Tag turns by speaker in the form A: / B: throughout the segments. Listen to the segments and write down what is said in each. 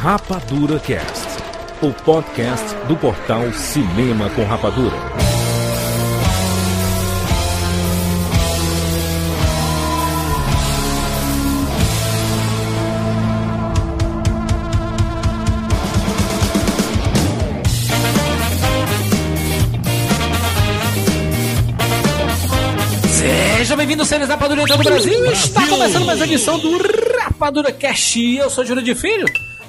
A: Rapadura Cast, o podcast do portal Cinema com Rapadura.
B: Sejam bem-vindos, seres Rapadura de todo o Brasil. Está começando mais uma edição do Rapadura Cast. E Eu sou Júlio de Filho.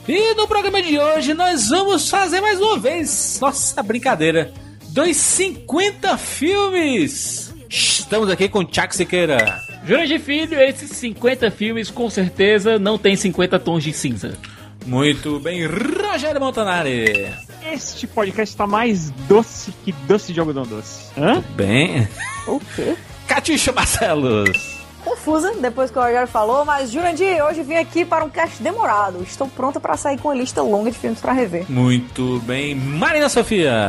B: E no programa de hoje nós vamos fazer mais uma vez nossa brincadeira dos 50 filmes. Estamos aqui com Tiago Siqueira.
C: Júnior de Filho, esses 50 filmes com certeza não tem 50 tons de cinza.
B: Muito bem, Rogério Montanari.
D: Este podcast tá mais doce que doce de algodão doce. Hã?
B: Bem,
D: O quê?
B: Catixa Marcelos.
E: confusa depois que o Rogério falou, mas Jurandir, hoje vim aqui para um cast demorado. Estou pronta para sair com a lista longa de filmes para rever.
B: Muito bem, Marina Sofia.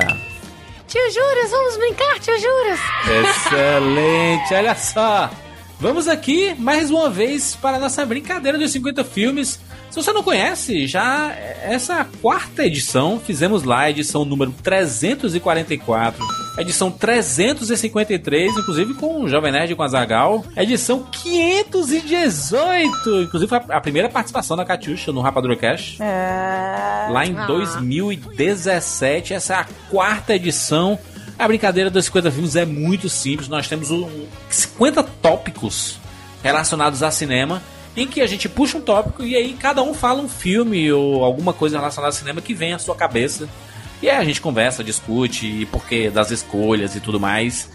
F: Tio Júrias, vamos brincar, tio Júrias?
B: Excelente, olha só. Vamos aqui mais uma vez para a nossa brincadeira dos 50 filmes. Se você não conhece, já essa quarta edição, fizemos lá a edição número 344, edição 353, inclusive com o Jovem Nerd e com a Zagal, edição 518, inclusive foi a primeira participação da Catiuxa no Rapadura Cash.
E: É...
B: Lá em
F: Ah.
B: 2017, essa é a quarta edição. A brincadeira dos 50 filmes é muito simples. Nós temos um, 50 tópicos relacionados a cinema, em que a gente puxa um tópico e aí cada um fala um filme ou alguma coisa relacionada a cinema que vem à sua cabeça. E aí a gente conversa, discute, e porquê das escolhas e tudo mais.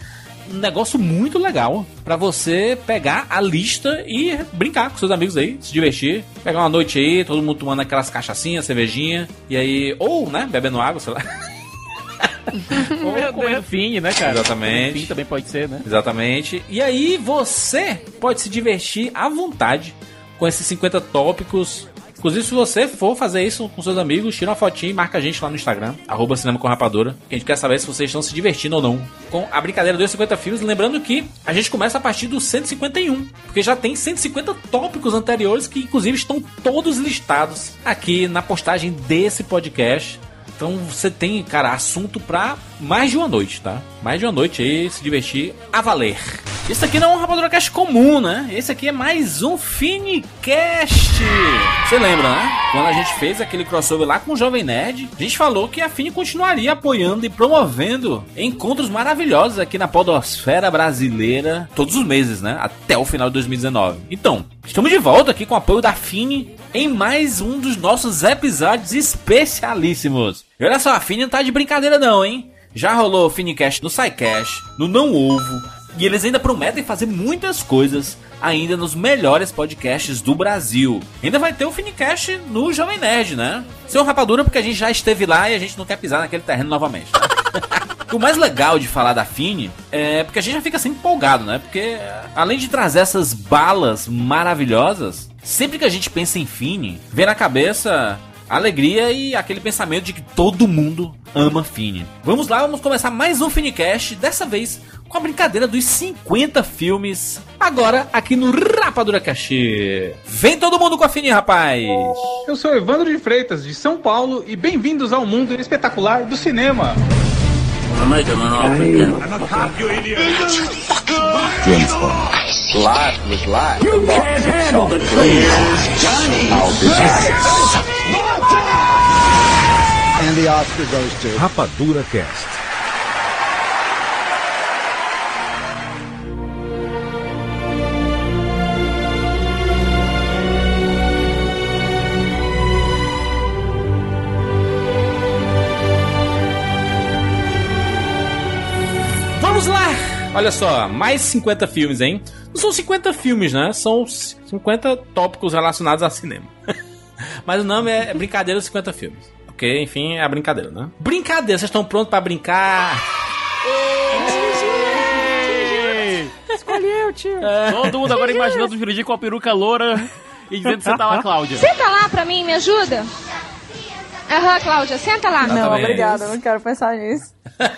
B: Um negócio muito legal pra você pegar a lista e brincar com seus amigos aí, se divertir. Pegar uma noite aí, todo mundo tomando aquelas cachaçinhas, cervejinha, e aí, ou, né, bebendo água, sei lá.
C: Ou comendo fine, né, cara?
B: Exatamente.
C: Comendo fine também pode ser, né?
B: Exatamente. E aí você pode se divertir à vontade com esses 50 tópicos. Inclusive, se você for fazer isso com seus amigos, tira uma fotinha e marca a gente lá no Instagram, arroba Cinema com Rapadura, que a gente quer saber se vocês estão se divertindo ou não com a brincadeira dos 50 filmes. Lembrando que a gente começa a partir do 151, porque já tem 150 tópicos anteriores que, inclusive, estão todos listados aqui na postagem desse podcast. Então você tem, cara, assunto pra mais de uma noite, tá? Mais de uma noite aí, se divertir a valer. Isso aqui não é um Rapadura Cast comum, né? Esse aqui é mais um Finicast. Você lembra, né? Quando a gente fez aquele crossover lá com o Jovem Nerd, a gente falou que a Fini continuaria apoiando e promovendo encontros maravilhosos aqui na podosfera brasileira todos os meses, né? Até o final de 2019. Então, estamos de volta aqui com o apoio da Fini em mais um dos nossos episódios especialíssimos. E olha só, a Fini não tá de brincadeira não, hein? Já rolou o Finicast no SciCast, no Não Ovo, e eles ainda prometem fazer muitas coisas ainda nos melhores podcasts do Brasil. Ainda vai ter o Finicast no Jovem Nerd, né? Seu rapadura porque a gente já esteve lá e a gente não quer pisar naquele terreno novamente. O mais legal de falar da Fini é porque a gente já fica sempre empolgado, né? Porque é, além de trazer essas balas maravilhosas, sempre que a gente pensa em Fini, vem na cabeça alegria e aquele pensamento de que todo mundo ama Fini. Vamos lá, vamos começar mais um Finicast, dessa vez com a brincadeira dos 50 filmes, agora aqui no Rapadura Cachê. Vem todo mundo com a Fini, rapaz!
G: Eu sou Evandro de Freitas, de São Paulo, e bem-vindos ao mundo espetacular do cinema.
A: Rapadura Cast.
B: Vamos lá! Olha só, mais 50 filmes, hein? Não são 50 filmes, né? São 50 tópicos relacionados a cinema. Mas o nome é Brincadeira dos 50 Filmes. Ok? Enfim, é a brincadeira, né? Brincadeira, vocês estão prontos pra brincar?
C: Todo mundo agora imaginando o Jurandir com a peruca loura e dizendo que você tá lá, Cláudia.
F: Senta lá pra mim, me ajuda. Aham, Cláudia, senta lá.
E: Não,
B: Exatamente.
E: obrigada, não quero pensar nisso.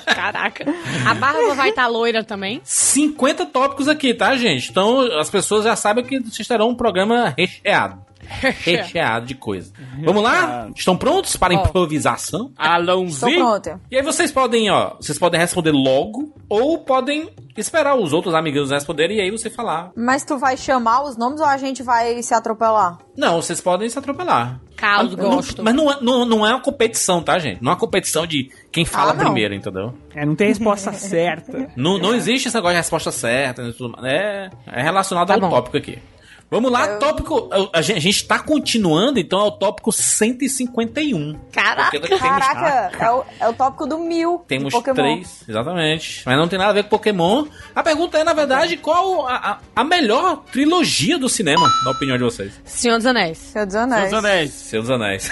H: Caraca. A barba vai estar loira também?
B: 50 tópicos aqui, tá, gente? Então as pessoas já sabem que vocês terão um programa recheado. recheado de coisa. Vamos lá? Estão prontos para a
H: Ó.
B: improvisação?
E: Estou
C: Alãozinho.
E: pronta.
B: E aí vocês podem, ó, vocês podem responder logo ou podem esperar os outros amiguinhos responderem e aí você falar.
E: Mas tu vai chamar os nomes ou a gente vai se atropelar?
B: Não, vocês podem se atropelar. Não-
H: Caos, gosto.
B: mas não é, não, não é uma competição, tá, gente? Não é uma competição de quem fala
E: Ah, não.
B: primeiro, entendeu?
D: É, não tem resposta certa.
B: Não,
H: É.
B: não existe esse negócio de resposta certa. né, tudo mais. É, é relacionado
H: Tá
B: ao
H: bom.
B: tópico aqui. Vamos lá, tópico. A gente, a gente tá continuando, então é o tópico 151.
H: Caraca.
B: Porque temos,
E: Caraca, é o, é o tópico do mil. de
B: temos
E: Pokémon.
B: três, exatamente. Mas não tem nada a ver com Pokémon. A pergunta é, na verdade, qual a, a- a melhor trilogia do cinema, na opinião de vocês?
H: Senhor dos Anéis.
E: Senhor dos Anéis.
C: Seus anéis.
B: Seus Anéis.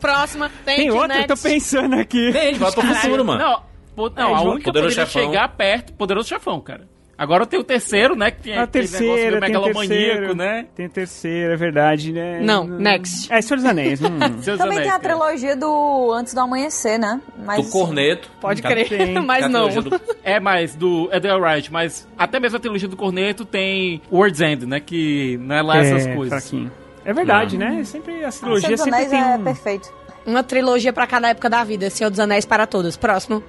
H: Próxima, tem,
D: Tem
H: de
D: outra? Eu tô
H: Nets.
D: pensando aqui.
B: Gente, bota pro futuro, mano.
C: Não, po- não,
B: É,
C: a
B: João,
C: única
B: Poderoso
C: poderia
B: Chefão.
C: chegar perto, poderoso chefão, cara. Agora tem o terceiro, né? Que tem
D: A
C: aquele
D: terceira,
C: meio
D: tem o terceiro.
C: megalomaníaco, né?
D: Tem terceira, é verdade, né?
H: Não, next.
D: É, Senhor dos Anéis. hum.
C: Seus
E: Também
C: anéis,
E: tem a
C: cara.
E: trilogia do Antes do Amanhecer, né? Mas,
B: Do Corneto.
H: Pode
B: Que a-
H: crer,
D: tem.
B: que a
H: mas não.
B: trilogia do-
C: É, mas do é do Elright, mas até mesmo a trilogia do Corneto tem World's End, né? Que não é lá essas
D: É,
C: coisas.
D: fraquinho. É verdade, né? Sempre a
E: Ah, Senhor
D: trilogia
E: dos
D: sempre
E: Anéis
D: tem
E: é
D: um...
E: perfeito.
H: Uma trilogia pra cada época da vida. Senhor dos Anéis para todos. Próximo.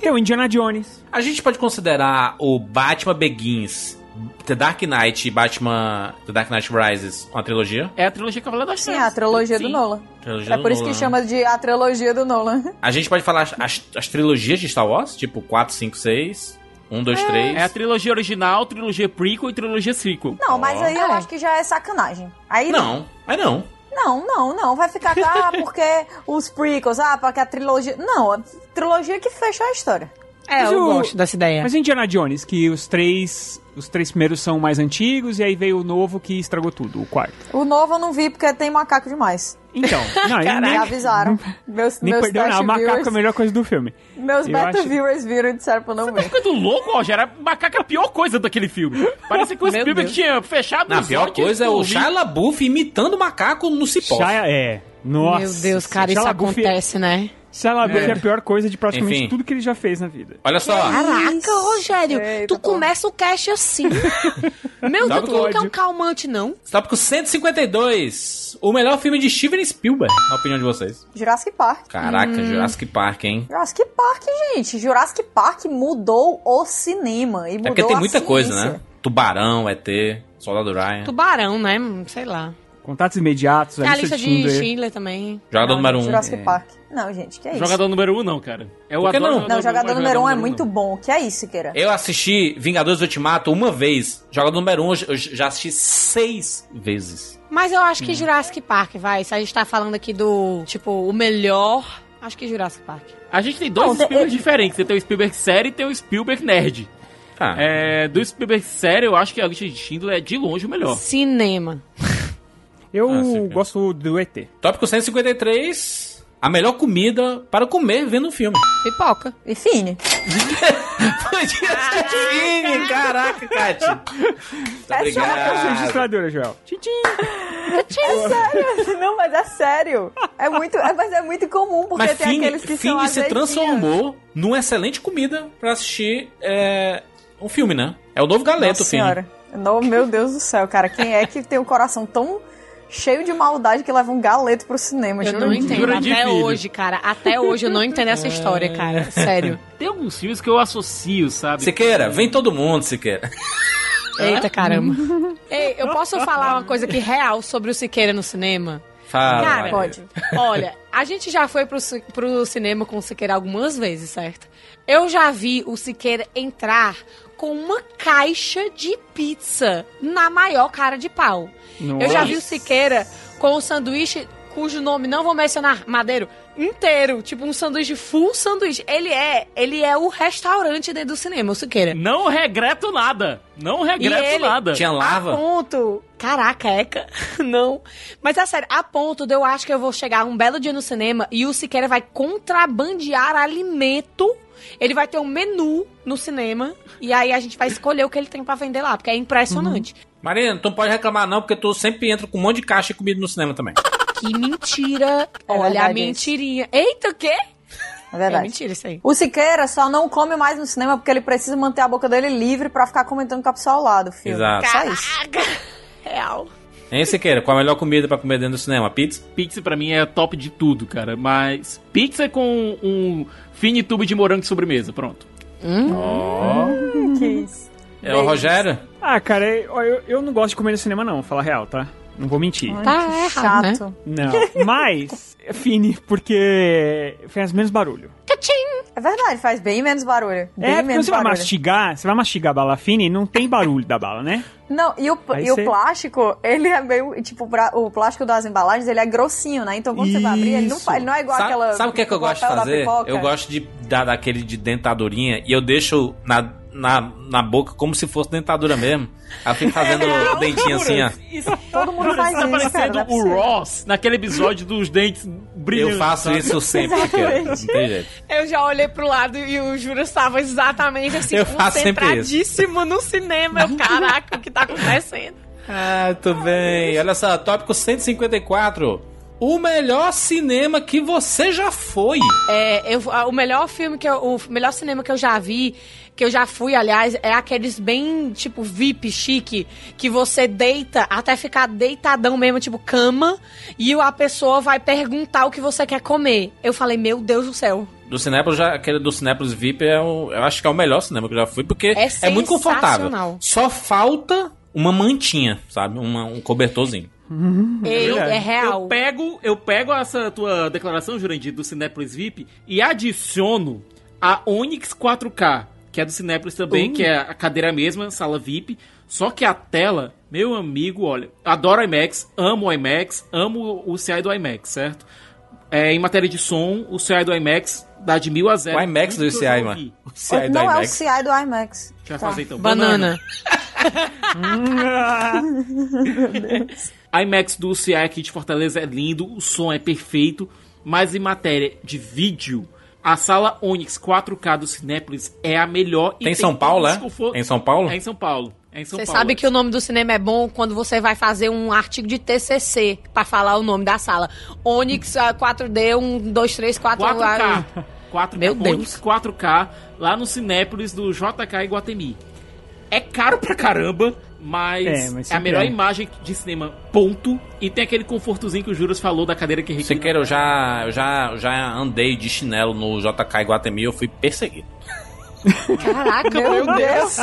D: Tem o Indiana Jones.
B: A gente pode considerar o Batman Begins, The Dark Knight e Batman The Dark Knight Rises uma trilogia?
C: É a trilogia Cavaleiro das
E: Sim,
C: Trevas.
E: a trilogia do
C: Sim.
E: Nolan.
B: Trilogia
E: É
B: do
E: por isso que
B: Nolan.
E: chama de a trilogia do Nolan.
B: A gente pode falar as- as, as trilogias de Star Wars, tipo 4, 5, 6, 1, 2, 3.
C: É a trilogia original, trilogia prequel e trilogia sequel.
E: Não, mas aí eu
H: É.
E: acho que já é sacanagem. Aí
B: Não, mas não.
E: Não, não, não. Vai ficar, ah, porque os prequels, ah, porque a trilogia. Não, a trilogia que fecha a história.
H: É,
D: Mas
H: eu
D: o-
H: gosto dessa ideia.
D: Mas Indiana Jones, que os três... Os três primeiros são mais antigos e aí veio o novo que estragou tudo, o quarto.
E: O novo eu não vi porque tem macaco demais.
D: Então, não, ele
E: Me
D: nem,
E: avisaram. Meus,
D: nem
E: meus
D: perdeu
E: test
D: nada. O macaco
E: viewers,
D: é a melhor coisa do filme.
E: meus
D: Eu
E: beta
D: acho-
E: viewers viram e disseram pra eu não
C: Tá
E: ver.
C: ficando louco, Rogério? A macaca é a pior coisa daquele filme. Parece que o
H: Meu
C: Spielberg
H: Deus.
C: tinha fechado
B: Na
C: os
B: pior
C: olhos e
B: coisa é o
C: dormido.
B: Shia LaBeouf imitando o macaco no cipó.
D: Shia, é. Nossa.
H: Meu Deus, cara,
D: Shia
H: isso
D: LaBeouf- é-
H: acontece, né?
D: Shia LaBeouf é. a pior coisa de praticamente
B: Enfim.
D: tudo que ele já fez na vida.
B: Olha só,
H: Caraca,
E: Isso.
H: Rogério,
E: Eita,
H: tu
E: pô.
H: começa o cast assim. Meu
B: Dá
H: Deus, tu não
B: ódio.
H: quer um calmante, não?
B: tópico 152. O melhor filme de Steven Spielberg, na opinião de vocês.
E: Jurassic Park.
B: Caraca,
E: Hum.
B: Jurassic Park, hein?
E: Jurassic Park, gente. Jurassic Park mudou o cinema. E
B: É
E: mudou
B: porque tem
E: a
B: muita coisa,
E: ciência.
B: né? Tubarão, ET, Soldado
D: É.
B: Ryan.
H: Tubarão, né? Hum, Sei lá.
D: Contatos imediatos,
H: Tem a lista é de
D: Schindler.
H: Schindler também.
B: Jogador
E: Não,
B: número 1. Um.
E: Jurassic Park. Não, gente, que é isso.
C: Jogador número um, não, cara. Eu
B: Por que
C: adoro
B: não?
E: Não, jogador
C: mas
E: número um é muito bom. Que é isso, Queira?
B: Eu assisti Vingadores Ultimato uma vez. Jogador número 1 um, eu já assisti seis vezes.
H: Mas eu acho
D: É.
H: que Jurassic Park, vai. Se a gente tá falando aqui do, tipo, o melhor, acho que Jurassic Park.
C: A gente tem dois
E: Não,
C: Spielberg diferentes. Você tem o Spielberg série e tem o Spielberg nerd.
B: Ah,
C: É, do Spielberg série, eu acho que a lista de Schindler é de longe o melhor.
H: Cinema.
D: Eu
B: Ah, sim, cara.
D: gosto do ET.
B: Tópico 153. A melhor comida para comer vendo um filme.
H: Pipoca.
E: E Fini.
B: Fine, caraca, Kati. Muito
D: Sua
B: obrigado.
D: registradora, Joel.
E: É sério. Não, mas é sério. É muito, é, mas é muito comum, porque
B: Mas
E: tem
B: Fine,
E: aqueles que são
B: Fine se
E: azeitinhas.
B: transformou numa excelente comida para assistir é, um filme, né? É o novo galeto,
E: Nossa
B: Fine.
E: senhora. No, meu Deus do céu, cara. Quem é que tem um coração tão cheio de maldade que leva um galeto pro cinema?
H: Eu
E: Juro.
H: não entendo. É.
C: Jurandir
H: Até
C: Filho.
H: hoje, cara. Até hoje eu não entendo essa história, cara. Sério.
C: Tem alguns filmes que eu associo, sabe?
B: Siqueira, vem todo mundo, Siqueira.
H: Eita, caramba. Ei, eu posso falar uma coisa aqui real sobre o Siqueira no cinema?
B: Fala.
H: Cara,
E: Pode.
H: Olha, a gente já foi pro, ci- pro cinema com o Siqueira algumas vezes, certo? Eu já vi o Siqueira entrar com uma caixa de pizza na maior cara de pau. Eu já vi o Siqueira com um sanduíche cujo nome não vou mencionar, Madeiro, inteiro, tipo um sanduíche full sanduíche. Ele é, ele é o restaurante dentro do cinema, o Siqueira.
C: Não regreto nada. Não regreto
H: ele-
C: nada.
B: Tinha
E: Ah,
H: A
B: lava?
H: ponto. Caraca, Eca. Não. Mas é sério, a ponto de eu acho que eu vou chegar um belo dia no cinema e o Siqueira vai contrabandear alimento. Ele vai ter um menu no cinema e aí a gente vai escolher o que ele tem pra vender lá, porque é impressionante.
E: Uhum.
B: Marina, tu não pode reclamar não, porque tu sempre entra com um monte de caixa de comida no cinema também.
H: Que mentira. Olha a
E: É verdade
H: mentirinha. Eita, o quê?
E: É
H: É
E: verdade.
H: mentira isso aí.
E: O Siqueira só não come mais no cinema porque ele precisa manter a boca dele livre pra ficar comentando com a pessoa ao lado, filho.
B: Exato.
E: Só isso.
H: Caraca. Real.
B: Hein, Siqueira? Qual a melhor comida pra comer dentro do cinema? Pizza?
C: Pizza pra mim é top de tudo, cara. Mas pizza com um fine tubo de morango de sobremesa, pronto.
E: Que isso.
B: É o Rogério?
D: Ah, cara, eu, eu- eu não gosto de comer no cinema, não, falar a real, tá? Não vou mentir.
E: Ai,
H: Tá
E: que
H: errado,
E: chato.
D: Não. Mas, é Fini, porque faz menos barulho.
E: É verdade, faz bem menos barulho. Bem
D: é, porque
E: menos
D: você vai
E: barulho.
D: mastigar, você vai mastigar a bala fina e não tem barulho da bala, né?
E: Não, e o,
D: Aí
E: e o
D: você-
E: plástico, ele é meio. Tipo, pra- o plástico das embalagens, ele é grossinho, né? Então quando você vai abrir, ele não,
D: Isso.
E: fa- ele não é igual
B: sabe,
E: aquela.
B: sabe o que, é que eu
E: papel
B: gosto de
E: da
B: fazer?
E: pipoca.
B: Eu gosto de dar daquele de dentadurinha e eu deixo na, na, na boca como se fosse dentadura mesmo. Aí eu fico fazendo o dentinho assim, ó.
E: Todo mundo faz
C: Tá
E: isso, cara.
C: parecendo
E: não é
C: o
E: possível.
C: Ross naquele episódio dos dentes brilhantes.
B: Eu faço
C: sabe?
B: isso sempre, Siqueira. Não tem jeito.
H: Eu já olhei pro lado e o Júlio estava exatamente assim,
B: Eu faço sempre
H: concentradíssimo no cinema. Eu, caraca, o que tá acontecendo?
B: Ah, tudo bem. Olha só, tópico 154. O melhor cinema que você já foi.
H: É, eu, a- o melhor filme que eu, o melhor cinema que eu já vi, que eu já fui, aliás, é aqueles bem tipo VIP chique, que você deita até ficar deitadão mesmo, tipo cama, e a pessoa vai perguntar o que você quer comer. Eu falei, meu Deus do céu.
B: Do Cinépolis, já, aquele do Cinépolis VIP, é o, eu acho que é o melhor cinema que eu já fui, porque é,
H: É
B: muito confortável.
H: sensacional.
B: Só falta uma mantinha, sabe? Uma- um cobertorzinho. Uhum.
H: Ei, é
C: Eu
H: real.
C: pego, eu pego essa tua declaração, Jurandir, do Cinépolis VIP e adiciono a Onix 4K, que é do Cinépolis também, que é a cadeira mesma, sala VIP. Só que a tela, meu amigo, olha, adoro IMAX, amo o IMAX, amo o CI do IMAX, certo? É, em matéria de som, o CI do IMAX dá de mil a zero.
B: O IMAX do
C: Tudo que eu já
B: ICI,
C: ouvi.
B: mano. O CI do
E: Não é o
B: IMAX.
E: CI do IMAX.
C: Deixa eu
E: Tá.
C: fazer então.
H: Banana.
D: Ah.
C: IMAX do CI aqui de Fortaleza é lindo, o som é perfeito, mas em matéria de vídeo, a sala Onix 4K do Cinépolis é a melhor.
B: Tem em São Paulo, é? Em São Paulo?
C: É em São Paulo. É em São
H: Você
C: Paulo.
H: sabe que o nome do cinema é bom quando você vai fazer um artigo de TCC pra falar o nome da sala. Onix ah, 4D, 1, 2, 3, 4...
C: 4K. 4K.
H: tá Meu Deus.
C: Onix 4K lá no Cinépolis do JK Iguatemi. É caro pra caramba, mas
D: É,
C: é,
D: mas
C: a
D: sempre
C: melhor
D: é.
C: imagem de cinema, ponto. E tem aquele confortozinho que o Juras falou da cadeira que
B: Você quer, eu já, eu já, eu já andei de chinelo no JK Iguatemi e eu fui perseguido.
H: um. Caraca, meu Deus!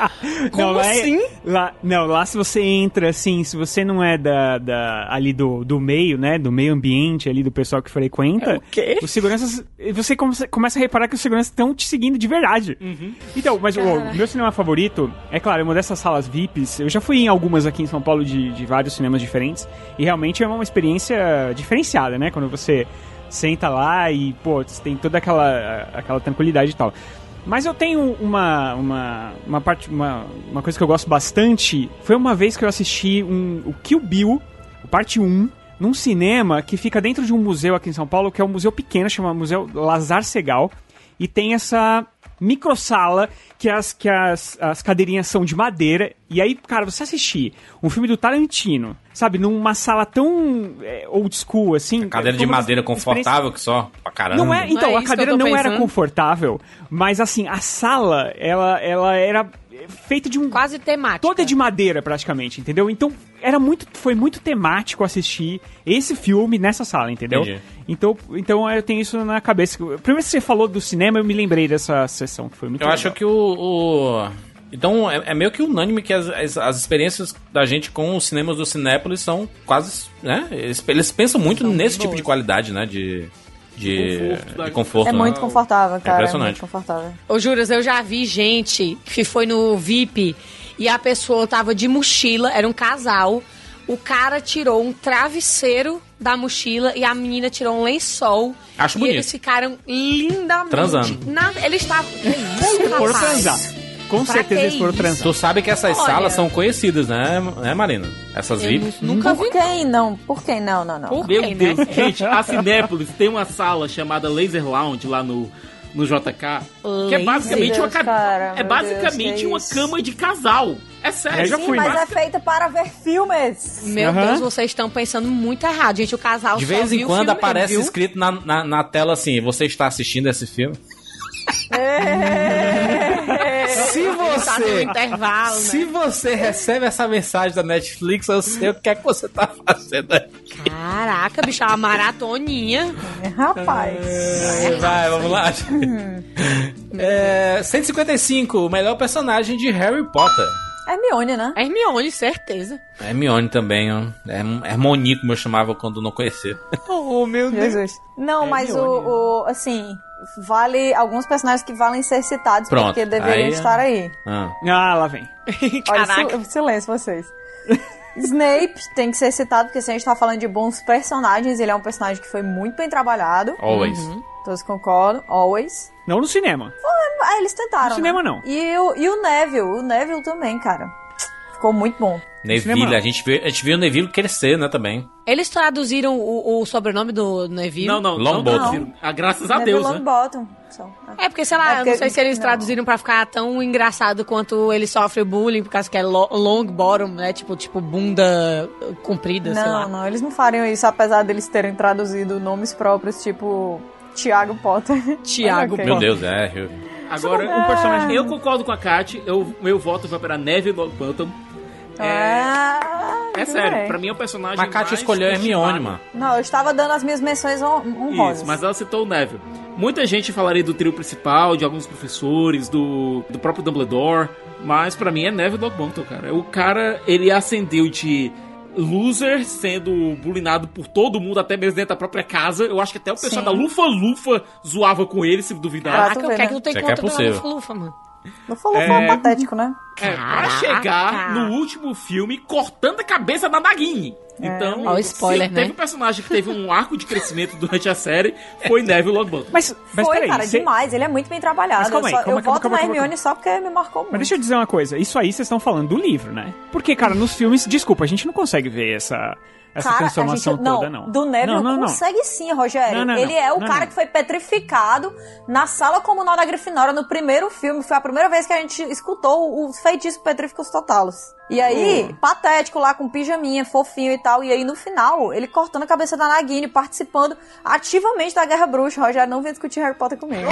D: não, lá é- lá- não, lá se você entra, assim, se você não é da, da- ali do, do meio, né, do meio ambiente ali, do pessoal que frequenta, o
H: quê?
D: os seguranças, você começa, começa a reparar que os seguranças estão te seguindo de verdade.
C: Uhum.
D: Então, mas o o meu cinema favorito, é claro, é uma dessas salas VIPs, eu já fui em algumas aqui em São Paulo de, de vários cinemas diferentes, e realmente é uma experiência diferenciada, né, quando você senta lá e, pô, você tem toda aquela, aquela tranquilidade e tal. Mas eu tenho uma, uma, uma parte, uma, uma coisa que eu gosto bastante. Foi uma vez que eu assisti um, o Kill Bill, o parte 1, num cinema que fica dentro de um museu aqui em São Paulo, que é um museu pequeno, chama Museu Lazar Segal. E tem essa microsala que as, que as, as cadeirinhas são de madeira. E aí, cara, você assistir um filme do Tarantino, sabe, numa sala tão é, old school, assim...
B: Cadeira de
D: foi uma das
B: madeira
D: experiências-
B: confortável que só, pra caramba.
D: não é, então,
H: Não é
D: a
H: isso que eu
D: cadeira
H: tô
D: não era
H: pensando.
D: confortável, mas assim, a sala, ela, ela era feita de um
H: Quase temática.
D: toda de madeira praticamente, entendeu? Então, era muito foi muito temático assistir esse filme nessa sala, entendeu?
B: Entendi.
D: Então, então eu tenho isso na cabeça. Primeiro que você falou do cinema, eu me lembrei dessa sessão que foi muito
B: Eu acho
D: legal.
B: que o. o- Então, é, é meio que unânime que as, as, as experiências da gente com os cinemas do Cinépolis são quase. né? Eles, eles pensam muito nesse tipo de qualidade, né? De. De de
C: conforto
B: conforto.
C: da-
E: É
B: né?
E: muito confortável, cara.
B: impressionante.
E: É muito confortável.
H: Ô, Juras, eu já vi gente que foi no VIP e a pessoa tava de mochila, era um casal. O cara tirou um travesseiro da mochila e a menina tirou um lençol.
B: Acho
H: e
B: bonito.
H: eles ficaram lindamente.
B: Transando.
H: Na, eles estavam. Que isso,
D: foram
H: rapaz?
D: transar. Com
H: Pra
D: certeza
H: que
D: eles foram
H: isso?
D: transar.
B: Tu sabe que essas
H: Olha.
B: salas são conhecidas, né, né Marina? Essas
E: É
H: Eu
B: VIPs.
H: nunca vi.
E: Por quem não? Por quem não? Não, não.
H: Por
C: Meu
H: quê, né?
C: Deus, gente, a Cinépolis tem uma sala chamada Laser Lounge lá no, no JK, que é
H: Laser,
C: basicamente uma ca-
E: cara,
C: é
E: meu Deus,
C: basicamente
E: que é
C: uma
E: isso.
C: cama de casal. É sério.
D: Eu já
E: Sim,
D: fui,
E: mas é
D: mas-
E: feita para ver filmes.
H: Meu
D: Aham.
H: Deus, vocês estão pensando muito errado, gente. O casal
B: De
H: só
B: vez em
H: viu o
B: quando
H: filme
B: aparece
H: mesmo, viu?
B: escrito na, na, na tela assim: você está assistindo esse filme?
E: É.
B: Se
H: tá no
B: você-
H: intervalo,
B: Se
H: né?
B: você recebe essa mensagem da Netflix, eu sei o que é que você tá fazendo aí.
H: Caraca, bicho, é uma maratoninha.
E: Rapaz.
B: Vai, vamos lá. É, 155, o melhor personagem de Harry Potter.
E: Hermione,
H: É
E: né?
H: Hermione, certeza.
B: Hermione também, ó. É, Hermoni, como eu chamava quando não conhecia.
D: Oh, meu Deus.
E: Jesus. Não, mas o, o- Assim, vale. Alguns personagens que valem ser citados
B: Pronto.
E: porque deveriam
B: Aí- é
E: estar aí.
B: Ah.
D: Ah, lá vem.
E: Olha,
H: Caraca.
E: sil- silêncio vocês. Snape tem que ser citado, porque se a gente tá falando de bons personagens, ele é um personagem que foi muito bem trabalhado. Hum,
B: Always.
H: Uhum.
E: Todos concordam, always.
D: Não no cinema.
E: Ah, eles tentaram.
D: No cinema,
E: né?
D: não.
E: E o, e o Neville, o Neville também, cara. Ficou muito bom.
B: Neville,
D: Cinema.
B: a gente, viu, a gente viu o Neville crescer, né, também.
H: Eles traduziram o, o sobrenome do né, Neville?
C: Não, não, não.
B: Longbottom.
C: traduziram. Ah, graças a
E: Neville
C: Deus, né?
E: Longbottom. Só, né?
H: É, porque, sei lá,
E: É
H: eu
E: porque-
H: não sei se eles
E: não.
H: traduziram pra ficar tão engraçado quanto ele sofre o bullying, por causa que é lo- long bottom, né? Tipo, tipo bunda eh, comprida, sei lá.
E: Não, não, eles não fariam isso, apesar deles terem traduzido nomes próprios, tipo Tiago Potter.
H: Tiago
E: Mas ok.
B: Meu Deus, é. eu-
C: Agora,
D: Um personagem.
C: eu concordo com a Kat, eu, meu voto vai para Neville Longbottom.
E: Ah,
C: É
E: tudo
C: sério,
E: bem.
C: pra mim é o personagem
B: Mas a Kátia
C: mais
B: escolheu a Hermione,
C: estimado.
B: mano.
E: Não, eu estava dando as minhas menções hon- honrosas.
C: Isso, mas ela citou o Neville. Muita gente falaria do trio principal, de alguns professores, do, do próprio Dumbledore, mas pra mim é Neville Longbottom, cara. O cara, ele ascendeu de loser, sendo bullyingado por todo mundo, até mesmo dentro da própria casa. Eu acho que até o pessoal
E: Sim.
C: da Lufa Lufa zoava com ele, se duvidar.
E: Ah, tu
H: Caraca,
E: vê,
H: o que é
E: né?
H: que não tem
B: Isso aqui
H: conta
B: é possível.
H: do Lufa, mano?
E: Não falou foi um patético, né?
C: É, pra chegar no último filme cortando a cabeça da Nagini. Então,
H: É. Ó, o spoiler,
C: se
H: né?
C: teve um personagem que teve um arco de crescimento durante a série, foi Neville Longbottom.
D: Mas, mas
E: foi,
D: peraí,
E: cara,
D: cê-
E: demais. Ele é muito bem
D: Mas
E: trabalhado.
D: calma aí,
E: eu só,
D: calma,
E: eu
D: calma,
E: voto
D: calma,
E: na
D: calma,
E: Hermione só porque me marcou muito.
D: Mas deixa eu dizer uma coisa, isso aí vocês estão falando do livro, né? Porque, cara, nos filmes, desculpa, a gente não consegue ver essa, essa
E: Cara, a
D: transformação
E: gente, não,
D: toda, não.
E: do Neville
D: não, não, não.
E: consegue sim, Rogério.
D: Não, não,
E: ele
D: não.
E: é o
D: Não,
E: cara
D: não.
E: que foi petrificado na sala comunal da Grifinória no primeiro filme. Foi a primeira vez que a gente escutou os feitiços petríficos totalos. E aí, patético lá, com pijaminha, fofinho e tal. E aí, no final, ele cortando a cabeça da Nagini, participando ativamente da Guerra Bruxa. Rogério, não vem discutir Harry Potter comigo.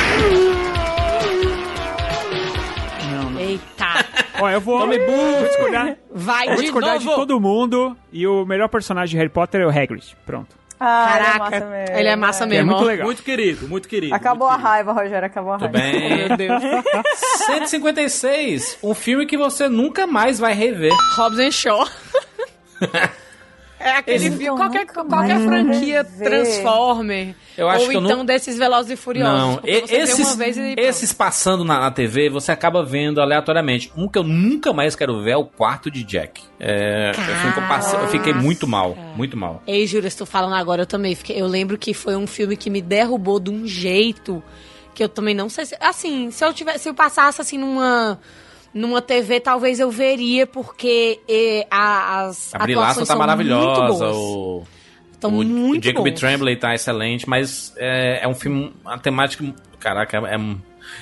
H: Eita.
D: Ó, eu vou, vou discordar,
H: Vai
D: vou
H: de
D: discordar de
H: novo.
D: todo mundo e o melhor personagem de Harry Potter é o Hagrid. Pronto.
E: Ah, ele é
H: Caraca,
E: massa mesmo.
H: ele é massa
D: Que é
H: mesmo.
D: muito
H: ó.
D: legal.
C: Muito querido, muito querido.
E: Acabou a
C: muito
E: raiva, Rogério, acabou a
B: Tudo
E: raiva.
B: bem.
H: Meu Deus.
B: 156, um filme que você nunca mais vai rever.
H: Robson Shaw. É aquele
E: Esse
H: filme,
E: eu
H: qualquer,
E: nunca
H: qualquer
E: mais
H: franquia
E: vou ver.
H: Transformer.
B: Eu acho
H: ou
B: que eu
H: então
B: não-
H: desses Velozes e Furiosos.
B: Não,
H: porque
B: e-
H: você vê
B: esses,
H: uma vez e pronto.
B: esses passando na, na TV, você acaba vendo aleatoriamente. Um que eu nunca mais quero ver é o quarto de Jack. É, eu, fico pass- eu fiquei muito mal, muito mal.
H: Ei, Júlia, estou falando agora, eu também fiquei. Eu lembro que foi um filme que me derrubou de um jeito que eu também não sei. Se, assim, se eu tivesse, se eu passasse assim numa numa TV, talvez eu veria porque eh, a, as
B: A Brie Larson
H: atuações
B: tá
H: são muito
B: maravilhosa,
H: boas.
B: o,
H: Estão
B: o
H: muito
B: Jacob
H: bons.
B: Tremblay tá excelente, mas é, é um filme, a temática, caraca, é, um-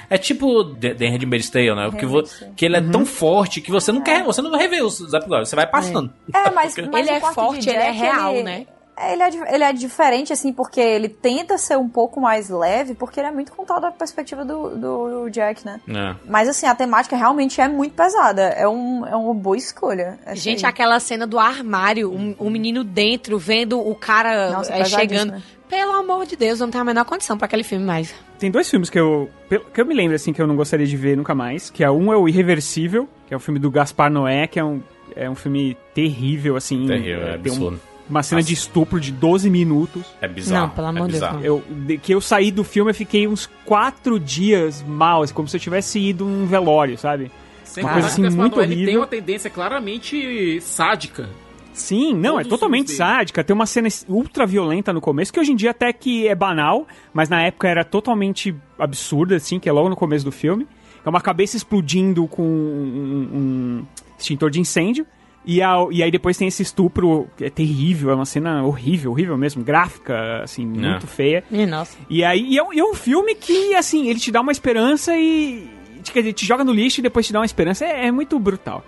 B: é tipo The The Handmaid's Tale, né? Que, vo- que ele é
H: Uhum.
B: tão forte que
H: É.
B: você não quer, você não vai rever os os episódios, você vai passando.
E: É, mas, mas
H: Ele
E: o
H: é
E: quarto de
H: forte, ele é
E: Jack,
H: real,
E: ele-
H: né?
E: É, Ele é, di- ele é diferente, assim, porque ele tenta ser um pouco mais leve, porque ele é muito contado da perspectiva do, do, do Jack, né?
B: É.
E: Mas, assim, a temática realmente é muito pesada. É, um, é uma boa escolha. essa
H: Gente,
E: aí.
H: aquela cena do armário, um- o menino dentro, vendo o cara
E: Nossa,
H: eh,
E: pesadíssimo,
H: chegando.
E: né?
H: Pelo amor de Deus, não tem a menor condição pra aquele filme mais.
D: Tem dois filmes que eu, pelo- que eu me lembro, assim, que eu não gostaria de ver nunca mais. Que é um é o Irreversível, que é um filme do Gaspar Noé, que é um, é um filme terrível, assim.
B: Terrível, é
D: tem um-
B: absurdo.
D: uma cena de estupro de 12 minutos.
B: É bizarro.
H: Não, pelo
B: é
H: amor de Deus,
B: bizarro.
H: não.
D: Eu, de- que eu saí do filme, eu fiquei uns quatro dias mal, assim, como se eu tivesse ido num velório, sabe?
C: Sem
D: Uma
C: contar
D: coisa,
C: que
D: assim,
C: o Gaspar
D: muito
C: Noé, ele
D: horrível.
C: tem uma tendência claramente sádica.
D: Sim, não,
C: Todos
D: é
C: os
D: totalmente
C: filmes dele.
D: sádica. Tem uma cena ultra violenta no começo, que hoje em dia até que é banal, mas na época era totalmente absurda, assim, que é logo no começo do filme. É uma cabeça explodindo com um, um extintor de incêndio. E, a- e aí depois tem esse estupro, que é terrível, é uma cena horrível, horrível mesmo, gráfica, assim, muito feia.
H: Ih, Nossa.
D: E aí, e é, um, e é um filme que, assim, ele te dá uma esperança e. te- Quer dizer, te joga no lixo e depois te dá uma esperança. É, é muito brutal.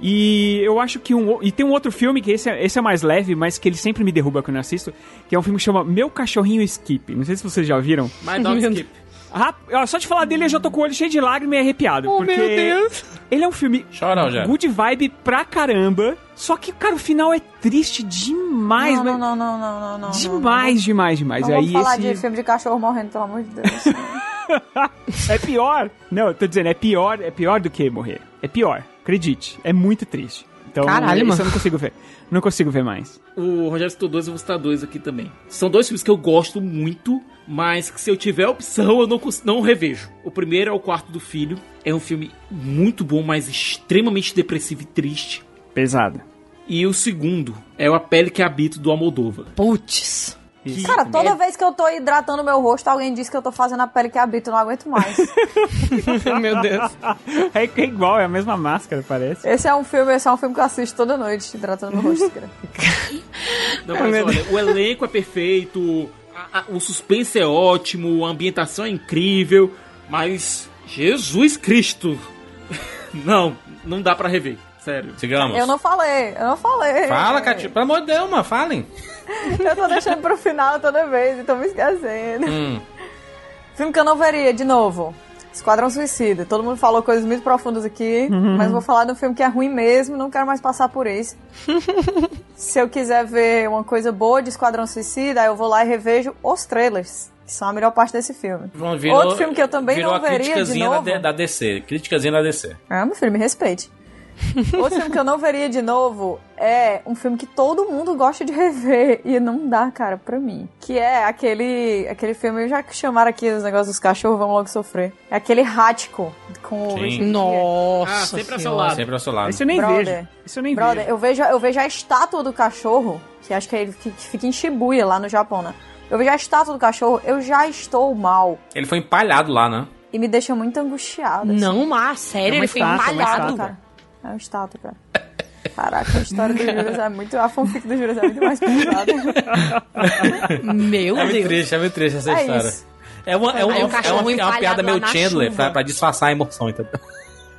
D: E eu acho que um. o- E tem um outro filme, que esse é, esse é mais leve, mas que ele sempre me derruba quando eu assisto, que é um filme que chama Meu Cachorrinho Skip. Não sei se vocês já viram.
C: My Dog Skip.
D: Rap- ó, só de falar dele, eu já tô com o olho cheio de lágrimas e arrepiado.
H: Oh,
D: porque
H: meu Deus.
D: Ele é um filme
B: Chora, Rogério.
D: good vibe pra caramba. Só que, cara, o final é triste demais,
E: não,
D: mas-
E: não, não, não, não, não, não.
D: Demais, demais, demais.
E: Não, não
D: Aí
E: vamos falar
D: esse
E: de filme de cachorro morrendo, pelo amor de Deus.
D: é pior. Não, eu tô dizendo, é pior, é pior do que morrer. É pior, acredite. É muito triste. Então,
H: Caralho,
D: isso
H: mano.
D: eu não consigo ver. Não consigo ver mais.
C: O Rogério citou dois, eu vou citar dois aqui também. São dois filmes que eu gosto muito, mas que se eu tiver opção, eu não, cons- não revejo. O primeiro é O Quarto do Filho. É um filme muito bom, mas extremamente depressivo e triste.
D: Pesado.
C: E o segundo é O A Pele Que Habito, do Almodóvar.
H: Putz.
D: Isso.
E: Cara, toda vez que eu tô hidratando meu rosto, alguém diz que eu tô fazendo a pele que habito, eu não aguento mais.
H: Meu Deus.
D: É, é igual, é a mesma máscara, parece.
E: Esse é um filme, esse é um filme que eu assisto toda noite, hidratando meu rosto, cara.
C: Não, mas olha, o elenco é perfeito, a- a- o suspense é ótimo, a ambientação é incrível, mas Jesus Cristo! Não, não dá pra rever, sério.
B: Sigamos.
E: Eu não falei, eu não falei.
B: Fala, Cati. Pelo amor de Deus, mano, falem.
E: Eu tô deixando pro final toda vez e tô me esquecendo.
B: Hum.
E: Filme que eu não veria, de novo. Esquadrão Suicida. Todo mundo falou coisas muito profundas aqui, mas vou falar de um filme que é ruim mesmo, não quero mais passar por isso. Se eu quiser ver uma coisa boa de Esquadrão Suicida, aí eu vou lá e revejo os trailers, que são a melhor parte desse filme.
B: Virou-
E: Outro filme que eu também
B: virou
E: não
B: a
E: veria de
B: criticazinha da,
E: novo.
B: D- da DC. Criticazinha da DC.
E: Ah, meu filho, me respeite. Outro filme que eu não veria de novo é um filme que todo mundo gosta de rever e não dá, cara, pra mim. Que é aquele aquele filme, já que chamaram aqui os negócios dos cachorros, vamos logo sofrer. É aquele Rático com o
B: Sim.
E: Richard Gere.
H: Nossa.
C: Ah, sempre ao seu
H: Senhora.
C: lado.
B: Sempre ao seu lado.
D: Isso eu nem
E: Brother.
D: vejo. Isso eu nem
E: Brother,
D: vejo.
E: eu vejo, eu vejo a estátua do cachorro, que acho que, é ele, que, que fica em Shibuya, lá no Japão, né? Eu vejo a estátua do cachorro, eu já estou mal.
B: Ele foi empalhado lá, né?
E: E me deixa muito angustiada. assim.
H: Não, mas sério,
D: É uma
H: ele foi
D: estátua, é uma
H: malhado.
D: estátua.
E: cara. É um estátua, cara. Caraca, a história do Juras é muito. A fanfic do Juras é muito mais pesada.
H: Meu
B: É muito
H: Deus.
B: triste, é muito triste essa
E: É
B: história.
E: isso.
B: É uma, é uma,
H: Aí o
B: é uma- é
H: cachorro
B: uma
H: empalhado
B: piada
H: lá
B: meio
H: na
B: Chandler
H: chuva.
B: pra, pra disfarçar a emoção, entendeu?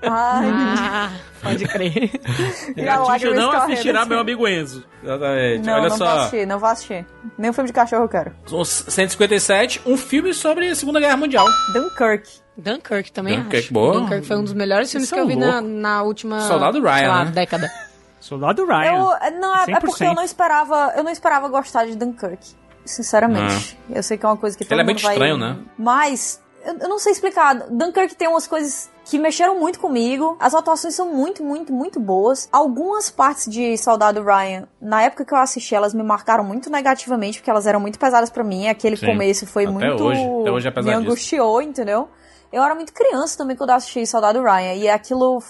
E: Ai,
H: Ah, pode crer.
E: e a
C: Gatinho
E: lágrima
C: não
E: escorrendo,
C: assistirá
E: assim.
C: meu amigo Enzo.
B: Exatamente.
E: Não,
B: Olha
E: não vou
B: só.
E: assistir, não vou assistir. Nem um filme de cachorro eu quero.
B: Os 157, um filme sobre a Segunda Guerra Mundial.
E: Dunkirk.
H: Dunkirk também
B: Dunkirk,
H: acho.
B: boa.
H: Dunkirk foi um dos melhores filmes
B: Isso
H: que
B: é
H: eu vi na,
B: louco.
H: na última
B: Soldado Ryan,
H: sei lá,
B: né?
H: década.
D: Soldado Ryan.
E: Eu, não, é, é porque
D: 100%.
E: eu não esperava. Eu não esperava gostar de Dunkirk. Sinceramente. Eu sei que é uma coisa que todo
B: Ele é
E: mundo
B: muito
E: vai-
B: estranho, né?
E: Mas. Eu eu não sei explicar. Dunkirk tem umas coisas que mexeram muito comigo. As atuações são muito, muito, muito boas. Algumas partes de Soldado Ryan, na época que eu assisti, elas me marcaram muito negativamente, porque elas eram muito pesadas pra mim. Aquele
B: Sim.
E: começo foi
B: Até
E: muito.
B: hoje. Até hoje é
E: me
B: pesadíssimo.
E: angustiou, entendeu? Eu era muito criança também quando eu assisti Soldado Ryan. E aquilo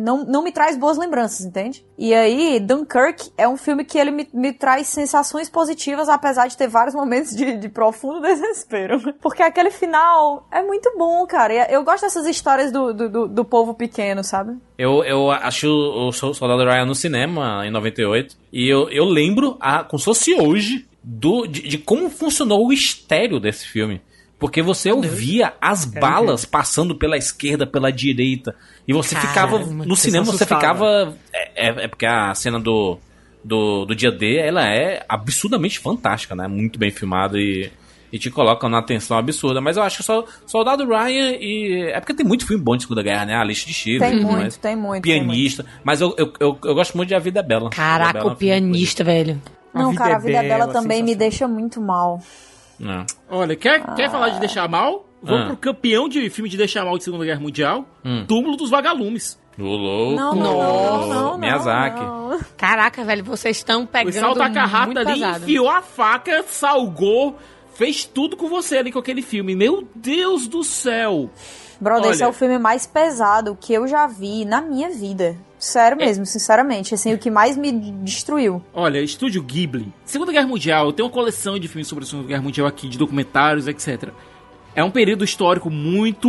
E: não, não me traz boas lembranças, entende? E aí, Dunkirk é um filme que ele me, me traz sensações positivas, apesar de ter vários momentos de, de profundo desespero. Porque aquele final é muito bom, cara. E Eu gosto dessas histórias do, do, do- do povo pequeno, sabe?
B: Eu, eu achei o, o Soldado Ryan no cinema em 98. E eu, eu lembro, a, como se fosse hoje, do, de, de como funcionou o estéreo desse filme. Porque você ouvia as balas passando pela esquerda, pela direita. E você ficava.
H: Caramba,
B: No
D: você
B: cinema
D: se
B: você
D: assustava.
B: ficava. É, é- é porque a cena do, do, do dia D ela é absurdamente fantástica, né? Muito bem filmada e. E te colocam na tensão absurda. Mas eu acho que só Soldado Ryan e. É porque tem muito filme bom de Segunda Guerra, né? A lista de Chile.
E: Tem muito, tem muito. tem muito.
B: Pianista. Mas eu, eu, eu, eu gosto muito de A Vida é Bela. A Vida é
H: Caraca,
B: Bela é
H: o
B: um filme
H: pianista, velho.
D: A
E: Não,
D: vida
E: cara,
D: é
E: a vida
D: bela,
E: dela também me
D: sensacional.
E: deixa muito mal.
B: bonito.
C: Olha, quer, quer falar de deixar mal? Vamos
B: Ah.
C: pro campeão de filme de deixar mal de Segunda Guerra Mundial,
B: Hum.
C: Túmulo dos Vagalumes.
B: É. O louco.
E: Não, não, não, não, não,
B: Miyazaki.
E: não.
H: Caraca, velho, vocês estão
C: O
H: pegando
C: Salta Carrata
H: É, muito
C: ali
H: pesado.
C: enfiou a faca, salgou, fez tudo com você ali com aquele filme. Meu Deus do céu!
E: Brother, esse é
C: Olha.
E: o filme mais pesado que eu já vi na minha vida. Sério mesmo, sinceramente. Assim, o que mais me destruiu.
C: Olha, Estúdio Ghibli. Segunda Guerra Mundial, eu tenho uma coleção de filmes sobre a Segunda Guerra Mundial aqui, de documentários, etc. É um período histórico muito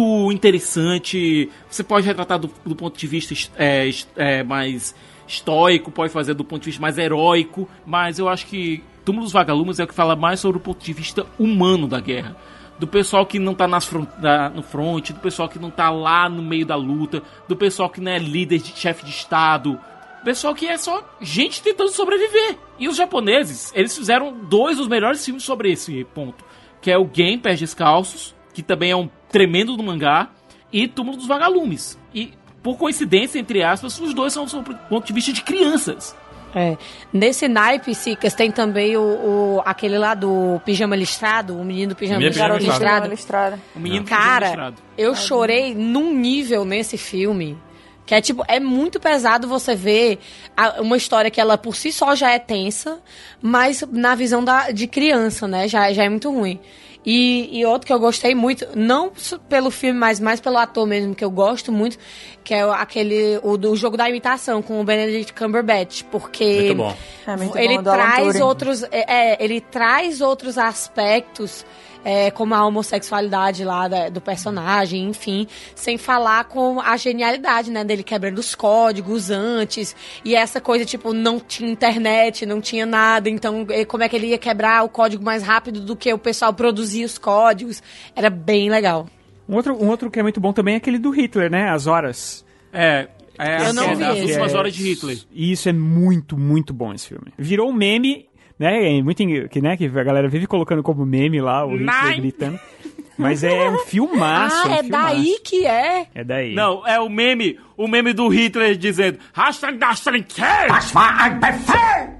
C: interessante. Você pode retratar do, do ponto de vista é, his- é, mais estoico, pode fazer do ponto de vista mais heróico, mas eu acho que Túmulo dos Vagalumes é o que fala mais sobre o ponto de vista humano da guerra. Do pessoal que não tá nas fron- na- no front, do pessoal que não tá lá no meio da luta, do pessoal que não é líder de chefe de estado, Pessoal que é só gente tentando sobreviver. E os japoneses, eles fizeram dois dos melhores filmes sobre esse ponto. Que é o Game Pés Descalços, que também é um Tremendo do Mangá e Túmulo dos Vagalumes. E, por coincidência, entre aspas, os dois são, são do ponto de vista de crianças.
H: É. Nesse naipe, Sicas, tem também o, o- aquele lá do pijama listrado, o menino do pijama,
D: é
B: Menino do pijama
H: listrado.
E: Listrada, listrada.
C: O menino que foi
H: Cara,
C: sequestrado.
H: eu chorei num nível nesse filme. Que é tipo, é muito pesado você ver a- uma história que ela por si só já é tensa, mas na visão da, de criança, né? Já, já é muito ruim. E, e outro que eu gostei muito, não s- pelo filme, mas mais pelo ator mesmo, que eu gosto muito, que é o- aquele, o do jogo da imitação com o Benedict Cumberbatch, porque
B: Muito bom.
E: É muito
H: ele
E: bom, do Alan
H: traz
E: Turing.
H: outros é, é, ele traz outros aspectos é, como a homossexualidade lá da- do personagem enfim sem falar com a genialidade né dele quebrando os códigos antes e essa coisa tipo não tinha internet não tinha nada então eh, como é que ele ia quebrar o código mais rápido do que o pessoal produzia os códigos era bem legal
D: Um outro, um outro que é muito bom também é aquele do Hitler, né? As horas.
C: É, é
H: Eu não
C: é,
H: vi
C: das
H: esse.
C: últimas horas de Hitler.
D: E isso é muito, muito bom esse filme. Virou um meme, né? é Muito en- que, né, que a galera vive colocando como meme lá, o Hitler
C: Nine.
D: gritando. Mas é um filmaço. um
H: ah é
D: filmaço.
H: daí que é
D: É daí.
C: Não, é o meme, o meme do Hitler dizendo Hashtag das trinqueiras!
I: Das war ein Befehl!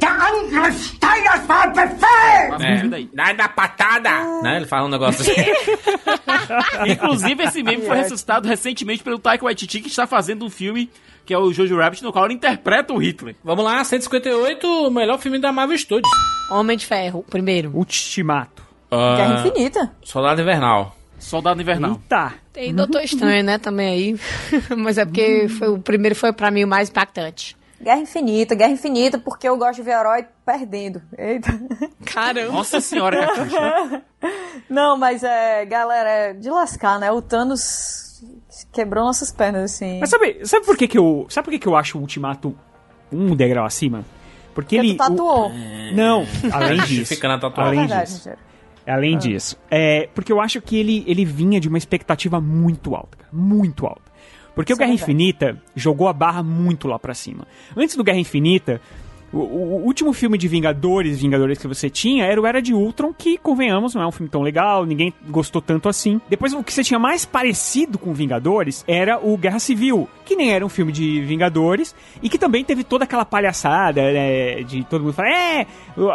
I: Der Angriff Steiners war ein Befehl!
C: Mas daí.
B: Dá da patada! Né? Ele fala um negócio assim.
C: Inclusive, esse meme
H: É.
C: foi ressuscitado recentemente pelo Taika Waititi, que está fazendo um filme que é o Jojo Rabbit, no qual ele interpreta o Hitler.
B: Vamos lá, 158, o melhor filme da Marvel Studios.
H: Homem de Ferro o primeiro
D: Ultimato.
E: Guerra
B: Ah,
E: Infinita.
B: Soldado Invernal.
C: Soldado Invernal.
D: Eita.
H: tem Doutor Estranho, né, também aí. Mas é porque foi, o primeiro foi pra mim o mais impactante.
E: Guerra Infinita, Guerra Infinita, porque eu gosto de ver herói perdendo. Eita.
H: Caramba.
C: Nossa senhora, Catuxa.
E: Não, mas é, galera, é de lascar, né? O Thanos quebrou nossas pernas, assim.
D: Mas sabe, sabe por que, que eu. Sabe por que, que eu acho o Ultimato um degrau acima?
H: É
D: Porque
E: Porque
D: ele.
E: tu tatuou.
D: o- não, além disso.
B: Justifica na
E: É
B: tatuagem.
D: Além
E: verdade,
D: disso.
E: gente.
H: Ah.
D: Além disso, é, porque eu acho que ele, ele vinha de uma expectativa muito alta, cara, muito alta. Porque o
E: Isso é
D: Guerra
E: verdade.
D: Infinita jogou a barra muito lá pra cima. Antes do Guerra Infinita, o, o- o último filme de Vingadores, Vingadores que você tinha, era o Era de Ultron, que, convenhamos, não é um filme tão legal, ninguém gostou tanto assim. Depois, o que você tinha mais parecido com Vingadores era o Guerra Civil, que nem era um filme de Vingadores, e que também teve toda aquela palhaçada, né, de todo mundo falar, é,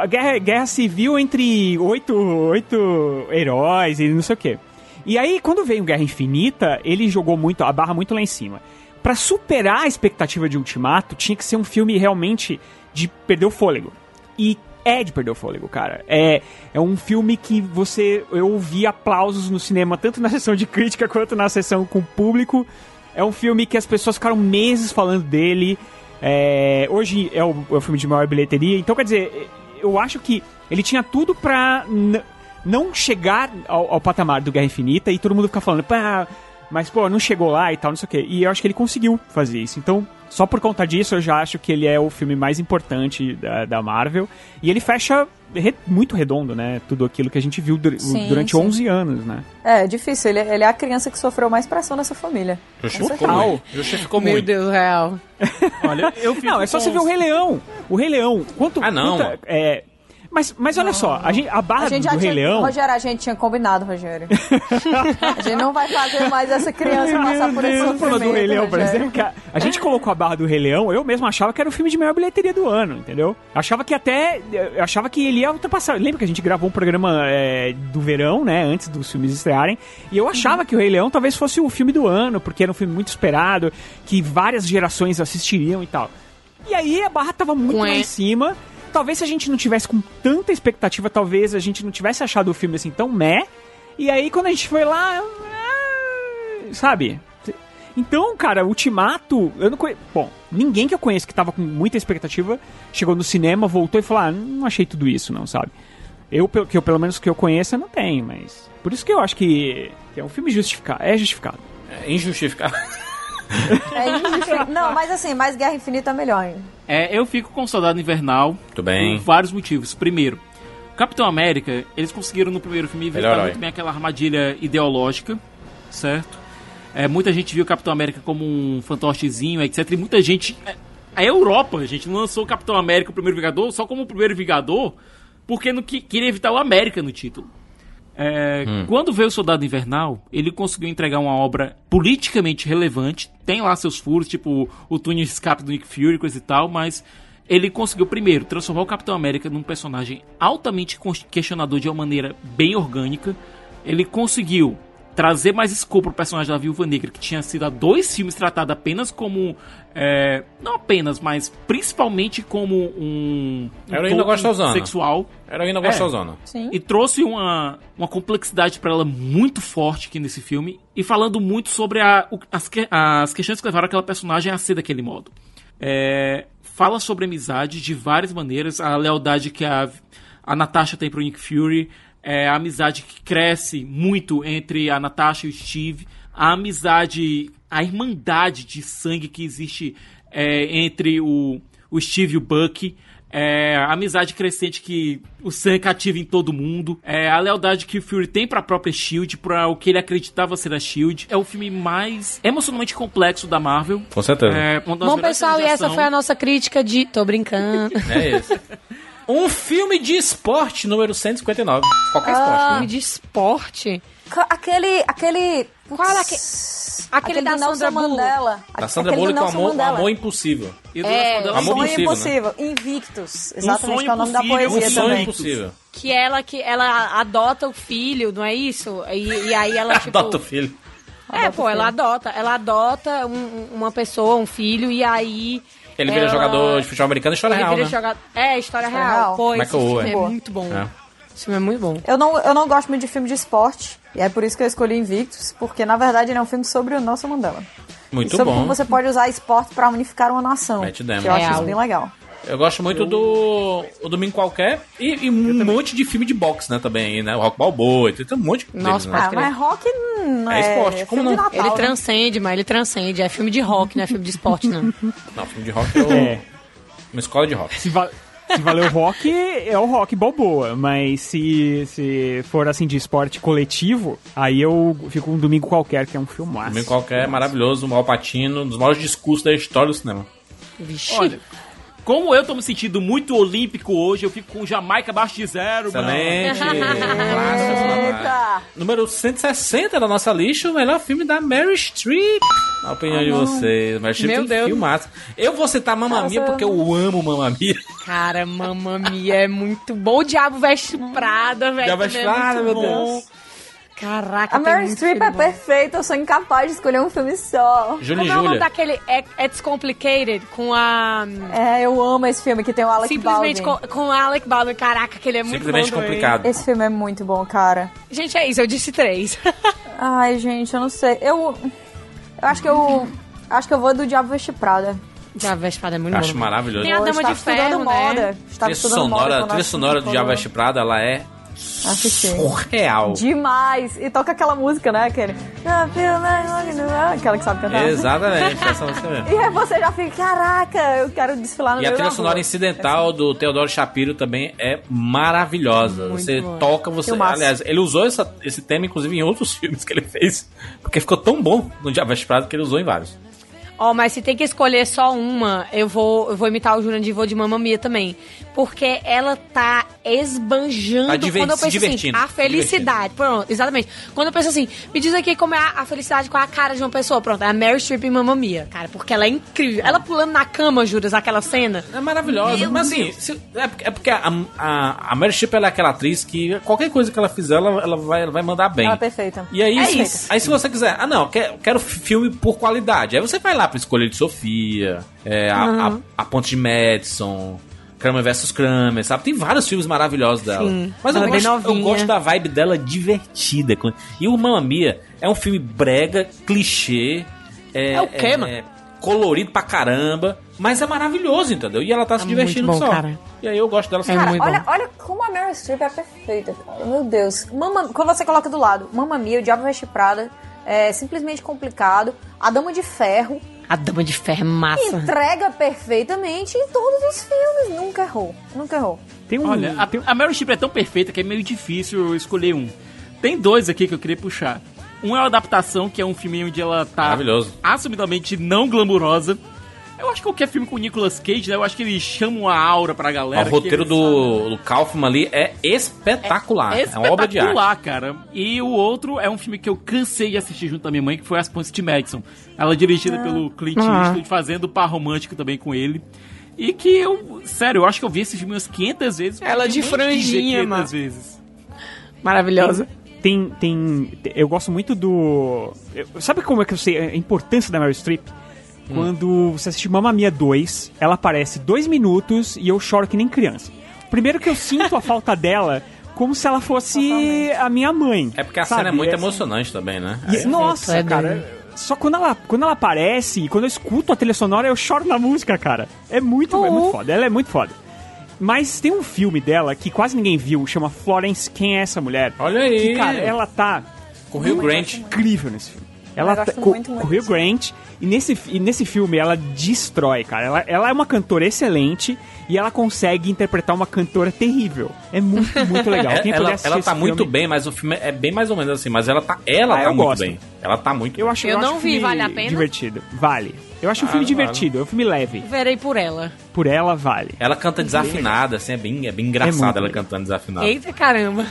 D: a guerra, guerra civil entre oito, oito heróis e não sei o quê. E aí, quando veio Guerra Infinita, ele jogou muito, a barra muito lá em cima. Pra superar a expectativa de Ultimato, tinha que ser um filme realmente de perder o fôlego. E é de perder o fôlego, cara. É, é um filme que você. Eu ouvi aplausos no cinema, tanto na sessão de crítica quanto na sessão com o público. É um filme que as pessoas ficaram meses falando dele. É, hoje é o, é o filme de maior bilheteria. Então, quer dizer, eu acho que ele tinha tudo pra n- não chegar ao, ao patamar do Guerra Infinita e todo mundo ficar falando, pá, mas pô, não chegou lá e tal, não sei o quê. E eu acho que ele conseguiu fazer isso. Então, só por conta disso, eu já acho que ele é o filme mais importante da, da Marvel. E ele fecha re- muito redondo, né? Tudo aquilo que a gente viu dur-
E: Sim,
D: durante
E: sim.
D: 11 anos, né?
E: É, é difícil. Ele, ele é a criança que sofreu mais pressão nessa família.
B: Justificou
D: Total.
B: muito. Justificou
H: Meu
B: muito.
H: Deus, real.
C: Olha, eu fico
D: Não, é só
C: com
D: você ver o Rei Leão. O Rei Leão, quanto.
B: Ah, não,
D: quanta-
B: mano.
D: é, mas, mas olha só, a, gente, a barra
E: A gente
D: Ah, do
E: já
D: Rei
E: tinha.
D: Leão.
E: Rogério, a gente tinha combinado, Rogério. a gente não vai fazer mais essa criança
D: Ai,
E: passar
D: meu
E: por
D: Deus,
E: esse
D: vamos falar do Rei Leão,
E: sofrimento,
D: por
E: Rogério.
D: exemplo, que a, a gente colocou a barra do Rei Leão, eu mesmo achava que era o filme de maior bilheteria do ano, entendeu? Achava que até. eu achava que ele ia ultrapassar. Lembra que a gente gravou um programa é, do verão, né? Antes dos filmes estrearem. E eu achava que o Rei Leão talvez fosse o filme do ano, porque era um filme muito esperado, que várias gerações assistiriam e tal. E aí a barra tava muito lá
H: Ué.
D: em cima. Talvez se a gente não tivesse com tanta expectativa, talvez a gente não tivesse achado o filme assim tão meh. E aí quando a gente foi lá. ah, Sabe? Então, cara, Ultimato, eu não conheço. Bom, ninguém que eu conheço que tava com muita expectativa chegou no cinema, voltou e falou: ah, não achei tudo isso, não, sabe? Eu, pelo- que eu, pelo menos que eu conheça, não tenho, mas. Por isso que eu acho que, que é um filme justificado. É justificado.
B: É injustificável.
E: É injustificável. Não, mas assim, mais Guerra Infinita é melhor ainda.
C: É, eu fico com Soldado Invernal
B: Muito
C: por
B: bem.
C: vários motivos. Primeiro, Capitão América, eles conseguiram no primeiro filme
B: Melhor
C: evitar
B: herói.
C: muito bem aquela armadilha ideológica, certo? É, muita gente viu o Capitão América como um fantochezinho, etc. E muita gente. é, A Europa, gente, lançou o Capitão América, o primeiro Vingador, só como o primeiro Vingador, porque não que- queria evitar o América no título. É, É,
B: Hum.
C: Quando veio o Soldado Invernal, ele conseguiu entregar uma obra politicamente relevante. Tem lá seus furos, tipo o túnel de escape do Nick Fury, coisa e tal, mas ele conseguiu, primeiro, transformar o Capitão América num personagem altamente cons- questionador de uma maneira bem orgânica. Ele conseguiu trazer mais escopo pro personagem da Viúva Negra, que tinha sido há dois filmes tratado apenas como. é, não apenas, mas principalmente como um. um
B: Heroína
C: token
B: gostosona.
C: Sexual
B: Heroína
C: É.
B: gostosona.
E: Sim.
C: e trouxe uma, uma complexidade pra ela muito forte aqui nesse filme e falando muito sobre a- o- as, que- as questões que levaram aquela personagem a ser daquele modo. É, fala sobre amizade de várias maneiras, a lealdade que a, a Natasha tem pro Nick Fury, é, a amizade que cresce muito entre a Natasha e o Steve, a amizade, a irmandade de sangue que existe é, entre o, o Steve e o Buck. É, a amizade crescente que o Sam cativa em todo mundo. É, a lealdade que o Fury tem pra própria Shield, pra o que ele acreditava ser a Shield. É o filme mais emocionalmente complexo da Marvel.
B: Com certeza. É,
C: É, uma das
H: Bom,
C: melhores
H: pessoal, e essa
C: realizações.
H: foi a nossa crítica de. Tô brincando.
B: É isso. Um filme de esporte número 159. Qualquer né?
H: Filme de esporte.
E: Ca- Aquele. aquele
H: Qual é aque- aquele da
E: do Nelson
H: Sandra Bullock?
E: Mandela.
B: Da Sandra
E: Aquele
B: Bullock com
E: do Nelson
B: amor, um
E: Mandela.
B: amor impossível.
C: E do
H: É,
C: Nelson
E: Um
B: Amor
C: Mandela-
E: sonho
B: impossível, né?
E: impossível. Invictus.
C: Um
E: Exatamente,
C: sonho
E: que é o nome da
C: impossível,
B: Um
E: poesia
B: sonho
E: também.
B: impossível.
H: Que ela que ela adota o filho, não é isso? E, e aí ela, tipo.
B: Adota o filho.
H: É, pô, ela adota. Ela adota um- um- uma pessoa, um filho, e aí.
B: Ele vira
H: ela-
B: jogador de futebol americano, história
H: Ele
B: real,
H: vira
B: né?
H: jogador. É, história
E: História
H: real.
E: real.
H: Pô, esse
B: Michael
H: filme é
B: Owen.
H: muito bom.
B: É.
H: Esse filme é muito bom.
E: Eu não, eu não gosto muito de filme de esporte, e é por isso que eu escolhi Invictus, porque na verdade ele é um filme sobre o Nelson Mandela.
B: Muito
E: e sobre
B: bom.
E: como você pode usar esporte pra unificar uma nação.
B: Matt Damon.
E: Que eu acho
H: Real.
E: isso bem legal.
B: Eu gosto muito do O Domingo Qualquer e, e um monte de filme de boxe, né, também, né? O Rock Balboa, tem tem um monte de deles,
H: Nossa,
B: né?
H: Pode
E: Ah,
H: crer.
E: mas rock não
B: É
E: é.
B: esporte, como
E: filme de
B: não?
E: Natal,
H: Ele
E: né?
H: transcende, mas ele transcende. É filme de rock, não é filme de esporte, não.
B: Não, filme de rock é, o-
D: É.
B: uma escola de rock.
D: Se, va- se valer o rock, é o rock balboa. Mas se, se for assim de esporte coletivo, aí eu fico um domingo qualquer, que é um filmaço.
B: Domingo Qualquer é maravilhoso, o Mal Patino, um dos maiores discursos da história do cinema.
H: Vixe.
C: Olha, como eu tô me sentindo muito olímpico hoje, eu fico com Jamaica abaixo de zero, mano.
B: Excelente! Clássicos da Marvel.
E: Eita!
B: Número 160 da nossa lista, o melhor filme da Mary Streep. Na opinião de vocês, Mary Streep
H: Ah, Meu
B: tem
H: Deus.
B: filmaço. Eu vou citar Mamma Mia porque eu amo Mamma Mia.
H: Cara, mamamia é muito bom. O Diabo Veste Prada, velho.
B: Já vai
H: também é
B: falar,
H: muito
B: meu
H: bom.
B: Deus.
H: Caraca,
E: A
H: tem
E: Mary
H: muito
E: Streep
H: filme
E: é
H: bom.
E: perfeita, eu sou incapaz de escolher um filme só.
B: Júlio
H: Como
B: e
H: é o nome
B: Júlia.
H: daquele É- It's Complicated com a... hum,
E: É, eu amo esse filme que tem o Alec
H: simplesmente com,
E: Baldwin.
H: com a Alec Baldwin. Caraca, que ele é muito bom
B: Simplesmente
H: também.
B: complicado.
E: Esse filme é muito bom, cara.
H: Gente, é isso. Eu disse três.
E: Ai, gente, eu não sei. Eu. Eu acho que eu. Acho que eu vou do Diabo Veste Prada.
H: Diabo Veste Prada é muito
B: Acho
H: bom.
B: maravilhoso.
H: Tem a
E: Eu
H: Dama
E: estava
H: de Ferro,
E: estudando moda.
H: né?
E: Estava
B: Trilha
E: estudando moda.
B: sonora,
E: quando
B: trilha
E: eu
B: sonora do
E: assisti.
B: Diabo Veste Prada, ela é
E: Assisti.
B: surreal.
E: Demais! E toca aquela música, né? Aquele. Aquela que sabe cantar.
B: Exatamente, essa música é mesmo.
E: E aí você já fica, caraca, eu quero desfilar no
B: E a
E: meio
B: trilha
E: da
B: sonora
E: rua.
B: incidental do Teodoro Shapiro também é maravilhosa. você toca, você.
E: Filmaço.
B: Aliás, ele usou essa- esse tema, inclusive, em outros filmes que ele fez. Porque ficou tão bom no Diabo Veste Prada que ele usou em vários.
H: Ó, mas se tem que escolher só uma, eu vou, eu vou imitar o Jurandir e vou de Mamma Mia também. Porque ela tá esbanjando
B: Tá diver-
H: quando eu
B: se
H: penso assim,
B: divertindo,
H: a
B: se
H: felicidade. Pronto, exatamente. Quando eu penso assim, me diz aqui como é a, a felicidade com a cara de uma pessoa. Pronto, é a Mary Streep em Mamma Mia, cara. Porque ela é incrível. Ela pulando na cama, Juras, aquela cena.
B: É maravilhosa. mas assim, se- é, porque- é porque a, a, a Mary Streep ela é aquela atriz que qualquer coisa que ela fizer, ela, ela vai, ela vai mandar bem.
E: Ela é perfeita.
B: E aí,
E: É
B: se-
E: isso.
B: aí se você quiser, ah não, quero, quero filme por qualidade. Aí você vai lá pra Escolha de Sofia, é, a,
H: Uhum.
B: a- a Ponte de Madison, Kramer vs Kramer, sabe? Tem vários filmes maravilhosos dela.
H: Sim.
B: Mas eu
H: Ela é bem
B: gosto, eu
H: novinha.
B: gosto da vibe dela divertida. E o Mamma Mia é um filme brega, clichê. É,
H: É o quê, mano?
B: Colorido pra caramba, mas é maravilhoso, entendeu? E ela tá se
H: É
B: divertindo
H: muito bom,
B: só.
H: cara.
B: E aí eu gosto dela.
H: É
E: Cara,
H: muito
E: olha,
H: bom.
E: olha como a Meryl Streep é perfeita, cara. Meu Deus. Mama, quando você coloca do lado Mamma Mia, O Diabo Veste Prada, é simplesmente complicado. A Dama de Ferro
H: A Dama de Ferro é massa.
E: entrega perfeitamente em todos os filmes. Nunca errou. Nunca errou.
D: Tem um,
C: Olha, a,
D: tem um-
C: a Meryl Streep é tão perfeita que é meio difícil eu escolher um. Tem dois aqui que eu queria puxar. Um é a adaptação, que é um filme onde ela tá
B: Maravilhoso.
C: assumidamente não glamurosa. Eu acho que qualquer filme com o Nicolas Cage, né? Eu acho que eles chamam a aura pra galera.
B: É o roteiro
C: que eles-
B: do, do Kaufman ali é espetacular. É, uma obra de arte.
C: Espetacular, cara. E o outro é um filme que eu cansei de assistir junto à minha mãe, que foi As Pontes de Madison. Ela é dirigida pelo Clint
D: Ah.
C: Eastwood, fazendo par romântico também com ele. E que eu, sério, eu acho que eu vi esse filme umas 500 vezes.
H: Ela
C: porque
H: de
C: eu nem quis ver
H: franjinha,
C: 500
H: mano.
C: vezes.
H: Maravilhosa.
D: Tem, tem. te- Eu gosto muito do. eu- sabe como é que eu sei a importância da Meryl Streep?
B: Hum.
D: Quando você assiste Mamma Mia 2, ela aparece dois minutos e eu choro que nem criança. Primeiro que eu sinto a falta dela como se ela fosse a minha mãe.
B: É porque a
D: sabe?
B: cena é muito
D: assim,
B: emocionante também, né?
D: e- nossa,
H: é
D: cara.
H: doido.
D: Só quando ela, quando ela aparece e quando eu escuto a trilha sonora, eu choro na música, cara. É muito, é muito foda. Ela é muito foda. Mas tem um filme dela que quase ninguém viu, chama Florence, quem é essa mulher?
B: Olha aí.
D: Que, cara, ela tá
B: Com o Rio Grant.
D: incrível nesse filme. Ela
E: Eu gosto
D: tá- co-
E: muito, muito.
D: com o Rio Grant e nesse, e nesse filme ela destrói, cara. Ela, ela é uma cantora excelente e ela consegue interpretar uma cantora terrível. É muito, muito legal.
B: É-
D: Quem puder
B: ela,
D: assistir
B: ela tá
D: esse
B: muito
D: filme-
B: bem, mas o filme é bem mais ou menos assim. Mas ela tá, ela
D: Ah,
B: tá
D: eu
B: muito
D: gosto.
B: bem. Ela tá muito
D: Eu acho,
H: Eu
D: acho
H: não
D: um
H: vi,
D: filme
H: vale a pena?
D: Divertido. Vale. Eu acho um filme
B: Vale, vale.
D: divertido, é um filme leve.
H: Verei por ela.
D: Por ela, vale.
B: Ela canta desafinada, assim, é bem, é bem
D: É muito É
B: engraçada ela
D: legal.
B: cantando desafinada.
H: Eita caramba.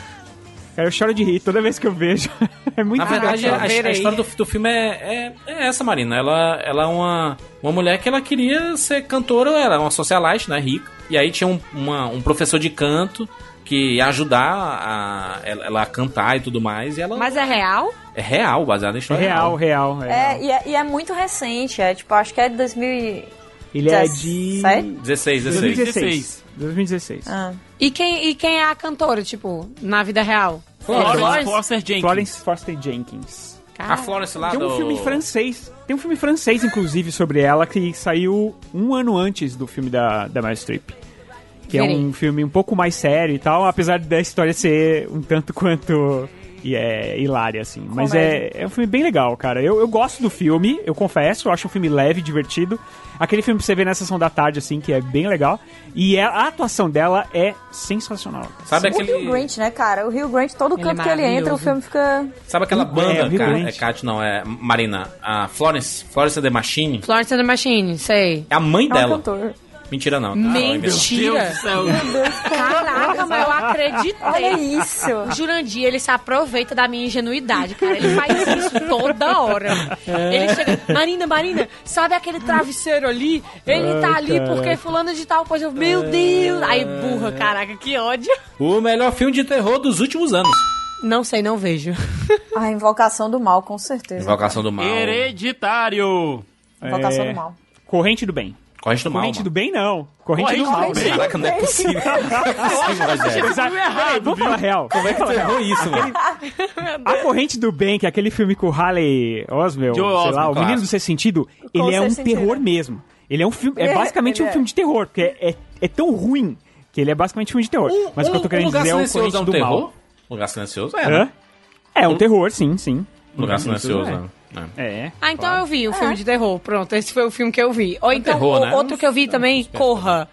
D: Cara, eu choro de rir toda vez que eu vejo. é muito
B: Na Ah, verdade, a,
D: engraçado.
B: a
H: Verei.
B: história do, do filme é, é, é essa, Marina. Ela, ela é uma, uma mulher que ela queria ser cantora, ela é uma socialite, né, rica. E aí tinha um, uma- um professor de canto que ia ajudar a, ela, ela a cantar e tudo mais. E ela
H: Mas é real?
B: é real, baseada em história
D: Real, real, real.
E: É, e é, e é muito recente, é tipo, acho que é de 2000 e...
D: Ele é de...
E: 17?
B: 16, 16.
D: 2016. 2016.
E: Ah.
H: E quem, e quem é a cantora, tipo, na vida real?
C: Florence Foster Jenkins.
D: Florence Foster Jenkins.
B: A Florence lá
D: Tem um
B: do-
D: filme francês. Tem um filme francês, inclusive, sobre ela, que saiu um ano antes do filme da, da Meryl Streep. Que é
H: Verei.
D: um filme um pouco mais sério e tal, apesar da história ser um tanto quanto e é hilária, assim. Mas é, é um filme bem legal, cara. Eu, eu gosto do filme, eu confesso, eu acho um filme leve, divertido. Aquele filme que você vê na sessão da tarde, assim, que é bem legal. E é, a a atuação dela é sensacional.
B: Sabe
E: O Rio
B: aquele,
E: Grant, né, cara? O Rio Grant, todo
H: Ele
E: canto
H: é
E: que ele entra, o
H: maravilhoso.
E: filme fica...
B: sabe aquela banda,
D: Rio
B: cara?
D: Grande.
B: É Kat, não, é Marina. A Florence, Florence and the Machine,
H: Florence and the Machine, sei.
B: é a mãe
E: É um
B: dela.
E: cantor.
B: Mentira não.
C: Ah,
B: é
C: Meu Deus
H: Mentira.
C: do céu.
H: Caraca, mas eu
E: Olha
H: acreditei.
E: isso!
H: O Jurandir, ele se aproveita da minha ingenuidade, cara. Ele faz isso toda hora.
C: É.
H: Ele chega, Marina, Marina, sabe aquele travesseiro ali? Ele tá ali porque fulano de tal coisa. Eu, Meu Deus! Aí, burra, caraca, que ódio.
B: O melhor filme de terror dos últimos anos.
H: Não sei, não vejo.
E: A Invocação do Mal, com certeza.
B: Invocação do Mal.
C: Hereditário.
E: Invocação
D: É.
E: do Mal.
D: Corrente do Bem.
B: Corrente do Mal.
D: Corrente
B: mano.
D: do Bem, não. Corrente, do Mal.
B: Bem. Caraca, não é possível.
C: é.
B: Como
D: Exato. Peraí, vamos falar real.
B: é que tu errou isso, mano?
D: A Corrente do Bem, que é aquele filme com o Harley Oswald, sei
C: Joe Osment,
D: lá, o
B: claro.
D: Menino do Sexto Sentido, ele é
E: Sexto
D: um
E: Sentido.
D: terror mesmo. Ele é um filme, é
E: Ele é-
D: basicamente
E: ele
D: um
E: é.
D: filme de terror, porque é, é, é tão ruim que ele é basicamente um filme de terror. Mas o que eu tô querendo
B: lugar
D: dizer é o
B: silencioso
D: Corrente
B: é um
D: do
B: terror?
D: Mal.
B: Um lugar silencioso é,
D: Hã?
B: né?
D: É um terror, sim, sim.
B: Um lugar
D: Sim, sim,
B: silencioso,
D: é.
B: né? É.
D: É.
H: Ah, então eu vi um filme de terror. Pronto, esse foi o filme que eu vi. Ou então,
B: terror,
H: o-
B: né?
H: outro que eu vi também, Corra.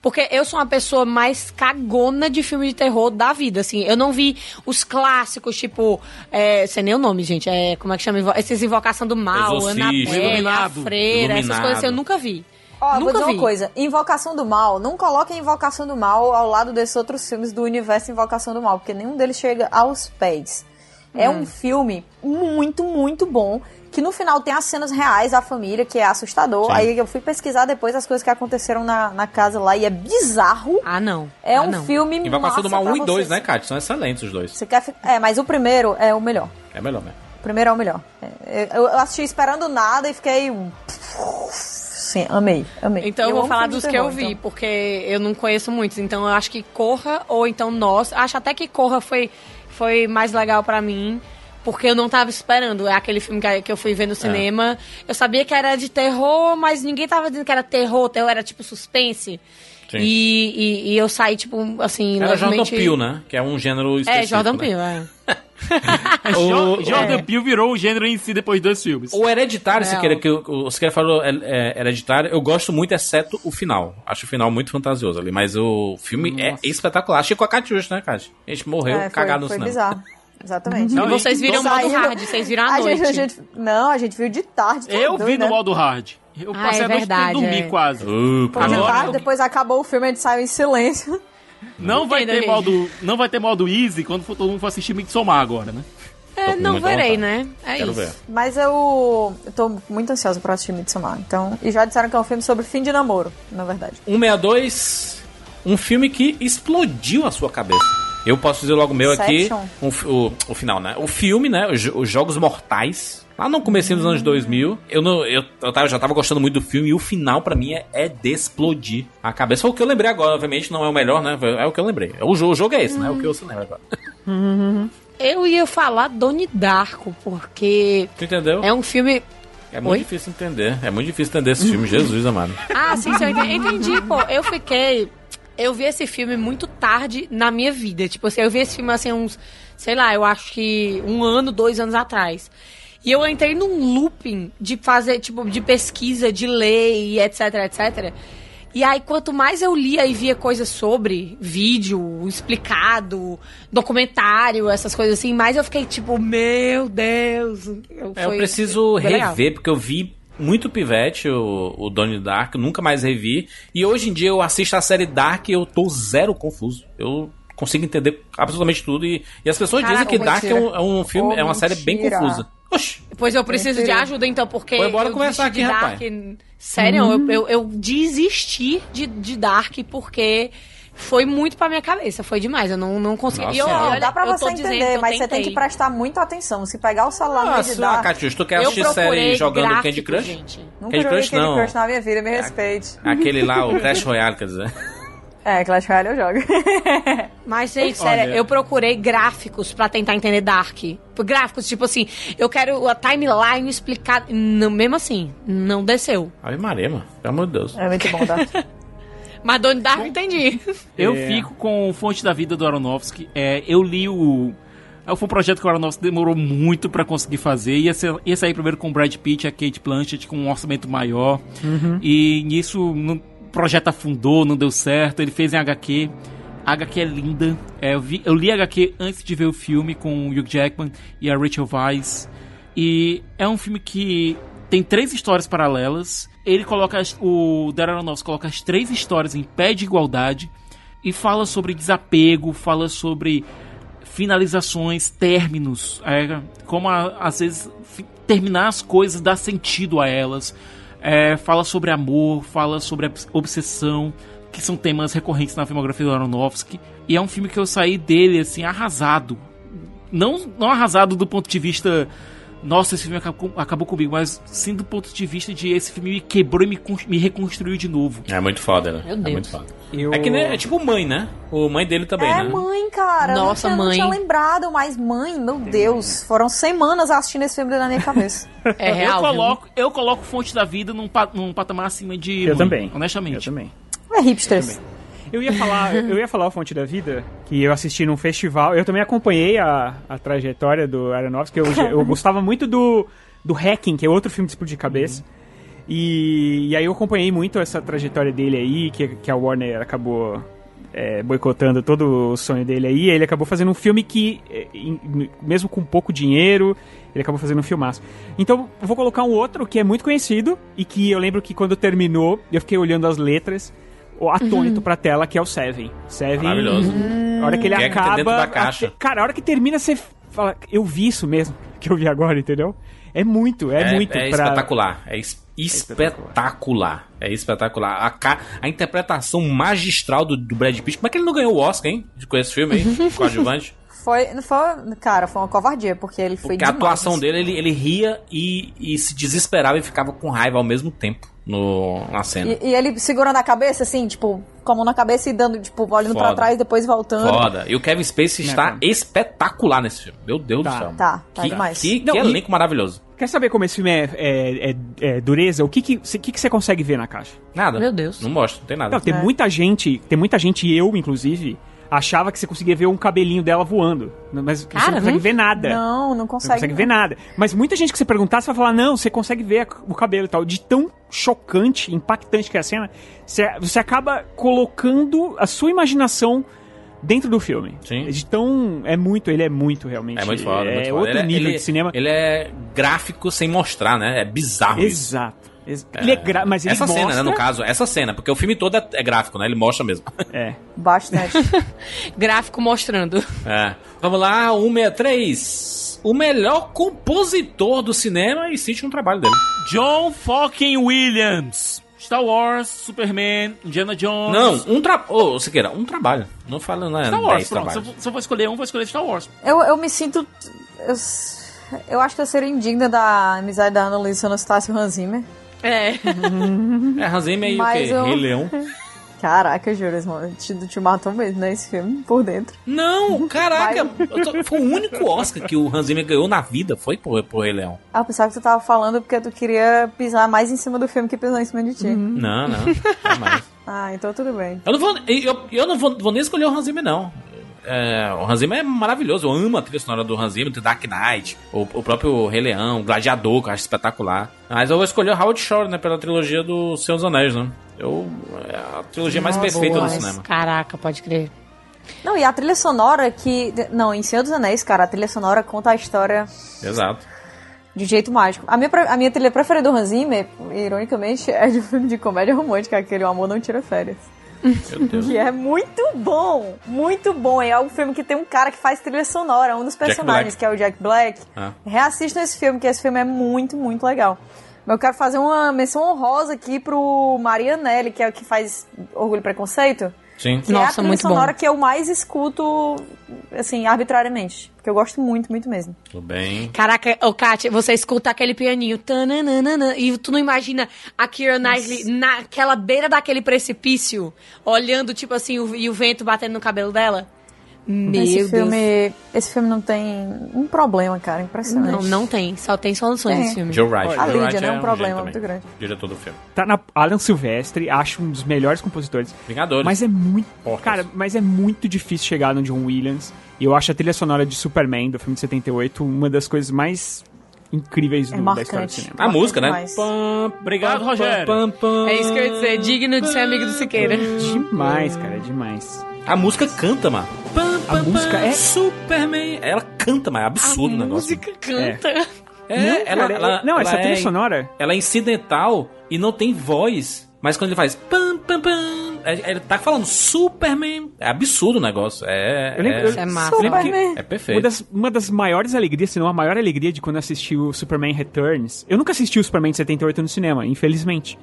H: Porque eu sou uma pessoa mais cagona de filme de terror da vida, assim. Eu não vi os clássicos, tipo... É, sei nem o nome, gente. É, como é que chama? Invo- Esses Invocação do Mal,
B: Exorcista.
H: Anabelle, A
C: Iluminado.
H: Freira, essas
B: Iluminado.
H: coisas assim. Eu nunca vi.
E: Ó, eu vou
H: nunca
E: dizer
H: vi.
E: uma coisa. Invocação do Mal, não coloque Invocação do Mal ao lado desses outros filmes do universo Invocação do Mal, porque nenhum deles chega aos pés. É um filme muito, muito bom, que no final tem as cenas reais da família, que é assustador. Aí eu fui pesquisar depois as coisas que aconteceram na, na casa lá, e é bizarro.
H: Ah, não.
E: É
H: ah,
E: um
H: não.
E: filme
B: Invocação
E: massa
B: do Mal
E: pra
B: 1 e 2,
E: vocês.
B: né, Kat? São excelentes os dois.
E: Você quer... fi- É, mas o primeiro é o melhor.
B: É melhor, né?
E: O primeiro é o melhor. É, Eu eu assisti esperando nada e fiquei... hum, Sim, amei, amei.
H: Então eu, vou
E: amo
H: falar
E: filme de
H: dos que
E: terror,
H: eu vi,
E: então.
H: porque eu não conheço muitos. Então eu acho que Corra ou então Nós. Acho até que Corra foi, foi mais legal pra mim. Porque eu não tava esperando. É aquele filme que, que eu fui ver
B: É.
H: no cinema. Eu sabia que era de terror, mas ninguém tava dizendo que era terror. Terror era tipo suspense.
B: Sim.
H: E, e, e eu saí, tipo, assim,
B: Era Jordan
H: levemente-
B: Peele, né? Que é um gênero
H: É,
B: específico.
H: Jordan
B: né?
H: Peele, é.
C: É Jo- Jordan Peele virou o gênero em si depois de dois filmes.
B: O Hereditário,
H: É,
B: se queira
H: ó.
B: que eu- o Siqueira falou é, é, Hereditário, eu gosto muito, exceto o final. Acho o final muito fantasioso ali, mas o filme é espetacular. Achei com a Kat Justo, né, Kat? A gente morreu
E: É, foi-
B: cagado no
E: foi,
B: cinema.
E: bizarro. Exatamente.
H: E
B: então
H: vocês viram o modo
E: Saiu-
H: hard, vocês viram à
E: A
H: noite.
E: gente- a gente- não, a gente viu de tarde. tá
C: Eu
E: doido,
C: vi no
E: né?
C: modo hard. Eu
H: Ah,
C: passei
H: é
C: a noite
H: verdade,
C: tentando dormir
H: é.
C: quase.
B: Uh,
E: Foi de
C: Agora
E: tarde,
C: eu-
E: depois acabou o filme, a gente saiu em silêncio.
C: Não vai,
H: Entendo,
C: ter
H: gente.
C: modo, não vai ter modo easy quando for, todo mundo for assistir Midsommar agora, né?
H: É,
B: com
H: não
B: muita
H: verei, né?
B: vontade.
H: É
B: Quero
H: isso.
B: ver.
E: Mas eu, eu tô muito ansiosa pra assistir Midsommar, então... E já disseram que é um filme sobre fim de namoro, na verdade.
B: 162, um filme que explodiu a sua cabeça. Eu posso dizer logo o meu aqui,
E: Inception.
B: um fi- o, o final, né? O filme, né? Os, jo- os Jogos Mortais. Lá no comecinho dos anos 2000, eu, não, eu, eu tava- já tava gostando muito do filme e o final pra mim é, é de explodir a cabeça. Foi o que eu lembrei agora, obviamente não é o melhor, né? É o que eu lembrei. É O, jo- o jogo é esse, né? É o que eu se lembra agora.
H: Eu ia falar Doni Darko, porque
B: Tu entendeu?
H: é um filme.
B: É muito
H: Oi?
B: difícil entender. É muito difícil entender esse filme, Jesus amado.
H: Ah, sim, sim, eu entendi. entendi, pô. Eu fiquei. Eu vi esse filme muito tarde na minha vida. Tipo assim, eu vi esse filme assim, uns. Sei lá, eu acho que um ano, dois anos atrás. E eu entrei num looping de fazer, tipo, de pesquisa, de lei, etc, etc. E aí, quanto mais eu lia e via coisas sobre, vídeo explicado, documentário, essas coisas assim, mais eu fiquei tipo, meu Deus. Eu,
B: É, eu preciso rever,
H: legal.
B: porque eu vi muito pivete o, o Donnie Dark, nunca mais revi. E hoje em dia eu assisto a série Dark e eu tô zero confuso. Eu consigo entender absolutamente tudo. E, e as pessoas
H: Caraca,
B: dizem que Dark é um, é um filme,
E: Oh,
B: é uma série bem
E: mentira.
B: confusa. Oxi,
H: Pois eu preciso de
E: Prefiro.
H: ajuda, então, porque.
B: Pois bora
H: eu
B: conversar
H: desisti
B: aqui,
H: de Dark. Sério,
E: Uhum.
H: eu, eu, eu desisti de, de Dark porque foi muito pra minha cabeça. Foi demais. Eu não, não consegui.
B: Nossa
H: e eu,
B: senhora.
H: olha,
E: Dá pra
H: eu tô
E: você
H: dizendo
E: entender,
H: eu
E: mas você tem
H: tentei.
E: que prestar muita atenção. Se pegar o celular no
B: nossa, ah,
E: editar...
B: Catius, tu quer
H: Eu
B: assistir série
H: procurei
B: jogando
H: gráfico,
B: Candy Crush?
H: gente.
E: Nunca
B: Candy
E: joguei
B: Crush
E: Candy
B: não.
E: um
B: É.
E: Crush na minha vida, me respeite.
B: Aquele lá, o Clash Royale, quer dizer.
E: É, Clash Royale eu jogo.
H: Mas, gente, sério,
C: Olha.
H: eu procurei gráficos pra tentar entender Dark. Gráficos, tipo assim, eu quero a timeline explicada. Não, mesmo assim, não desceu.
B: Ave Maria, mano. Pelo amor de Deus.
E: É muito bom, tá?
H: Mas Donnie Dark eu entendi.
C: Eu
D: É.
C: fico com Fonte da Vida do Aronofsky. É, eu li o. é, Foi um projeto que o Aronofsky demorou muito pra conseguir fazer. Ia, ser, ia sair primeiro com o Brad Pitt, a Kate Blanchett, com um orçamento maior. E nisso não- o projeto afundou, não deu certo. Ele fez em HQ. A HQ é linda. É, eu, vi- eu li a HQ antes de ver o filme com o Hugh Jackman e a Rachel Weisz. E é um filme que tem três histórias paralelas. Ele coloca as- o Darren Aronofsky coloca as três histórias em pé de igualdade e fala sobre desapego, fala sobre finalizações, términos, é, como a- às vezes fi- terminar as coisas dá sentido a elas. É, fala sobre amor, fala sobre obs- obsessão, que são temas recorrentes na filmografia do Aronofsky. E é um filme que eu saí dele assim arrasado, não, não arrasado do ponto de vista. Nossa, esse filme acabou, acabou comigo, mas sim do ponto de vista de esse filme me quebrou e me, con- me reconstruiu de novo.
B: É muito foda, né?
H: Meu
B: É
H: Deus.
B: muito foda.
D: Eu-
B: É que nem, é tipo mãe, né? O mãe dele também,
E: é,
B: né?
E: mãe, cara. eu
H: Nossa,
E: não tinha,
H: mãe.
E: Não tinha lembrado, mas mãe, meu Deus. Foram semanas assistindo esse filme na minha cabeça.
H: É
C: eu,
H: real. viu?
C: coloco, eu coloco Fonte da Vida num, pa- num patamar acima de.
D: Eu
C: Mãe,
D: também. Eu
C: Honestamente.
D: também.
E: É hipsters.
D: Eu ia falar, eu ia falar o Fonte da Vida, que eu assisti num festival. Eu também acompanhei a, a trajetória do Aronofsky. Eu, eu gostava muito do, do Hacking, que é outro filme de explodir cabeça. E, e aí eu acompanhei muito essa trajetória dele aí, que, que a Warner acabou é, boicotando todo o sonho dele aí. Ele acabou fazendo um filme que, é, em- mesmo com pouco dinheiro, ele acabou fazendo um filmaço. Então, eu vou colocar um outro que é muito conhecido e que eu lembro que quando terminou, eu fiquei olhando as letras, o atônito pra tela, que é o Seven. Seven.
B: Maravilhoso.
D: A hora que ele
B: Quem é que tá
D: acaba.
B: dentro da caixa?
D: até- cara, a hora que termina, você fala, eu vi isso mesmo que eu vi agora, entendeu? É muito, é, muito
B: é
D: pra.
B: espetacular. É es- espetacular. É espetacular. A, ca- a interpretação magistral do, do Brad Pitt. Como é que ele não ganhou o Oscar, hein? De- Com esse filme aí, coadjuvante.
E: Foi, não foi, cara, foi uma covardia, porque ele foi
B: Porque a
E: demais.
B: atuação dele, ele, ele ria e, e se desesperava e ficava com raiva ao mesmo tempo no, na cena.
E: E, e ele segurando a cabeça, assim, tipo, com a mão na cabeça e dando, tipo, olhando
B: Foda.
E: pra trás e depois voltando.
B: Foda. E o Kevin Spacey está
D: cara?
B: espetacular nesse filme. Meu Deus
D: é Tá.
B: do céu.
E: Tá, tá
B: que,
E: demais.
B: Que, que
D: Não, e-
B: elenco maravilhoso.
D: Quer saber como esse filme é, é- é- é dureza? O que que, cê- que que você consegue ver na caixa?
B: Nada.
H: Meu Deus.
B: Não mostra, não tem nada.
D: Não, tem
E: É.
D: muita gente, tem muita gente, e eu inclusive, achava que você conseguia ver um cabelinho dela voando. Mas você
H: Cara,
D: não consegue
H: hum.
D: ver nada.
E: Não, não
D: Você
E: consegue.
D: não consegue ver nada. Mas muita gente que você perguntar, você vai falar, não, você consegue ver a- o cabelo e tal. De tão chocante, impactante que é a cena, você, você acaba colocando a sua imaginação dentro do filme.
B: Sim.
D: De tão... É muito, ele é muito, realmente.
B: É muito foda.
D: É
B: muito foda.
D: outro
B: Ele
D: nível
B: ele-
D: de cinema.
B: Ele é gráfico sem mostrar, né? É bizarro isso.
D: Exato. Ex- Ele é gra... Mas ele
B: essa
D: mostra...
B: cena, né, no caso, essa cena, porque o filme todo é, é gráfico, né? Ele mostra mesmo.
D: É.
E: Bastante.
H: Gráfico mostrando.
B: É. Vamos lá, 163. O melhor compositor do cinema e cite um trabalho dele.
C: John fucking Williams. Star Wars, Superman, Indiana Jones.
B: Não, um trabalho. Ô, Siqueira, um trabalho. Não fala, não é
C: Star Wars,
B: 10
C: pronto. Se eu,
B: trabalhos.
C: vou- se eu vou escolher um, vou escolher Star Wars.
E: eu, eu me sinto. Eu, eu acho que eu seria indigna da amizade da Annalise Anastácio Hans Zimmer.
H: É.
B: É, Hans Zimmer e o
E: Mas
B: quê?
E: eu-
B: Rei Leão.
E: Caraca, eu juro, eles mo- te, te matam mesmo, né? Esse filme, por dentro.
B: Não, caraca. eu tô- Foi o único Oscar que o Hans Zimmer ganhou na vida. Foi por, por Rei Leão.
E: Ah, eu pensava que tu tava falando porque tu queria pisar mais em cima do filme que pisar em cima de ti.
B: Não, não. jamais.
E: Ah, então tudo bem.
B: Eu não vou, eu, eu não vou, vou nem escolher o Hans Zimmer, não. É, o Hans Zimmer é maravilhoso. Eu amo a trilha sonora do Hans Zimmer, do Dark Knight, o, o próprio Rei Leão, o Gladiador, que eu acho espetacular. Mas eu vou escolher o Howard Shore, né, pela trilogia do Senhor dos Anéis, né? Eu, é a trilogia mais
E: Uma
B: perfeita
E: boa,
B: do
E: mas-
B: cinema.
H: Caraca, pode crer.
E: Não, e a trilha sonora que. Não, em Senhor dos Anéis, cara, a trilha sonora conta a história
B: Exato.
E: de jeito mágico. A minha, pre- a minha trilha preferida do Hans Zimmer, ironicamente, é de um filme de comédia romântica, aquele O Amor Não Tira Férias.
B: Meu Deus.
E: Que é muito bom, muito bom. É um filme que tem um cara que faz trilha sonora, um dos personagens,
B: Black.
E: que é o Jack Black.
B: Ah.
E: Reassistam esse filme, que esse filme é muito, muito legal. Mas eu quero fazer uma menção honrosa aqui pro Marianelli, que é o que faz Orgulho e Preconceito.
B: Sim.
E: Que é a
H: Nossa,
E: trilha
H: muito bom.
E: sonora que eu mais escuto, assim, arbitrariamente. Porque eu gosto muito, muito mesmo.
B: Tudo bem.
H: Caraca, ô Kátia, você escuta aquele pianinho tananana, e tu não imagina a Keira Knightley naquela beira daquele precipício, olhando, tipo assim, o- e o vento batendo no cabelo dela? Meu
E: esse
H: Deus.
E: filme, é esse filme não tem um problema, cara, impressionante.
H: Não, não tem. Só tem soluções
E: Tem.
H: nesse filme.
B: Joe Wright. Joe
E: A Lídia,
B: Wright é
E: né, um
B: gênio
E: problema
B: também.
E: muito grande.
B: Diretor do filme.
D: Tá na Alan Silvestre, acho um dos melhores compositores.
B: Vingadores.
D: Mas é muito.
B: Porcas.
D: Cara, mas é muito difícil chegar no John Williams. E eu acho a trilha sonora de Superman, do filme de 78, uma das coisas mais incríveis
E: É
D: do, da história do
E: marcante.
D: cinema.
B: A música, né?
E: Demais.
B: Pam,
C: Obrigado,
B: pam,
C: Rogério.
B: pam, pam,
H: É isso que eu ia dizer, digno de ser amigo do Siqueira.
D: Demais, cara, é demais.
B: A música canta, mano. Pam,
D: A música é-
B: Superman. Ela canta, mano. É absurdo o
H: a
B: negócio.
H: música canta.
B: É,
D: não,
B: ela,
D: cara,
B: ela-
D: é- não,
B: ela
D: essa trilha
B: é,
D: sonora.
B: Ela é incidental e não tem voz. Mas quando ele faz pam, pam, pam, é- ele tá falando Superman. É absurdo o negócio. É,
D: Eu lembro-
B: é,
H: Isso é massa.
D: eu lembro que-
E: Superman.
B: é
D: Uma
B: perfeito.
D: das, uma das maiores alegrias, se não a maior alegria de quando eu assisti o Superman Returns. Eu nunca assisti o Superman de 78 no cinema, infelizmente.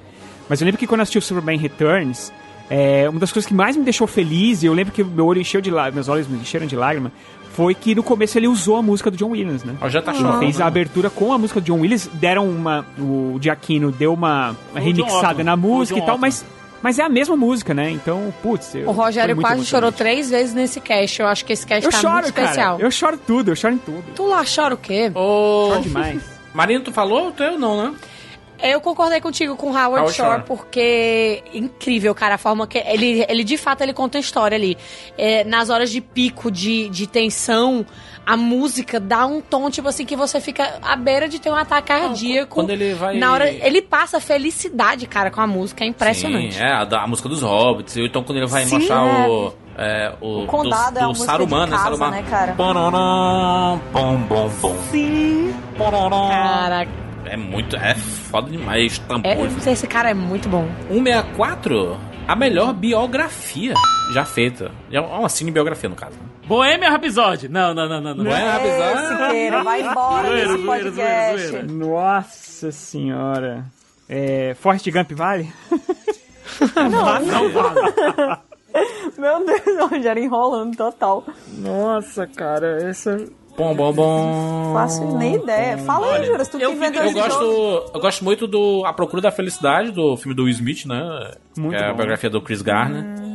D: Mas eu lembro que quando eu assisti o Superman Returns, é, uma das coisas que mais me deixou feliz, e eu lembro que meu olho encheu de lá, meus olhos me encheram de lágrima, foi que no começo ele usou a música do John Williams, né?
B: Ó, já tá
D: Ele
C: Ah.
B: chorando.
D: fez a abertura com a música do John Williams, deram uma. O Giacchino deu uma
C: John
D: remixada
C: Otto.
D: na
C: O
D: música e
C: John
D: tal,
C: Otto.
D: mas, mas é a mesma música, né? Então, putz. eu-
H: O
D: foi
H: Rogério
D: muito
H: quase chorou
D: emocionante.
H: três vezes nesse cast. Eu acho que esse cast
D: Eu
H: tá
D: choro,
H: muito especial.
D: cara. Eu choro tudo, eu choro em tudo.
H: Tu lá chora o quê?
B: Ô,
D: Choro demais.
B: Marina, tu falou? Tu eu não, né?
H: Eu concordei contigo com Howard,
B: Howard
H: Shore,
B: Shore.
H: porque incrível, cara, a forma que ele, ele de fato ele conta a história ali. É, nas horas de pico de, de tensão, a música dá um tom tipo assim que você fica à beira de ter um ataque cardíaco.
B: quando ele vai-
H: na
E: é
H: hora ele passa felicidade, cara, com a música, é impressionante.
B: Sim, é, a, da- a música dos hobbits. Então, quando ele vai
E: Sim,
B: mostrar
E: é.
B: o. É, o,
E: O Condado
B: do,
E: é a
B: do
E: música
B: Saruman,
E: de
B: né?
E: casa,
B: Saruman.
E: né, cara?
B: Pararam, pom, bom, bom.
H: Sim. Caraca,
B: É muito. É foda demais. Um
H: é,
B: Tambores.
H: esse cara é muito bom.
B: 164, a melhor biografia já feita. É uma cinebiografia, no caso. né?
C: Boêmia Rhapsody. Não, não, não, não. não.
B: Não é?
E: Ê, Siqueira, vai embora
C: Zoeira,
E: desse
C: zoeira,
E: podcast.
C: zoeira, zoeira.
D: Nossa senhora. É, Forrest Gump vale?
C: Não vale.
E: Meu Deus, o Rogério enrolando total.
D: Nossa, cara, essa...
B: Bom, bom, bom.
E: Faço nem ideia. Fala aí, Juras, tu que
B: Eu,
E: inventou
B: eu
E: esse jogo.
B: gosto, eu gosto muito do A Procura da Felicidade, do filme do Will Smith, né?
D: Muito
B: que é a
D: bom.
B: biografia do Chris Garner.
H: Hum.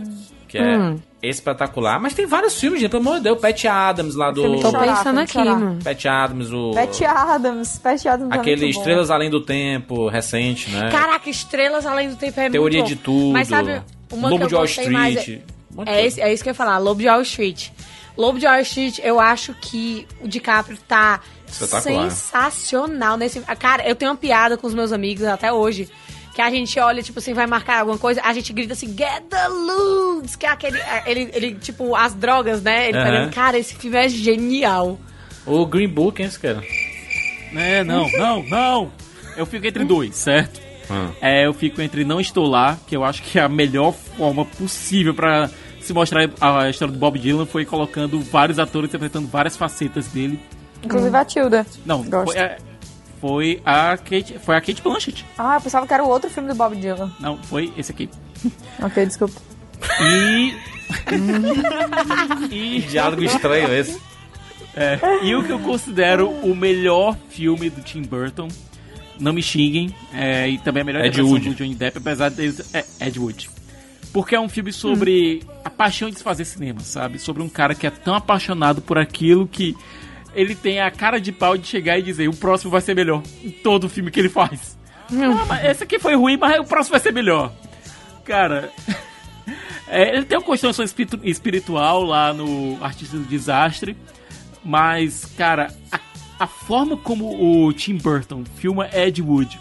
B: Que é espetacular. Mas tem vários filmes, gente. Pelo amor de Deus. Pat Adams lá do.
E: filme
H: Tô
E: Chorar,
H: pensando
E: tem que
H: aqui,
E: chorar.
H: mano.
B: Pat Adams, o.
H: é
E: Pat Adams, Pat Adams tá
B: Aquele
E: muito bom.
B: Estrelas Além do Tempo, recente, né?
H: Caraca, estrelas além do tempo é
B: Teoria
H: muito bom.
B: de tudo.
H: Mas sabe, uma
B: Lobo
H: que eu
B: de Wall
H: gostei mais é-
B: Street. um monte de
H: É,
B: coisa.
H: esse- é isso que eu ia falar, Lobo de Wall Street. Lobo de Wall Street, eu acho que o DiCaprio tá
B: Espetacular.
H: sensacional nesse. Cara, eu tenho uma piada com os meus amigos até hoje. Que a gente olha, tipo assim, vai marcar alguma coisa, a gente grita assim, get the loots! Que é aquele. é, Ele, ele, tipo, as drogas, né? Ele
B: Aham.
H: pegando. Cara, esse filme é genial.
B: O Green Book, hein, esse cara?
C: É, não, não, não. Eu fico entre dois, certo? É, eu fico entre Não Estou Lá, que eu acho que é a melhor forma possível pra se mostrar a história do Bob Dylan foi colocando vários atores interpretando várias facetas dele.
J: Inclusive a Tilda.
C: Não,
J: Gosto.
C: foi a, foi a Kate, foi a Kate Blanchett.
J: Ah, eu pensava que era o outro filme do Bob Dylan.
C: Não, foi esse aqui.
J: Ok, desculpa.
C: E e
B: Diálogo estranho esse.
C: É, e o que eu considero o melhor filme do Tim Burton. Não me xinguem. é, e também a melhor
B: Ed
C: interpretação
B: Wood.
C: do Johnny Depp, apesar dele. É, Ed Wood. Porque é um filme sobre a paixão de se fazer cinema, sabe? Sobre um cara que é tão apaixonado por aquilo que ele tem a cara de pau de chegar e dizer o próximo vai ser melhor em todo filme que ele faz. Não, mas esse aqui foi ruim, mas o próximo vai ser melhor. Cara, é, ele tem uma construção espiritu- espiritual lá no Artista do Desastre, mas, cara, a, a forma como o Tim Burton filma Ed Wood,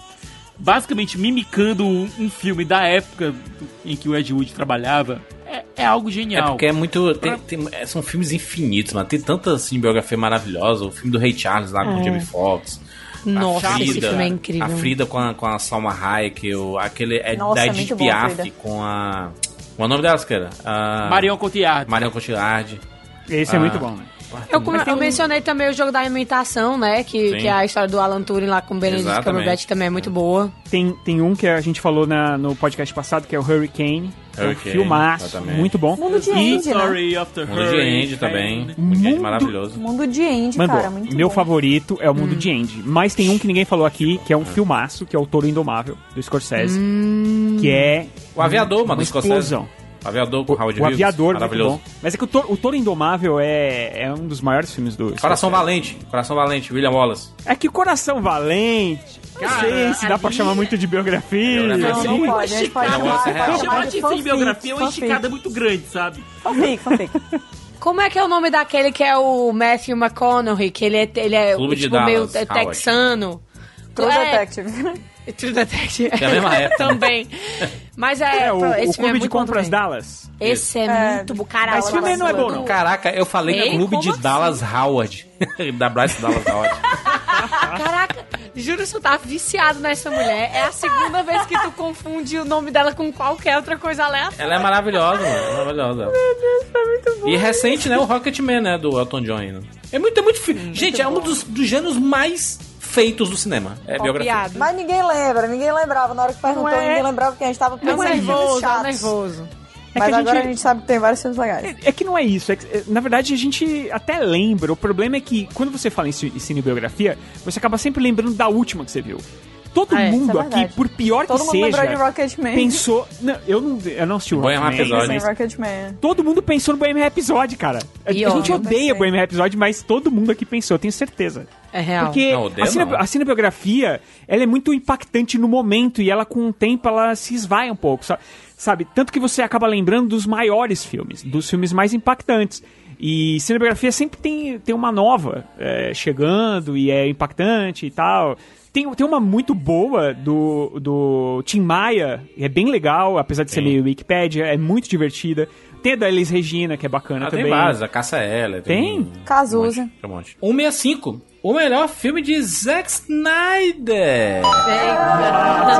C: basicamente mimicando um, um filme da época do- em que o Ed Wood trabalhava, é, é algo
B: É
C: genial.
B: porque é muito. tem- tem- é, são filmes infinitos, mano. Tem tanta assim, biografia maravilhosa. O filme do Ray Charles lá com o Jamie Foxx.
H: Nossa,
B: a Frida,
H: esse filme é incrível.
B: A Frida com a, com a Salma Hayek. O, aquele é
E: Nossa,
B: da
E: é
B: Edith
E: muito bom,
B: Piaf
E: Frida.
B: com a. Qual é o nome delas, cara? A...
C: Marion Cotillard.
B: Marion Cotillard.
D: Esse
B: Ah.
D: é muito bom. né?
H: Eu, come- eu mencionei também o jogo da alimentação, né?
B: um
H: Que,
B: Sim.
H: que é a história do Alan Turing lá com o Benedict
B: Exatamente.
H: Cumberbatch também é muito boa.
D: Tem, tem um que a gente falou na- no podcast passado, que é o Hurricane. que É um
B: Hurricane,
D: filmaço,
B: exatamente.
D: muito bom.
E: Mundo de
C: E
E: Andy, né?
C: Sorry After
B: Mundo um de Andy também. Mundo de Andy
D: Mundo-
B: maravilhoso.
E: Mundo de Andy,
D: Mano,
E: cara. Muito
D: meu
E: bom.
D: favorito é o
B: Hum.
D: Mundo de Andy. Mas tem um que ninguém falou aqui, que é
B: Ah.
D: um filmaço, que é o Touro Indomável, do Scorsese.
E: Hum.
D: Que é
B: O Aviador, mano,
D: uma
B: do Scorsese.
D: explosão.
B: O Aviador com
D: O,
B: o Howard
D: o
B: Hughes.
D: Aviador, muito
B: Maravilhoso.
D: bom. Mas é que o Touro, o Touro Indomável é, é um dos maiores filmes do
B: Coração
D: Scorsese.
B: Valente. Coração Valente. William Wallace.
D: É que o Coração Valente... Não
C: Cara,
D: sei se dá pra
C: ali-
D: chamar muito de biografia.
B: Biografia,
E: Não, não
B: Sim.
E: pode. A
C: né?
E: gente pode
B: Não,
E: chamar,
B: essa é real.
E: pode
C: Chamar
E: chamar
C: de
E: de
C: sem
E: fanfic,
C: biografia é uma
E: fanfic.
C: esticada muito grande, sabe?
E: Fanfic, fanfic.
H: Como é que é o nome daquele que é o Matthew McConaughey? Que ele é, ele é
B: Clube de
H: tipo, meio
B: Dallas,
H: te-
B: Howard.
H: texano.
E: True
H: É,
E: Detective.
H: True Detective.
B: É a mesma época.
H: também. Mas é,
D: É, o,
H: esse
D: o
H: filme é
D: Clube de
H: muito bom
D: Compras
H: também.
D: Dallas.
H: Esse é,
E: É,
H: muito bom. Caralho,
D: Esse filme aí não é bom,
H: do-
D: não.
B: Caraca, eu falei que é
H: Ei,
B: Clube
H: como
B: de
H: assim?
B: Dallas Howard. da Bryce Dallas Howard.
H: Caraca, juro que tu tá viciado nessa mulher. É a segunda vez que tu confunde o nome dela com qualquer outra coisa aleatória.
B: Ela é maravilhosa, mano. Ela é Maravilhosa. Meu Deus, tá muito bom. E recente, né? O Rocketman, né? Do Elton John. Né? É muito, é muito. fi- Gente, é um dos, dos gêneros mais feitos do cinema. É biografia.
H: Copiado.
E: Mas ninguém lembra, ninguém lembrava. Na hora que perguntou,
D: é.
E: ninguém lembrava que a gente tava
H: Tá
E: pensando em filmes
H: nervoso, tá
E: chatos.
H: nervoso.
D: É
E: Mas
D: que a
E: agora
D: gente-
E: a gente sabe que tem vários filmes legais.
D: É que não é isso. é que, é, na verdade, a gente até lembra. O problema é que quando você fala em, ci- em cinebiografia, você acaba sempre lembrando da última que você viu. Todo
E: Ah, é, isso é
D: mundo aqui,
E: verdade.
D: por pior
E: Todo
D: que
E: mundo lembrou de
D: seja,
E: Rocketman.
D: pensou. Não, eu não, eu não assisti o
B: Bohemian
D: Rocketman,
B: Rhapsody.
E: Pensei em
D: mas
E: Rocketman.
D: Todo mundo pensou no Bohemian Rhapsody, cara. A,
H: E
D: a
H: eu,
D: gente
H: eu
D: odeia
E: pensei.
D: Bohemian Rhapsody, mas todo mundo aqui pensou, eu tenho certeza.
H: É real.
D: Porque
B: Não, odeia
D: a, cine-
B: não.
D: a cinebiografia, ela é muito impactante no momento e ela, com o tempo, ela se esvai um pouco, sa- sabe? Tanto que você acaba lembrando dos maiores filmes, dos filmes mais impactantes. E cinebiografia sempre tem, tem uma nova é, chegando e é impactante e tal. Tem, tem uma muito boa do, do Tim Maia, é bem legal, apesar de ser
B: Sim.
D: meio Wikipedia, é muito divertida. Tem a da Elis Regina, que é bacana
B: Ah,
D: também.
B: tem vários, a Caça Ela.
D: Tem?
E: Cazuza.
B: Um monte, tem um monte. 165. O melhor filme de Zack Snyder.
D: Nossa,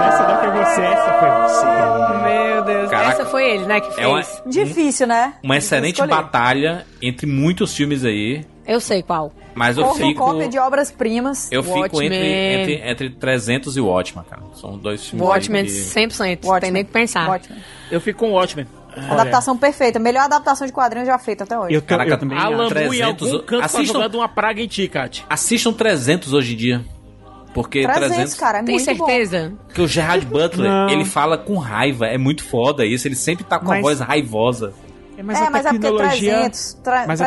D: essa não foi você, essa foi você.
H: Meu Deus.
B: Caraca.
H: Essa foi ele, né, que fez.
B: É uma,
E: Difícil, né?
B: uma excelente
E: Escolher.
B: batalha entre muitos filmes aí.
H: Eu sei qual.
B: Mas eu
E: Corre
B: fico.
E: cópia de obras-primas.
B: Eu fico
H: Watchmen.
B: entre, entre, entre 300 e Watchmen, cara. São dois filmes. aí
H: Watchmen
B: que-
H: 100%. Tem
E: Watchmen.
H: nem o que pensar.
E: Watchmen.
C: Eu fico com o Watchmen.
E: Adaptação perfeita. Melhor adaptação de quadrinhos já feita até hoje.
D: Eu, ta-
B: Caraca,
D: eu também
C: Alan
D: acho.
C: Moore em
B: 300
C: algum canto tá
B: assistam-
C: jogando uma praga em ti, Kat.
B: Assistam 300 hoje em dia. Porque
E: 300,
B: 300
E: cara, é
H: Tem
E: muito bom.
H: certeza?
B: Porque o Gerard Butler,
D: Não.
B: ele fala com raiva, é muito foda isso, ele sempre tá com a
D: Mas-
B: voz raivosa.
D: É,
E: é, mas é porque 300, tra-
D: mas a
E: 300 é um filme que foi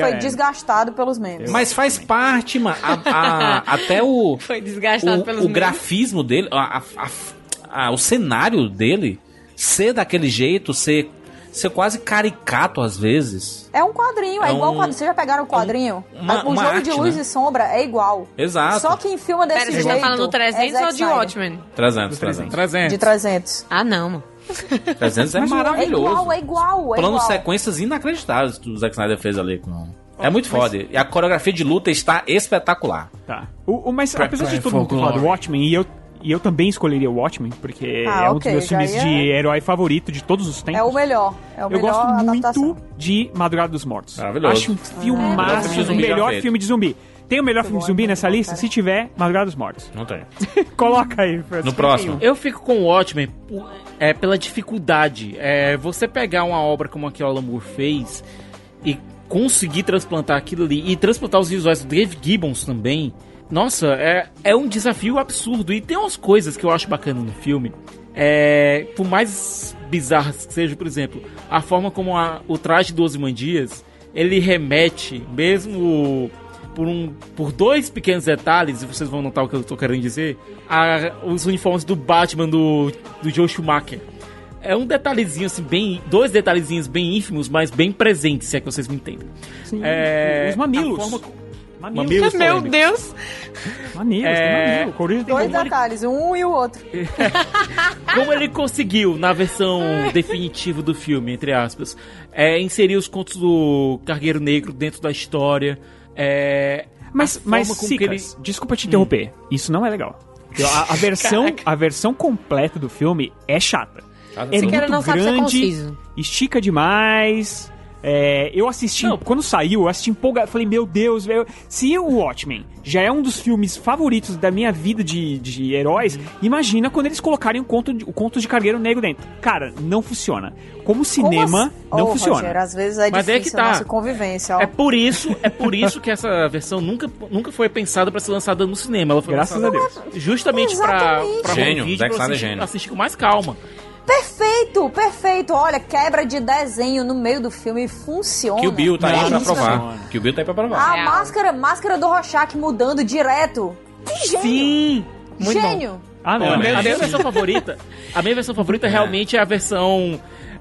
D: tecnologia é.
E: desgastado pelos memes.
B: Mas faz parte, mano. A- a- até o,
H: Foi desgastado pelos
B: o, o
H: memes.
B: grafismo dele, a- a- a- a- o cenário dele, ser daquele jeito, ser, ser quase caricato às vezes.
E: É um quadrinho, é,
B: É
E: igual
B: um-
E: o quadrinho. Vocês já pegaram o quadrinho?
B: uma-
E: o
B: uma
E: jogo
B: arte,
E: de luz
B: né?
E: e sombra é igual.
B: Exato.
E: Só que em filme desse
H: Pera, você
E: jeito.
H: tá falando do
E: é
H: 300
E: Zack
H: ou de
E: Snyder.
H: Watchmen?
B: 300, 300.
C: 300.
E: De 300.
H: Ah, não, mano.
B: 300 é
E: É
B: maravilhoso.
E: igual, é igual, é
B: Plano
E: igual.
B: sequências inacreditáveis que o Zack Snyder fez ali com. É muito foda. E a coreografia de luta está espetacular.
D: Tá. O, o- mas
B: Pra-
D: apesar
B: pra-
D: de todo
B: for
D: mundo ter falado
B: glory.
D: Watchmen, e eu, E eu também escolheria o Watchmen, porque
J: Ah,
D: é um
J: ok,
D: dos meus
J: já
D: filmes
J: ia-
D: de herói favorito de todos os tempos.
J: É o melhor. É o
D: Eu
J: melhor
D: gosto
J: adaptação. Ah,
D: muito de Madrugada dos Mortos.
B: Maravilhoso.
D: Acho um
B: Melhor
D: filmaço,
B: filme de
D: o
B: zumbi já
D: melhor
B: feito.
D: filme de zumbi. Tem o melhor filme de zumbi nessa lista? Se tiver, Madrugada dos Mortos.
B: Não tem.
D: Coloca aí. Francisco.
B: próximo.
C: Eu fico com o Watchmen por- é, pela dificuldade. É, você pegar uma obra como a que o Alan Moore fez e conseguir transplantar aquilo ali e transplantar os visuais do Dave Gibbons também. Nossa, é, é um desafio absurdo. E tem umas coisas que eu acho bacana no filme. É, por mais bizarras que sejam, por exemplo, a forma como a- o traje do Ozymandias, ele remete, mesmo por, um, por dois pequenos detalhes, e vocês vão notar o que eu tô querendo dizer, a- os uniformes do Batman do, do Joe Schumacher. É um detalhezinho assim, bem. Dois detalhezinhos bem ínfimos, mas bem presentes, se é que vocês me entendem.
D: Sim,
C: É,
D: Os mamilos.
C: a forma-
D: Mamilos.
C: Mamilos
H: Meu
C: polêmicos.
H: Deus.
D: Mamilos,
C: É.
D: tem mamilo. Coruja tem
J: Dois
D: mamilo.
J: detalhes, um e o outro.
C: Como ele conseguiu, na versão definitiva do filme, entre aspas, é, inserir os contos do Cargueiro Negro dentro da história. É, a
D: Mas,
C: forma
D: mas
C: com que ele-
D: Sicas, desculpa te interromper. Isso não é legal. A, a versão, a versão completa do filme é chata. É
H: Siqueira
D: muito
H: não sabe ser
D: grande,
H: conciso.
D: estica demais. É, eu assisti, quando saiu, eu assisti empolgado. Falei, meu Deus, velho. Se o Watchmen já é um dos filmes favoritos da minha vida de, de heróis, imagina quando eles colocarem o conto, de, o conto de Cargueiro Negro dentro. Cara, não funciona. Como cinema,
J: Como assim?
D: não
J: Ô,
D: funciona.
J: Rogério, às vezes é
C: Mas é que
J: difícil
C: tá.
J: a nossa convivência, ó.
C: É por isso, é por isso que essa versão nunca, nunca foi pensada pra ser lançada no cinema. Ela foi
D: Graças a
C: lançada
D: Deus.
C: Justamente pra, pra
B: Gênio,
C: home
B: Zack
C: pra
B: Snyder é
C: assistir,
B: gênio.
C: pra assistir com mais calma.
E: Perfeito, perfeito. Olha, quebra de desenho no meio do filme funciona.
B: Que o Bill tá
E: É
B: aí pra
E: isso.
B: provar. Que o Bill tá aí pra provar.
E: A
H: É.
E: máscara, máscara do Rorschach mudando direto. Que gênio.
C: Sim! Muito bom.
E: gênio.
D: Ah, não.
C: A minha, a minha
D: mas-
C: versão favorita, a minha versão favorita realmente é a versão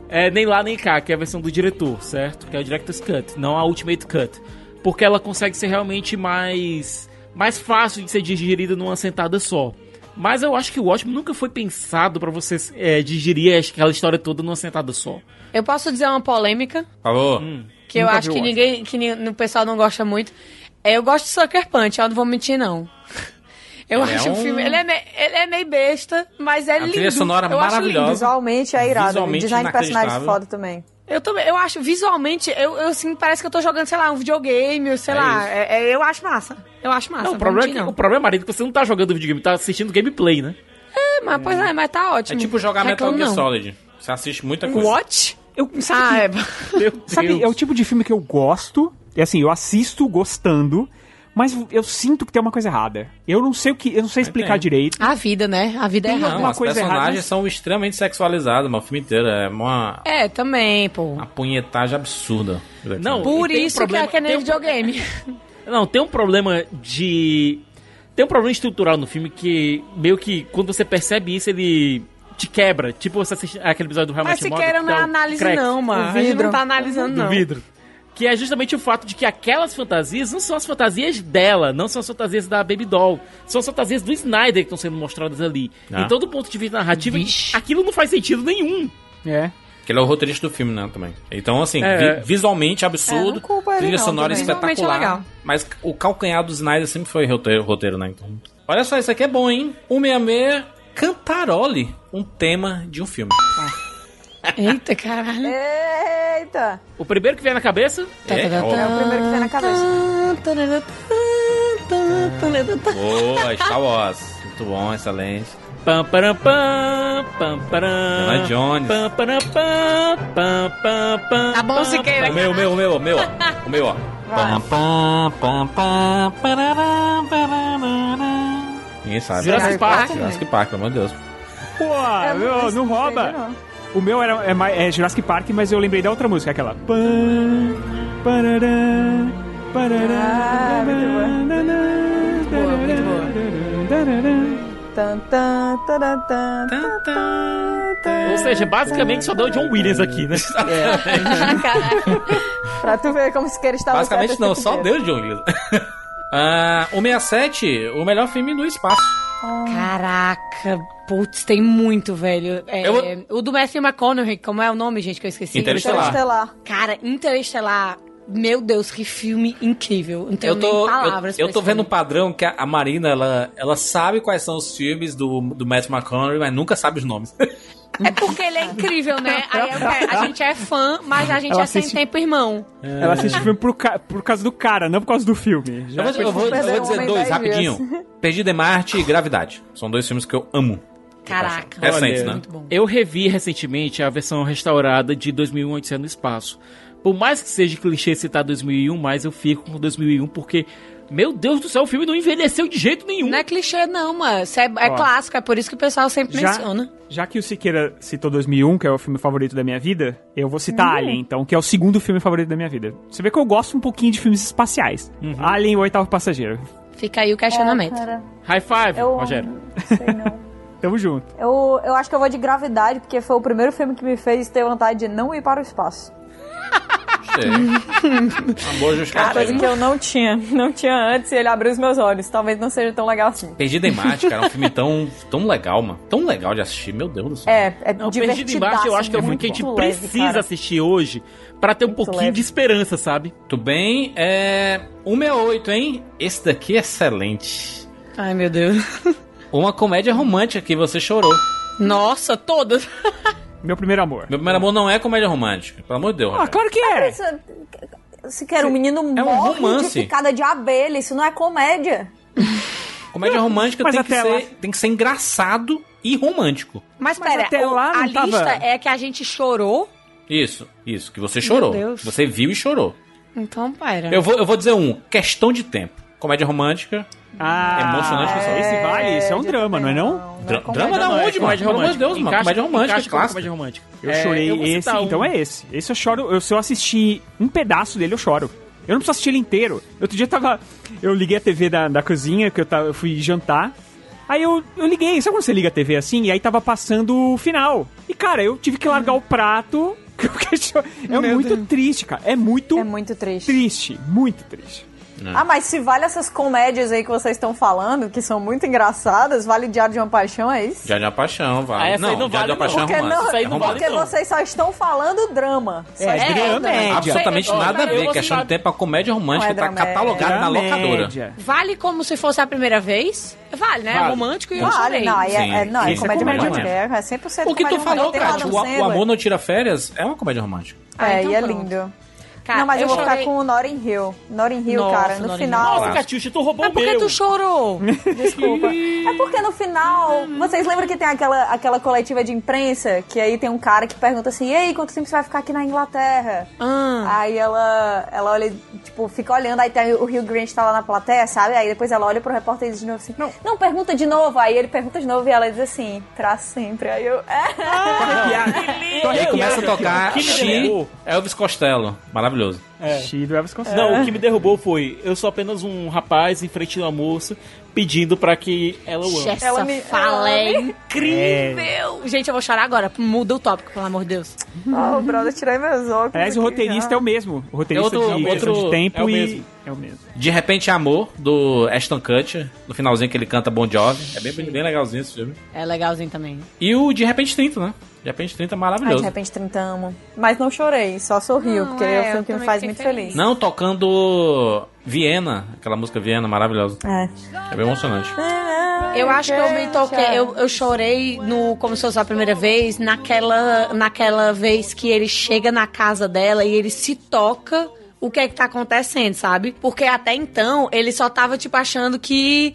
C: é, nem lá nem cá, que é a versão do diretor, certo? Que é o director's cut, não a ultimate cut, porque ela consegue ser realmente mais mais fácil de ser digerida numa sentada só. Mas eu acho que o Watchmen nunca foi pensado pra você é, digerir aquela história toda numa sentada só.
H: Eu posso dizer uma polêmica
B: Falou.
H: que eu
D: Nunca
H: acho
D: vi
H: que
D: Watchmen.
H: ninguém, que ni- o pessoal não gosta muito. É, Eu gosto de Sucker Punch, eu não vou mentir não. Eu
B: Ele é
H: acho o
B: um-
H: filme, ele é, me- ele é meio besta, mas é
B: A
H: lindo.
B: trilha sonora
H: eu acho lindo.
B: maravilhosa.
J: Visualmente é irado.
B: Visualmente
J: Design de personagens
B: inacreditável.
J: foda também.
H: Eu também, eu acho visualmente, eu, eu assim, parece que eu tô jogando, sei lá, um videogame, ou sei
B: É
H: lá,
B: isso.
H: é- é- eu acho massa. Eu acho massa.
C: Não, o
H: vou
C: problema, é
H: mentir
C: que,
H: Ah, não.
C: o problema, marido, é que você não tá jogando videogame, tá assistindo gameplay, né?
H: É, mas pois é, mas tá
B: É
H: ótimo.
B: tipo jogar Metal
H: Reclamo
B: Gear
H: não.
B: Solid. Você assiste muita coisa.
H: What?
D: Hum. eu,
H: Ah, é...
C: Meu
D: Sabe, é o tipo de filme que eu gosto, e assim, eu assisto gostando, mas eu sinto que tem uma coisa errada. Eu não sei o que, eu não sei explicar
B: tem.
D: direito.
H: A vida, né? A vida é
D: Tem
H: errada.
B: Não,
D: alguma
B: as
D: coisa errada, é
B: personagens
D: mas-
B: são extremamente sexualizadas, mas o filme inteiro é uma,
H: É, também, pô.
B: uma punhetagem absurda.
C: Não,
H: Por
C: E tem um
H: isso
C: problema-
H: que é que
C: tem
H: nem
C: um-
H: videogame.
C: Não, tem um problema de. Tem um problema estrutural no filme que meio que quando você percebe isso, ele te quebra. Tipo você assiste aquele episódio do Real
H: Mas se queira não é análise não, mano. A gente
J: vidro.
H: não tá analisando não.
C: vidro. Que é justamente o fato de que aquelas fantasias não são as fantasias dela, não são as fantasias da Baby Doll. São as fantasias do Snyder que estão sendo mostradas ali.
B: Ah.
C: Então, do ponto de vista narrativo,
H: Vixe.
C: aquilo não faz sentido nenhum.
D: É.
B: Que ele é o roteirista do filme, né, também. Então, assim,
C: É.
B: vi- visualmente
J: É,
B: absurdo,
J: não culpa ele
B: trilha
J: não,
B: sonora
J: também.
H: Visualmente
B: espetacular.
H: é legal.
B: Mas o calcanhar do Snyder sempre foi roteiro, roteiro né? Então, olha só, isso aqui é bom, hein? 166 Cantarole, um tema de um filme.
H: Eita, caralho.
J: Eita!
C: O primeiro que vier na cabeça,
B: É, ó.
J: É o primeiro que vem na cabeça.
B: Boa, Star Wars. Muito bom, excelente.
C: Pam, param, pam, pam, param.
B: Indiana É Jones.
C: Pam, param, pam, pam, pam, pam,
H: Tá bom,
C: pam,
H: Siqueira.
B: É O meu, o meu, o meu, o meu, ó. O meu, ó. Pam, pam, pam, pam, parará, parará. Ninguém sabe.
C: Jurassic Park.
B: Jurassic Park, pelo amor de Deus.
D: Pô, meu, Ah, não rouba. O meu era, é, mais- é Jurassic Park, mas eu lembrei da outra música, aquela. Pã, parará, parará,
J: Ah, muito boa.
D: nananã,
H: Boa, muito
D: tarará.
J: Tan, tan, tará, tan, tan.
C: Ou seja, basicamente só deu o John Williams aqui, né?
J: Pra tu ver como se quer
E: é
J: estar
B: Basicamente
E: tipo
B: não, só Deus de um livro. Ah, o 67, o melhor filme do espaço.
H: Caraca, putz, tem muito, velho. É,
B: Eu vou-
H: é, O do Matthew McConaughey, como é o nome, gente, que eu esqueci?
B: Interestelar.
J: Interestelar.
H: Cara, Interestelar Meu Deus, que filme incrível. Não tenho
B: eu tô,
H: nem palavras
B: eu,
H: pra
B: eu tô
H: esse
B: vendo um
H: filme.
B: padrão que a, a Marina, ela, ela sabe quais são os filmes do, do Matt McConaughey, mas nunca sabe os nomes.
H: É porque ele é incrível, né? Aí eu quero- a gente é fã, mas a gente
D: Ela
H: é sem
D: assiste-
H: tempo, irmão.
D: Ela assiste filme por, ca- por causa do cara, não por causa do filme. Já
B: Eu vou, eu vou- eu
D: foi-
B: vou
J: Perdeu o
B: dizer
J: homem
B: dois
J: dez
B: rapidinho. Perdido em Marte e Gravidade. São dois filmes que eu amo.
H: Caraca.
B: Recentes,
C: Olha,
B: né?
C: Eu revi recentemente a versão restaurada de 2001 Odisseia um no Espaço. Por mais que seja clichê citar 2001, mas eu fico com 2001 porque, meu Deus do céu, o filme não envelheceu de jeito nenhum.
E: Né?
H: Não é clichê, não, mano. Isso é, é
D: Ó.
H: clássico, é por isso que o pessoal sempre
D: Já,
H: menciona.
D: já que o Siqueira citou 2001, que é o filme favorito da minha vida, eu vou citar Alien, então, que é o segundo filme favorito da minha vida. Você vê que eu gosto um pouquinho de filmes espaciais.
B: Uhum.
D: Alien e o Oitavo Passageiro.
H: Fica aí o questionamento.
E: Cara,
C: High five,
E: eu.
C: Rogério.
E: Sei não.
D: Tamo junto.
E: Eu, eu acho que eu vou de gravidade, porque foi o primeiro filme que me fez ter vontade de não ir para o espaço.
B: Sei. Uma boa
E: Coisa
B: justificativa.
E: que eu não tinha. Não tinha antes e ele abriu os meus olhos. Talvez não seja tão legal assim.
B: Perdido em Marte, cara, é um filme tão, tão legal, mano. Tão legal de assistir, meu Deus do céu.
E: É, é
C: Não, Perdido
E: divertidaço. né?
C: em Marte, eu acho que é um filme
E: muito
C: que a gente
E: leve,
C: precisa
E: cara.
C: assistir hoje pra ter um
E: Muito
C: pouquinho
E: leve.
C: de esperança, sabe?
B: Muito bem, é. 168, hein? Esse daqui é excelente.
H: Ai, meu Deus.
B: Uma comédia romântica que você chorou.
H: Nossa, todas.
D: Meu primeiro amor.
B: Meu primeiro amor não é comédia romântica, pelo amor de Deus.
D: Ah,
B: Roberto.
D: claro que é!
E: Isso- Se quer, o menino
B: É um
E: morre
B: romance.
E: de picada de abelha. Isso não é comédia.
B: Comédia romântica
D: Mas
B: tem que,
D: até lá-
B: ser, tem que ser engraçado e romântico.
H: Mas,
D: Mas
H: pera,
D: até
H: o-
D: lá não
H: a
D: tava-
H: lista é que a gente chorou.
B: Isso, isso, que você chorou.
H: Deus.
B: Você viu e chorou.
H: Então, pera.
B: Eu vou, eu vou dizer um, questão de tempo. Comédia romântica.
D: Ah,
B: É Emocionante, pessoal.
D: Esse vale, isso é um
E: de-
D: drama, não é não?
B: Dra-
E: comédia,
B: drama da
C: Não, é
B: onde, mano?
C: comédia
B: Pelo amor de
C: romântica.
B: Deus, mano.
C: Encaixa-
B: Comédia romântica,
C: encaixa como
B: clássico.
C: comédia romântica.
D: Eu
C: É,
D: chorei
C: eu vou
D: esse,
C: citar um.
D: então é esse. Esse eu choro, eu, se eu assistir um pedaço dele, eu choro. Eu não preciso assistir ele inteiro. Outro dia eu tava. Eu liguei a TV da, da cozinha, que eu, tava, eu fui jantar. Aí eu, eu liguei, sabe quando você liga a TV assim? E aí tava passando o final. E cara, eu tive que largar o prato. porque eu cho- É muito triste, cara. É muito,
E: É muito triste.
D: triste. Muito triste.
E: Ah, mas se vale essas comédias aí que vocês estão falando, que são muito engraçadas, vale Diário de uma Paixão, é isso?
B: Diário de uma paixão,
C: Ah,
B: vale.
C: essa aí
B: não, Diário
C: não
B: de uma
C: vale, não.
B: paixão é
E: Porque,
B: romance.
E: não,
C: Isso aí
B: é
C: não
B: romance.
E: porque
C: então.
E: vocês só estão falando drama. Só
D: É,
E: estão
D: drama,
E: falando drama.
D: média.
B: Absolutamente
H: Eu- eu-
B: nada a ver.
C: eu-
B: Questão de tempo, a comédia romântica
E: Não é
B: tá
E: dramédia.
B: catalogada na locadora.
D: Média.
H: Vale como se fosse a primeira vez? Vale, né?
C: Vale.
H: Romântico e eu
E: Vale,
H: chorei.
E: não, aí
B: Sim,
E: é, é, não, é
B: isso é
E: comédia
B: comédia
E: romântica, é 100%
B: O que tu
E: comédia
B: falou,
E: romântica, tem
B: Tati, o,
E: Adam
B: o
E: Sandler.
B: Amor Não Tira Férias é uma comédia romântica.
H: Ah,
E: É,
H: então
E: e é
H: pronto.
E: lindo.
H: Cara,
E: não, mas eu, vou
H: chorei.
E: ficar com o Notting Hill. Notting Hill,
H: Nossa,
E: cara, no
H: Notting
E: final.
C: Nossa, Catiuxa, tu roubou
H: Mas
C: o
H: por que
C: meu.
H: tu chorou?
E: Desculpa. É porque no final, vocês lembram que tem aquela, aquela coletiva de imprensa que aí tem um cara que pergunta assim: "E aí, quanto tempo você vai ficar aqui na Inglaterra?"
H: Ah,
E: Aí ela, ela olha, tipo, fica olhando, aí tem o Rio Grant tá lá na plateia, sabe? Aí depois ela olha pro repórter e diz de novo assim: "Não, pergunta de novo". Aí ele pergunta de novo e ela diz assim: "Pra sempre". Aí eu, "É."
B: E aí começa a
C: eu-
B: tocar
C: que
B: She,
C: legal.
B: Elvis Costello. Maravilhoso.
D: É. She do Elvis Costello.
C: Não, o que me derrubou foi eu sou apenas um rapaz em frente a uma moça pedindo pra que ela o ame.
H: essa
E: Ela me- ela
H: fala é
E: me-
H: incrível. Gente, eu vou chorar agora. Muda o tópico, pelo amor de Deus.
J: Ó, o brother tirei meus óculos.
D: Aliás, o
J: aqui,
D: roteirista é o mesmo. O roteirista
B: É outro-
D: de,
B: outro-
D: de tempo
C: é o
D: e.
C: mesmo.
D: É o mesmo.
B: De Repente Amor, do Ashton Kutcher. No finalzinho que ele canta Bon Jovi. É bem, bem legalzinho esse filme.
H: É legalzinho também.
B: E o De Repente 30, né? De Repente 30 é
E: Ai, Ah, de
B: maravilhoso.
E: repente 30 amo. Mas não chorei, só sorriu,
H: Não,
E: porque
H: é,
E: é, o
H: eu
E: filme que me
H: também
E: faz
H: fiquei
E: muito
H: feliz.
E: feliz.
B: Não, tocando Viena. Aquela música Viena, maravilhosa.
E: É.
B: É bem emocionante.
H: Eu acho que eu me toquei, eu, eu chorei no como se fosse a primeira vez, naquela, naquela vez que ele chega na casa dela e ele se toca o que é que tá acontecendo, sabe? Porque até então ele só tava tipo achando que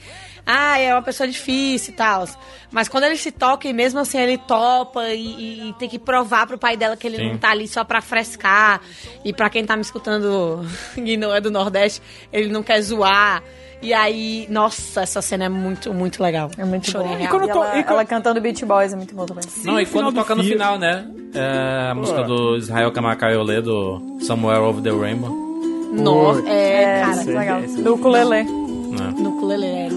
H: ah, é uma pessoa difícil e tal. Mas quando ele se toca e mesmo assim ele topa e, e- e tem que provar pro pai dela que ele
B: Sim.
H: não tá ali só pra frescar. E pra quem tá me escutando e não é do Nordeste, ele não quer zoar. E aí, nossa, essa cena é muito, muito legal.
E: É muito
H: Chorei
E: bom.
H: real.
E: E
D: quando eu tô-
E: ela,
D: e quando-
E: ela cantando Beach Boys é muito bom também.
B: Não, e
D: final
B: quando
D: do
B: toca no
D: filme.
B: final, né? É a música do Israel Kamakaiolê, do Somewhere Over the Rainbow.
H: Nossa, é, cara,
E: Muito legal. Do ukulele.
B: né?
H: no ukulele. é,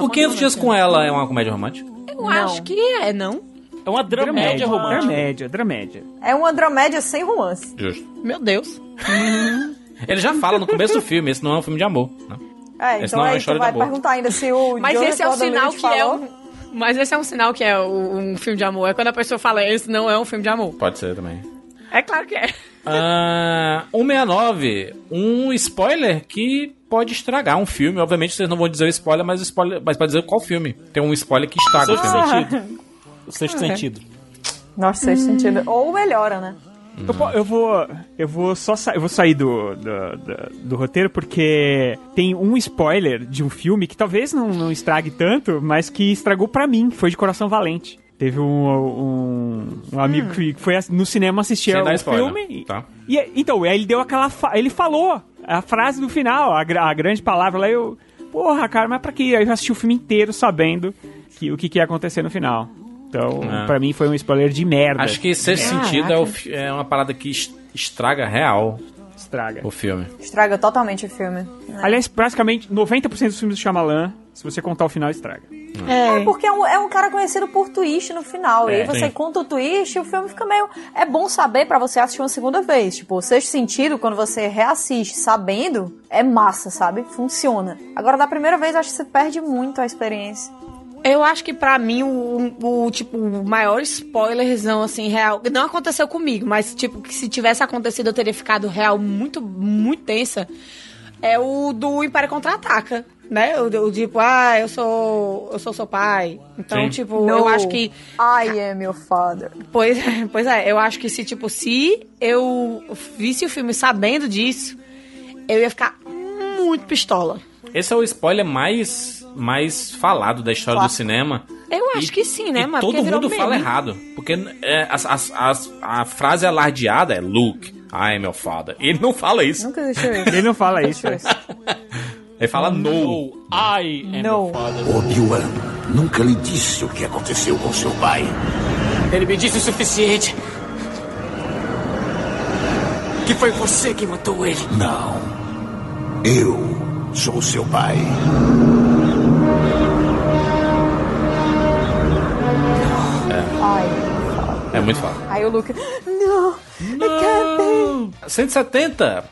B: O, o 500 Dias com Ela é uma comédia romântica?
H: Eu acho que é, não?
C: É uma dramédia romântica.
D: Dramédia, dramédia.
E: É uma dramédia sem romance.
B: Justo.
H: Meu Deus.
B: Ele já fala no começo do filme, esse não é um filme de amor. Né?
E: É,
B: Esse
E: então
B: não é uma
E: aí tu
B: história
E: vai
B: de amor.
E: perguntar ainda se o
H: Mas
E: Joseph
H: esse é o sinal
E: Gordon-Levitt
H: que é
E: falou.
H: um... Mas esse é um sinal que é o- um filme de amor. É quando a pessoa fala, esse não é um filme de amor.
B: Pode ser também.
H: É claro que é.
B: Ah, 169, um spoiler que pode estragar um filme. Obviamente vocês não vão dizer o spoiler, mas o spoiler, mas pode dizer qual filme. Tem um spoiler que estraga o
C: Sexto
B: filme.
C: sentido. O sexto
E: Ah, é.
C: sentido.
E: Nossa, sexto sentido. Ou melhora, né?
D: Eu, po- Então, eu vou. Eu vou só sa- eu vou sair do, do, do- do roteiro porque tem um spoiler de um filme que talvez não, não estrague tanto, mas que estragou pra mim, que foi de Coração Valente. Teve um, um, um amigo que foi ass- no cinema assistir
B: Sem
D: o
B: dar spoiler.
D: filme. e-
B: Tá.
D: E, aí- então, aí ele deu aquela. fa- Ele falou a frase do final, a, gra- a grande palavra lá, eu. Porra, cara, mas pra quê? Aí eu assisti o filme inteiro sabendo que, o que, que ia acontecer no final. Então,
B: Ah.
D: pra mim foi um spoiler de merda.
B: Acho que sexto
D: Caraca.
B: sentido é, o fi- é uma parada que es- estraga real
D: Estraga.
B: o filme.
E: Estraga totalmente o filme. né?
D: Aliás, praticamente 90% dos filmes do Shyamalan, se você contar o final, estraga.
E: É porque é um, é um cara conhecido por twist no final.
B: É,
E: e aí você
D: sim.
E: conta o twist e o filme fica meio. É bom saber pra você assistir uma segunda vez. Tipo, o sexto sentido, quando você reassiste sabendo, é massa, sabe? Funciona. Agora, da primeira vez, eu acho que você perde muito a experiência.
H: Eu acho que pra mim o, o- o, tipo o maior spoilerzão assim real não aconteceu comigo, mas tipo que se tivesse acontecido eu teria ficado real muito muito tensa é o do Império contra-ataca, né? O, do- o tipo ah eu sou eu sou seu pai, então
E: Sim.
H: tipo eu acho que
E: I am your father.
H: Pois, é, pois é, eu acho que se, tipo, se eu visse o filme sabendo disso, eu ia ficar muito pistola.
B: Esse é o spoiler mais, mais falado da história
H: Claro.
B: do cinema.
H: Eu acho que sim, né, mano?
B: Todo
H: Porque virou
B: mundo fala
H: meme.
B: errado. Porque é, as- as- as- a frase alardeada é Luke, I meu father. Ele não fala isso.
E: Nunca deixou isso.
D: Ele não fala isso.
B: Ele fala no.
C: I am
E: No.
C: your father.
K: Obi-Wan nunca lhe disse o que aconteceu com seu pai.
I: Ele me disse o suficiente. Que foi você que matou ele.
K: Não. Eu sou seu pai.
B: É muito fácil.
E: Aí o Luke. Não! I can't be!
B: 170.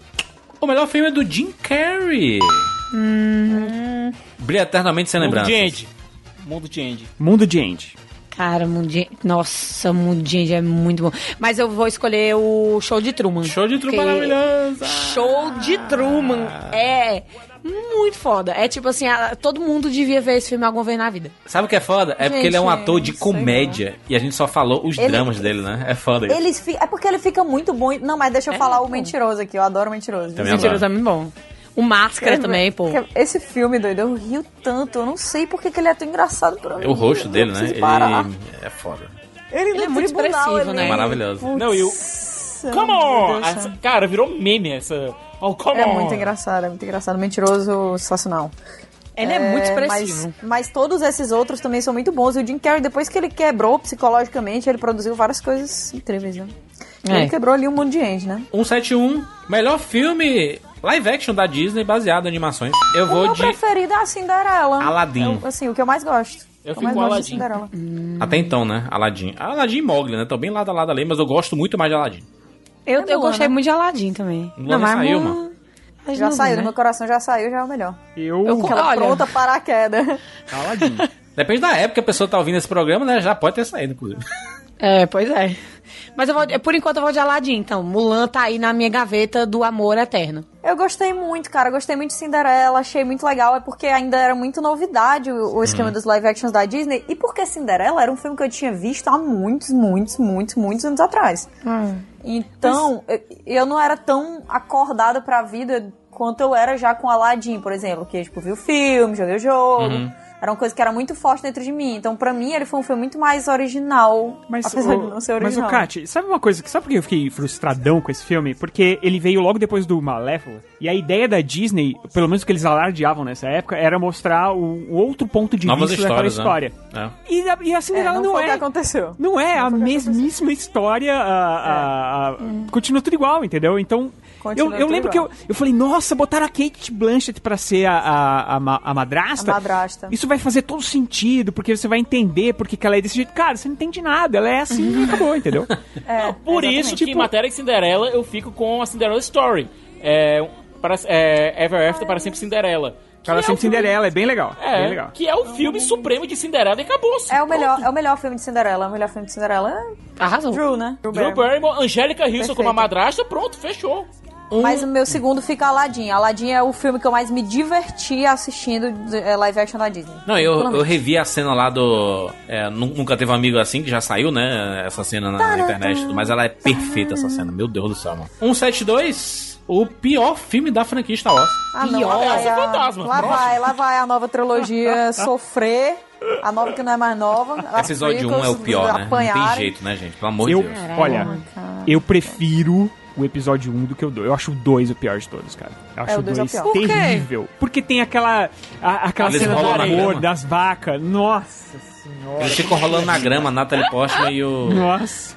B: O melhor filme é do Jim Carrey. Brilha eternamente sem
C: Mundo de
B: lembrança.
C: Andy. Mundo de Andy.
D: Mundo de Andy.
H: Cara, Mundinho. Nossa, Mundinho é muito bom. Mas eu vou escolher o Show de Truman. Show
B: de Truman maravilhosa.
H: Show de Truman é muito foda. É tipo assim, a- todo mundo devia ver esse filme alguma vez na vida.
B: Sabe o que é foda? É porque
H: Gente,
B: ele é um ator de
H: sei
B: comédia e a gente só falou os
E: Ele-
B: dramas dele, né? É foda isso.
E: Eles fi- É porque ele fica muito bom. em- Não, mas deixa eu
H: É,
E: falar o mentiroso aqui. Eu adoro o mentiroso.
B: Também adoro. Mentiroso é
H: muito bom. O Máscara também, pô.
E: Esse filme, doido, eu rio tanto. Eu não sei por que que ele é tão engraçado pra mim.
B: O rosto dele, né?
E: preciso parar.
B: Ele é foda.
E: Ele, não
H: é muito
E: tribunal,
H: expressivo,
E: ele...
B: É maravilhoso.
C: Não, e o. Come on! Essa- cara, virou meme essa. Oh, come
E: É
C: on!
E: muito engraçado, é muito engraçado. Mentiroso, sensacional.
H: Ele é, muito expressivo.
E: Mas, mas todos esses outros também são muito bons. E o Jim Carrey, depois que ele quebrou psicologicamente, ele produziu várias coisas incríveis, né?
B: É.
E: Ele quebrou ali um mundo de gente, né?
B: 171. Melhor filme live action da Disney baseado em animações. Eu
E: o
B: vou
E: meu
B: de.
E: preferido é a Cinderela.
B: Aladdin.
E: Eu- assim, o que eu mais gosto.
C: Eu
E: O que
C: fico
E: mais
C: com
E: gosto é
C: Aladdin.
E: Cinderela.
B: Até então, né? Aladdin. Aladdin e Mogli, né? Estão bem lado a lado ali, mas eu gosto muito mais de Aladdin.
H: Eu, eu
E: Moana.
H: gostei muito de Aladdin também.
B: Moana saiu, mano.
H: mas
E: Já
H: não,
E: saiu,
H: né?
E: do meu coração já saiu, já é o melhor.
D: Eu,
E: Aquela
H: olha.
E: pronta para a queda.
B: Depende da época que a pessoa tá ouvindo esse programa, né? Já pode ter saído, inclusive.
H: É, pois é. Mas eu vou, por enquanto eu vou de Aladdin, então. Mulan tá aí na minha gaveta do amor eterno.
E: Eu gostei muito, cara. Eu Gostei muito de Cinderela, achei muito legal. É porque ainda era muito novidade o, o esquema dos live actions da Disney. E porque Cinderela era um filme que eu tinha visto há muitos, muitos, muitos, muitos anos atrás.
D: Hum.
E: Então, eu, eu não era tão acordada pra vida quanto eu era já com Aladdin, por exemplo. Que, tipo, vi o filme, joguei o jogo.
L: Uhum.
E: Era uma coisa que era muito forte dentro de mim. Então, pra mim, ele foi um filme muito mais original.
D: Mas,
E: apesar
D: o-
E: de não ser
D: mas o
E: original.
D: Kat, sabe uma coisa? que Sabe por que eu fiquei frustradão com esse filme? Porque ele veio logo depois do Malévola. E a ideia da Disney, pelo menos o que eles alardeavam nessa época, era mostrar o, o outro ponto de
B: Novas
D: vista daquela
B: histórias,
D: história.
B: né? É.
D: E, a- e a
E: É,
D: Cinderela
E: não,
D: não,
E: foi o
D: é.
E: que aconteceu. É.
D: Não é a mesmíssima história. a- a- a- Continua tudo igual, entendeu? Então. Eu,
E: Continua
D: eu
E: tudo
D: lembro que
E: igual.
D: eu, eu falei, nossa, botaram a Kate Blanchett pra ser a, a, a, ma- a madrasta.
E: A madrasta.
D: Isso vai fazer todo sentido, porque você vai entender porque que ela é desse jeito. Cara, você não entende nada, ela é assim e acabou, entendeu?
E: É,
C: Por isso que em matéria de Cinderela eu fico com a Cinderela Story. É, para, é, Ever After para sempre Cinderela.
D: Ela
C: é
D: sempre
C: o filme-
D: Cinderela, é bem legal.
C: É,
D: bem legal.
C: que é o filme supremo de Cinderela e acabou.
E: É o melhor, é o melhor filme de Cinderela. O melhor filme de Cinderela é.
H: Arrasou.
E: Drew, né?
C: Drew Barrymore, Angélica Hilson como a
E: Perfeito.
C: madrasta, pronto, fechou.
E: Mas o meu
D: Hum.
E: segundo fica Aladdin. Aladdin é o filme que eu mais me diverti assistindo é, live action da Disney.
B: Não, eu, eu
E: Tranquilamente.
B: revi a cena lá do. é, Nu- Nunca Teve um Amigo Assim, que já saiu, né? Essa cena na
E: Tarantã.
B: internet, e tudo, mas ela é perfeita essa cena. Meu Deus do céu, mano. 172, o pior filme da franquia Star Wars.
E: Ah, não.
C: Pior.
E: Lá vai,
C: Essa é
E: a-
C: fantasma.
E: lá
C: Nossa.
E: vai, lá vai a nova trilogia sofrer. A nova que não é mais nova. As
B: Episódio 1
E: prequels
B: é o pior, né? Não tem
E: apanharem.
B: jeito, né, gente? Pelo amor
D: eu,
B: de Deus.
D: olha, eu prefiro o episódio 1 do que o 2. Eu acho o 2 o pior de todos, cara. Eu acho
E: É,
D: o
E: o dois
D: 2
E: é o pior. Por quê?
D: terrível. Porque tem aquela, a- aquela
B: Eles
D: cena do
B: rolam na
D: amor
B: grama.
D: das vacas. Nossa
B: Eles
D: senhora.
B: ficam rolando na grama, a Natalie Portman e o.
D: Nossa.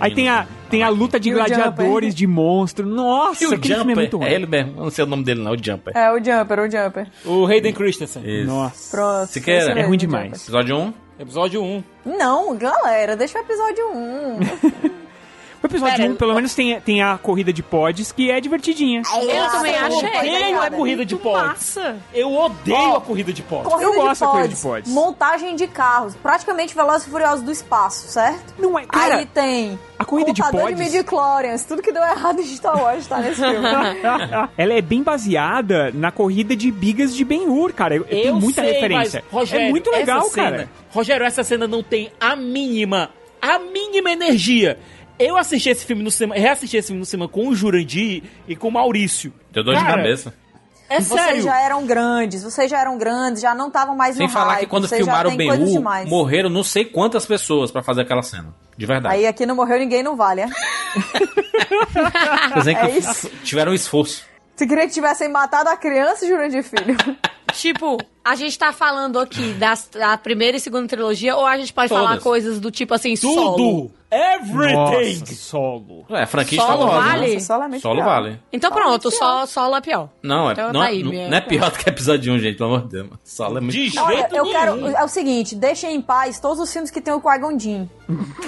D: Aí tem a, tem a luta de
E: E o Jumper.
D: gladiadores, de monstro. Nossa,
B: E o
D: aquele filme é
B: Jumper.
D: muito ruim.
B: É ele mesmo. Eu não sei o nome dele, não, o Jumper.
E: É, o Jumper, o Jumper.
C: O Hayden Christensen.
B: Isso.
D: Nossa.
E: Pronto.
B: Se quer,
E: esse
B: é
E: mesmo,
D: ruim
E: o
D: demais.
B: Episódio 1.
C: Episódio 1.
E: Jumper. Não, galera, deixa o episódio
H: É
E: 1.
D: O episódio
H: Pera,
D: 1, pelo menos, tem, tem a corrida de pods, que é divertidinha.
H: Eu
E: Nossa,
H: também
E: eu
H: achei.
E: odeio a
D: é
H: Obrigada.
C: corrida é de
H: Muito
C: pods.
H: Massa.
C: Eu odeio a corrida de pó.
E: Corrida
D: Eu gosto
E: de
D: da
E: pods,
D: corrida de pods.
E: Montagem de carros. Praticamente Velozes e Furiosos do espaço, certo?
D: Não é, cara,
E: Aí tem
D: a corrida de
E: contador
D: pods-
E: midi-chlorians. Tudo que deu errado em Star Wars tá nesse filme.
D: ela é bem baseada na corrida de bigas de Ben-Hur, cara. Eu, eu tenho É, muita
C: sei,
D: referência.
C: mas, Rogério,
D: é muito legal,
C: essa cena-
D: cara.
C: Rogério, essa cena não tem a mínima, a mínima energia. Eu assisti esse filme no cinema, reassisti esse filme no cinema com o Jurandir e com o Maurício.
B: Deu dor de
C: Cara,
B: cabeça.
C: É
E: Vocês
C: sério.
E: já eram grandes, vocês já eram grandes, já não estavam mais
B: Sem
E: no
B: falar
E: hype,
B: que quando
E: vocês já
B: filmaram o
E: têm
B: Ben
E: coisas
B: Hur,
E: demais.
B: morreram não sei quantas pessoas pra fazer aquela cena. De verdade.
E: Aí aqui não morreu ninguém, não vale, é?
B: Quer dizer que
E: é isso.
B: tiveram um esforço.
E: Você queria que tivessem matado a criança, Jurandir Filho?
H: Tipo, a gente tá falando aqui das, da primeira e segunda trilogia, ou a gente pode
B: Todas.
H: falar coisas do tipo assim,
C: Tudo.
H: solo.
C: Everything.
D: Nossa, solo.
B: É, franquia
H: Solo
B: Star Wars, né?
H: vale?
E: Só lamento
B: Solo
E: pior.
B: vale.
H: Então
E: Solo
H: pronto,
E: é
H: só, solo é pior.
B: Não, é,
H: Então
B: não,
H: tá aí,
B: não-
H: minha-
B: não é pior do que episódio 1, gente, pelo amor de Deus. mano. Solo é muito...
C: De jeito
E: Olha, eu
C: nenhum.
E: quero. É o seguinte, deixem em paz todos os filmes que tem o Qui-Gon Jinn.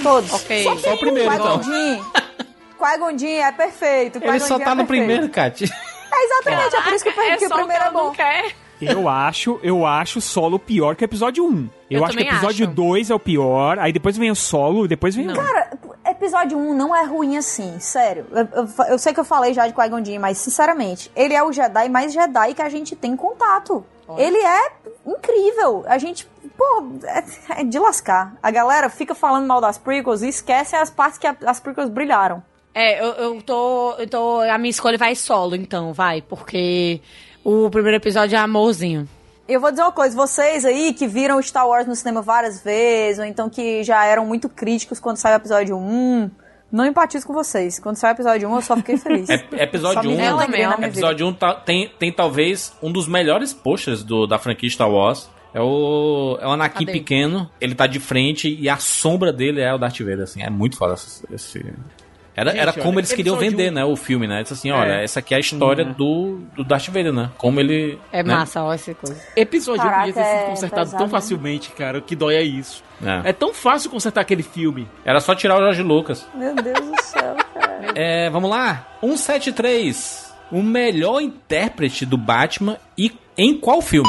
E: Todos.
H: Ok.
E: Só,
B: Só o
E: tem
B: primeiro,
E: o Qui-Gon
B: então.
E: Jinn. Qui-Gon Jinn é perfeito.
B: Ele
E: Qui-Gon
B: só
E: Jinn
B: tá
E: é
B: no
E: perfeito.
B: primeiro, Kat.
E: É exatamente, é por isso que eu perguntei que o
H: só tá
E: primeiro é
H: ela
E: bom.
H: não quer.
D: Eu acho, eu acho solo pior que o episódio 1. Eu,
H: Eu
D: acho que o
H: também
D: episódio
H: acho.
D: 2 é o pior, aí depois vem o solo, depois vem o...
E: Cara, episódio 1 não é ruim assim, sério. Eu, eu- eu sei que eu falei já de Qui-Gon Jinn, mas sinceramente, ele é o Jedi mais Jedi que a gente tem contato. Ele é incrível. A gente, pô, é, é de lascar. A galera fica falando mal das prequels e esquece as partes que a- as prequels brilharam.
H: É, eu, eu tô. Eu tô. A minha escolha vai solo, então, vai. Porque o primeiro episódio é amorzinho.
E: Eu vou dizer uma coisa, vocês aí que viram Star Wars no cinema várias vezes, ou então que já eram muito críticos quando saiu o episódio 1, não empatizo com vocês. Quando saiu o episódio 1, eu só fiquei feliz.
B: É-
E: Só
B: episódio
E: me
B: 1,
E: deu
H: um,
E: alegria na minha vida.
B: episódio 1 tá- tem, tem talvez um dos melhores posters do, da franquia Star Wars. É o, é o Anakin
H: Cadê?
B: pequeno, ele tá de frente e a sombra dele é o Darth Vader, assim. É muito foda esse... esse- Era,
C: Gente,
B: era
C: olha,
B: como eles queriam
C: episódio
B: vender,
C: um.
B: né, o filme, né? Diz assim, olha, essa aqui é a história do, do Darth Vader, né? Como ele...
H: É
B: né?
H: massa, ó, essa coisa.
C: Episódio
E: Caraca,
C: podia ter sido
E: é
C: consertado
E: pesado,
C: tão
E: né?
C: facilmente, cara. O que dói é isso.
B: É.
C: É tão fácil consertar aquele filme.
B: Era só tirar o Jorge Lucas.
E: Meu Deus do céu, cara.
B: É, vamos lá. 173. O melhor intérprete do Batman e em qual filme?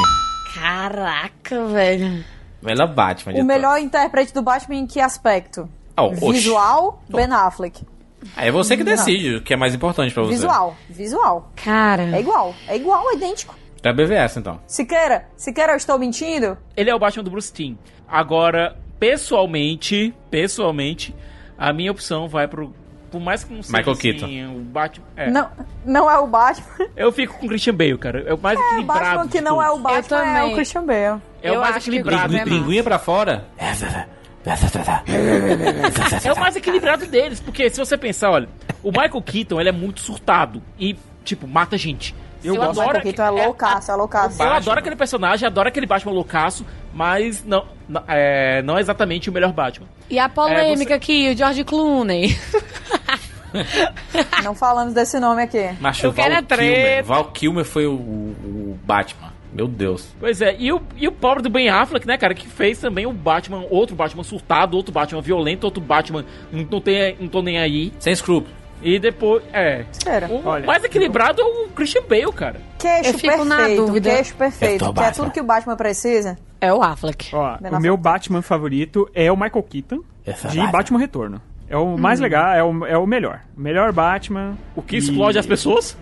H: Caraca, velho.
B: Melhor Batman.
E: O
B: de
E: melhor intérprete do Batman em que aspecto?
B: Ah, oxe.
E: Visual, Ben Affleck.
B: todos. É você que decide o que é mais importante pra você.
E: Visual, visual. É
H: Cara.
E: igual, é igual, é idêntico.
B: É BVS, então.
E: Siqueira, Siqueira, eu estou mentindo?
C: Ele é o Batman do Bruce Timm. Agora, pessoalmente, pessoalmente, a minha opção vai pro... Por mais que não seja
B: Michael
C: assim,
B: Keaton.
C: o Batman... é.
E: Não, não é o Batman.
C: Eu fico com o Christian Bale, cara. É o mais
E: O
C: equilibrado.
E: Batman
C: de
E: que não é o
C: todos.
E: Batman é
H: também.
E: o Christian Bale.
C: É o
H: Eu
C: mais
H: acho que
C: equilibrado.
H: Bravo
B: Pingu-
H: é
B: Pinguinha pra fora?
C: É o mais equilibrado deles, porque se você pensar, olha, o Michael Keaton, ele é muito surtado e, tipo, mata gente. Eu,
E: O Michael Keaton é loucaço, é loucaço.
C: Eu
B: Batman.
C: adoro aquele personagem, adoro aquele Batman loucaço, mas não, não é, não é exatamente o melhor Batman.
H: E a polêmica
C: É,
H: aqui, o George Clooney.
E: Não falamos desse nome aqui.
B: Macho,
H: Eu quero
B: Val
H: é
B: Kilmer.
H: treta.
B: Val Kilmer foi o, o- o Batman. Meu Deus.
C: Pois é, e o, e o pobre do Ben Affleck, né, cara, que fez também o Batman, outro Batman surtado, outro Batman violento, outro Batman não, não, tem, não tô nem aí.
B: Sem escrúpulo.
C: E depois. É.
E: Espera.
C: O mais equilibrado é o Christian Bale, cara.
E: Queixo
H: Eu fico
E: perfeito,
H: na dúvida.
E: queixo perfeito,
D: Eu tô
E: que é
D: Batman.
E: tudo que o Batman precisa.
H: É o Affleck.
D: Ó, o meu Batman favorito é o Michael Keaton de Batman Retorno. É o mais
H: Hum.
D: legal, é o, é o melhor. O melhor Batman. O
C: que explode as pessoas?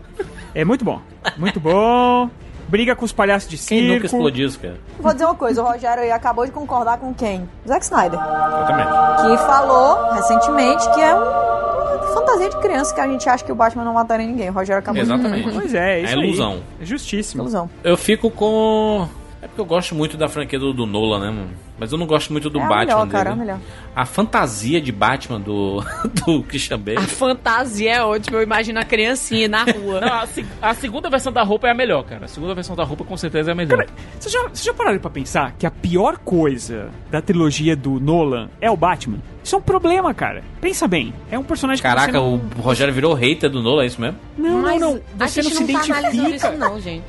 D: É muito bom. Muito bom. Briga com os palhaços de
B: Quem
D: circo.
B: nunca explodiu isso, é? cara?
E: Vou dizer uma coisa, o Rogério aí acabou de concordar com quem? Zack Snyder.
B: Exatamente.
E: Que falou recentemente que é um- uma fantasia de criança que a gente acha que o Batman não mataria ninguém. O Rogério acabou
B: Exatamente.
E: de
D: Pois é, é isso
B: É ilusão.
D: Aí. É justíssimo.
E: Ilusão.
B: Eu fico com. É porque eu gosto muito da franquia do, do Nolan, né, mano? Mas eu não gosto muito do
E: é a
B: Batman
E: melhor, cara, é a
B: dele.
E: melhor.
B: a fantasia de Batman do, do Christian Bale.
H: A fantasia é ótima, eu imagino a criancinha na rua.
C: Não, assim, a, se- a segunda versão da roupa é a melhor, cara. A segunda versão da roupa com certeza é a melhor.
D: Vocês já, vocês já pararam pra pensar que a pior coisa da trilogia do Nolan é o Batman? Isso é um problema, cara. Pensa bem. É um personagem que você
B: Caraca,
D: não...
B: o Rogério virou hater do Nolan, é isso mesmo?
D: Não,
H: Mas
D: não, não.
H: a
D: Você não
H: gente
D: se
H: não tá analisando
D: identifica.
H: isso não, gente.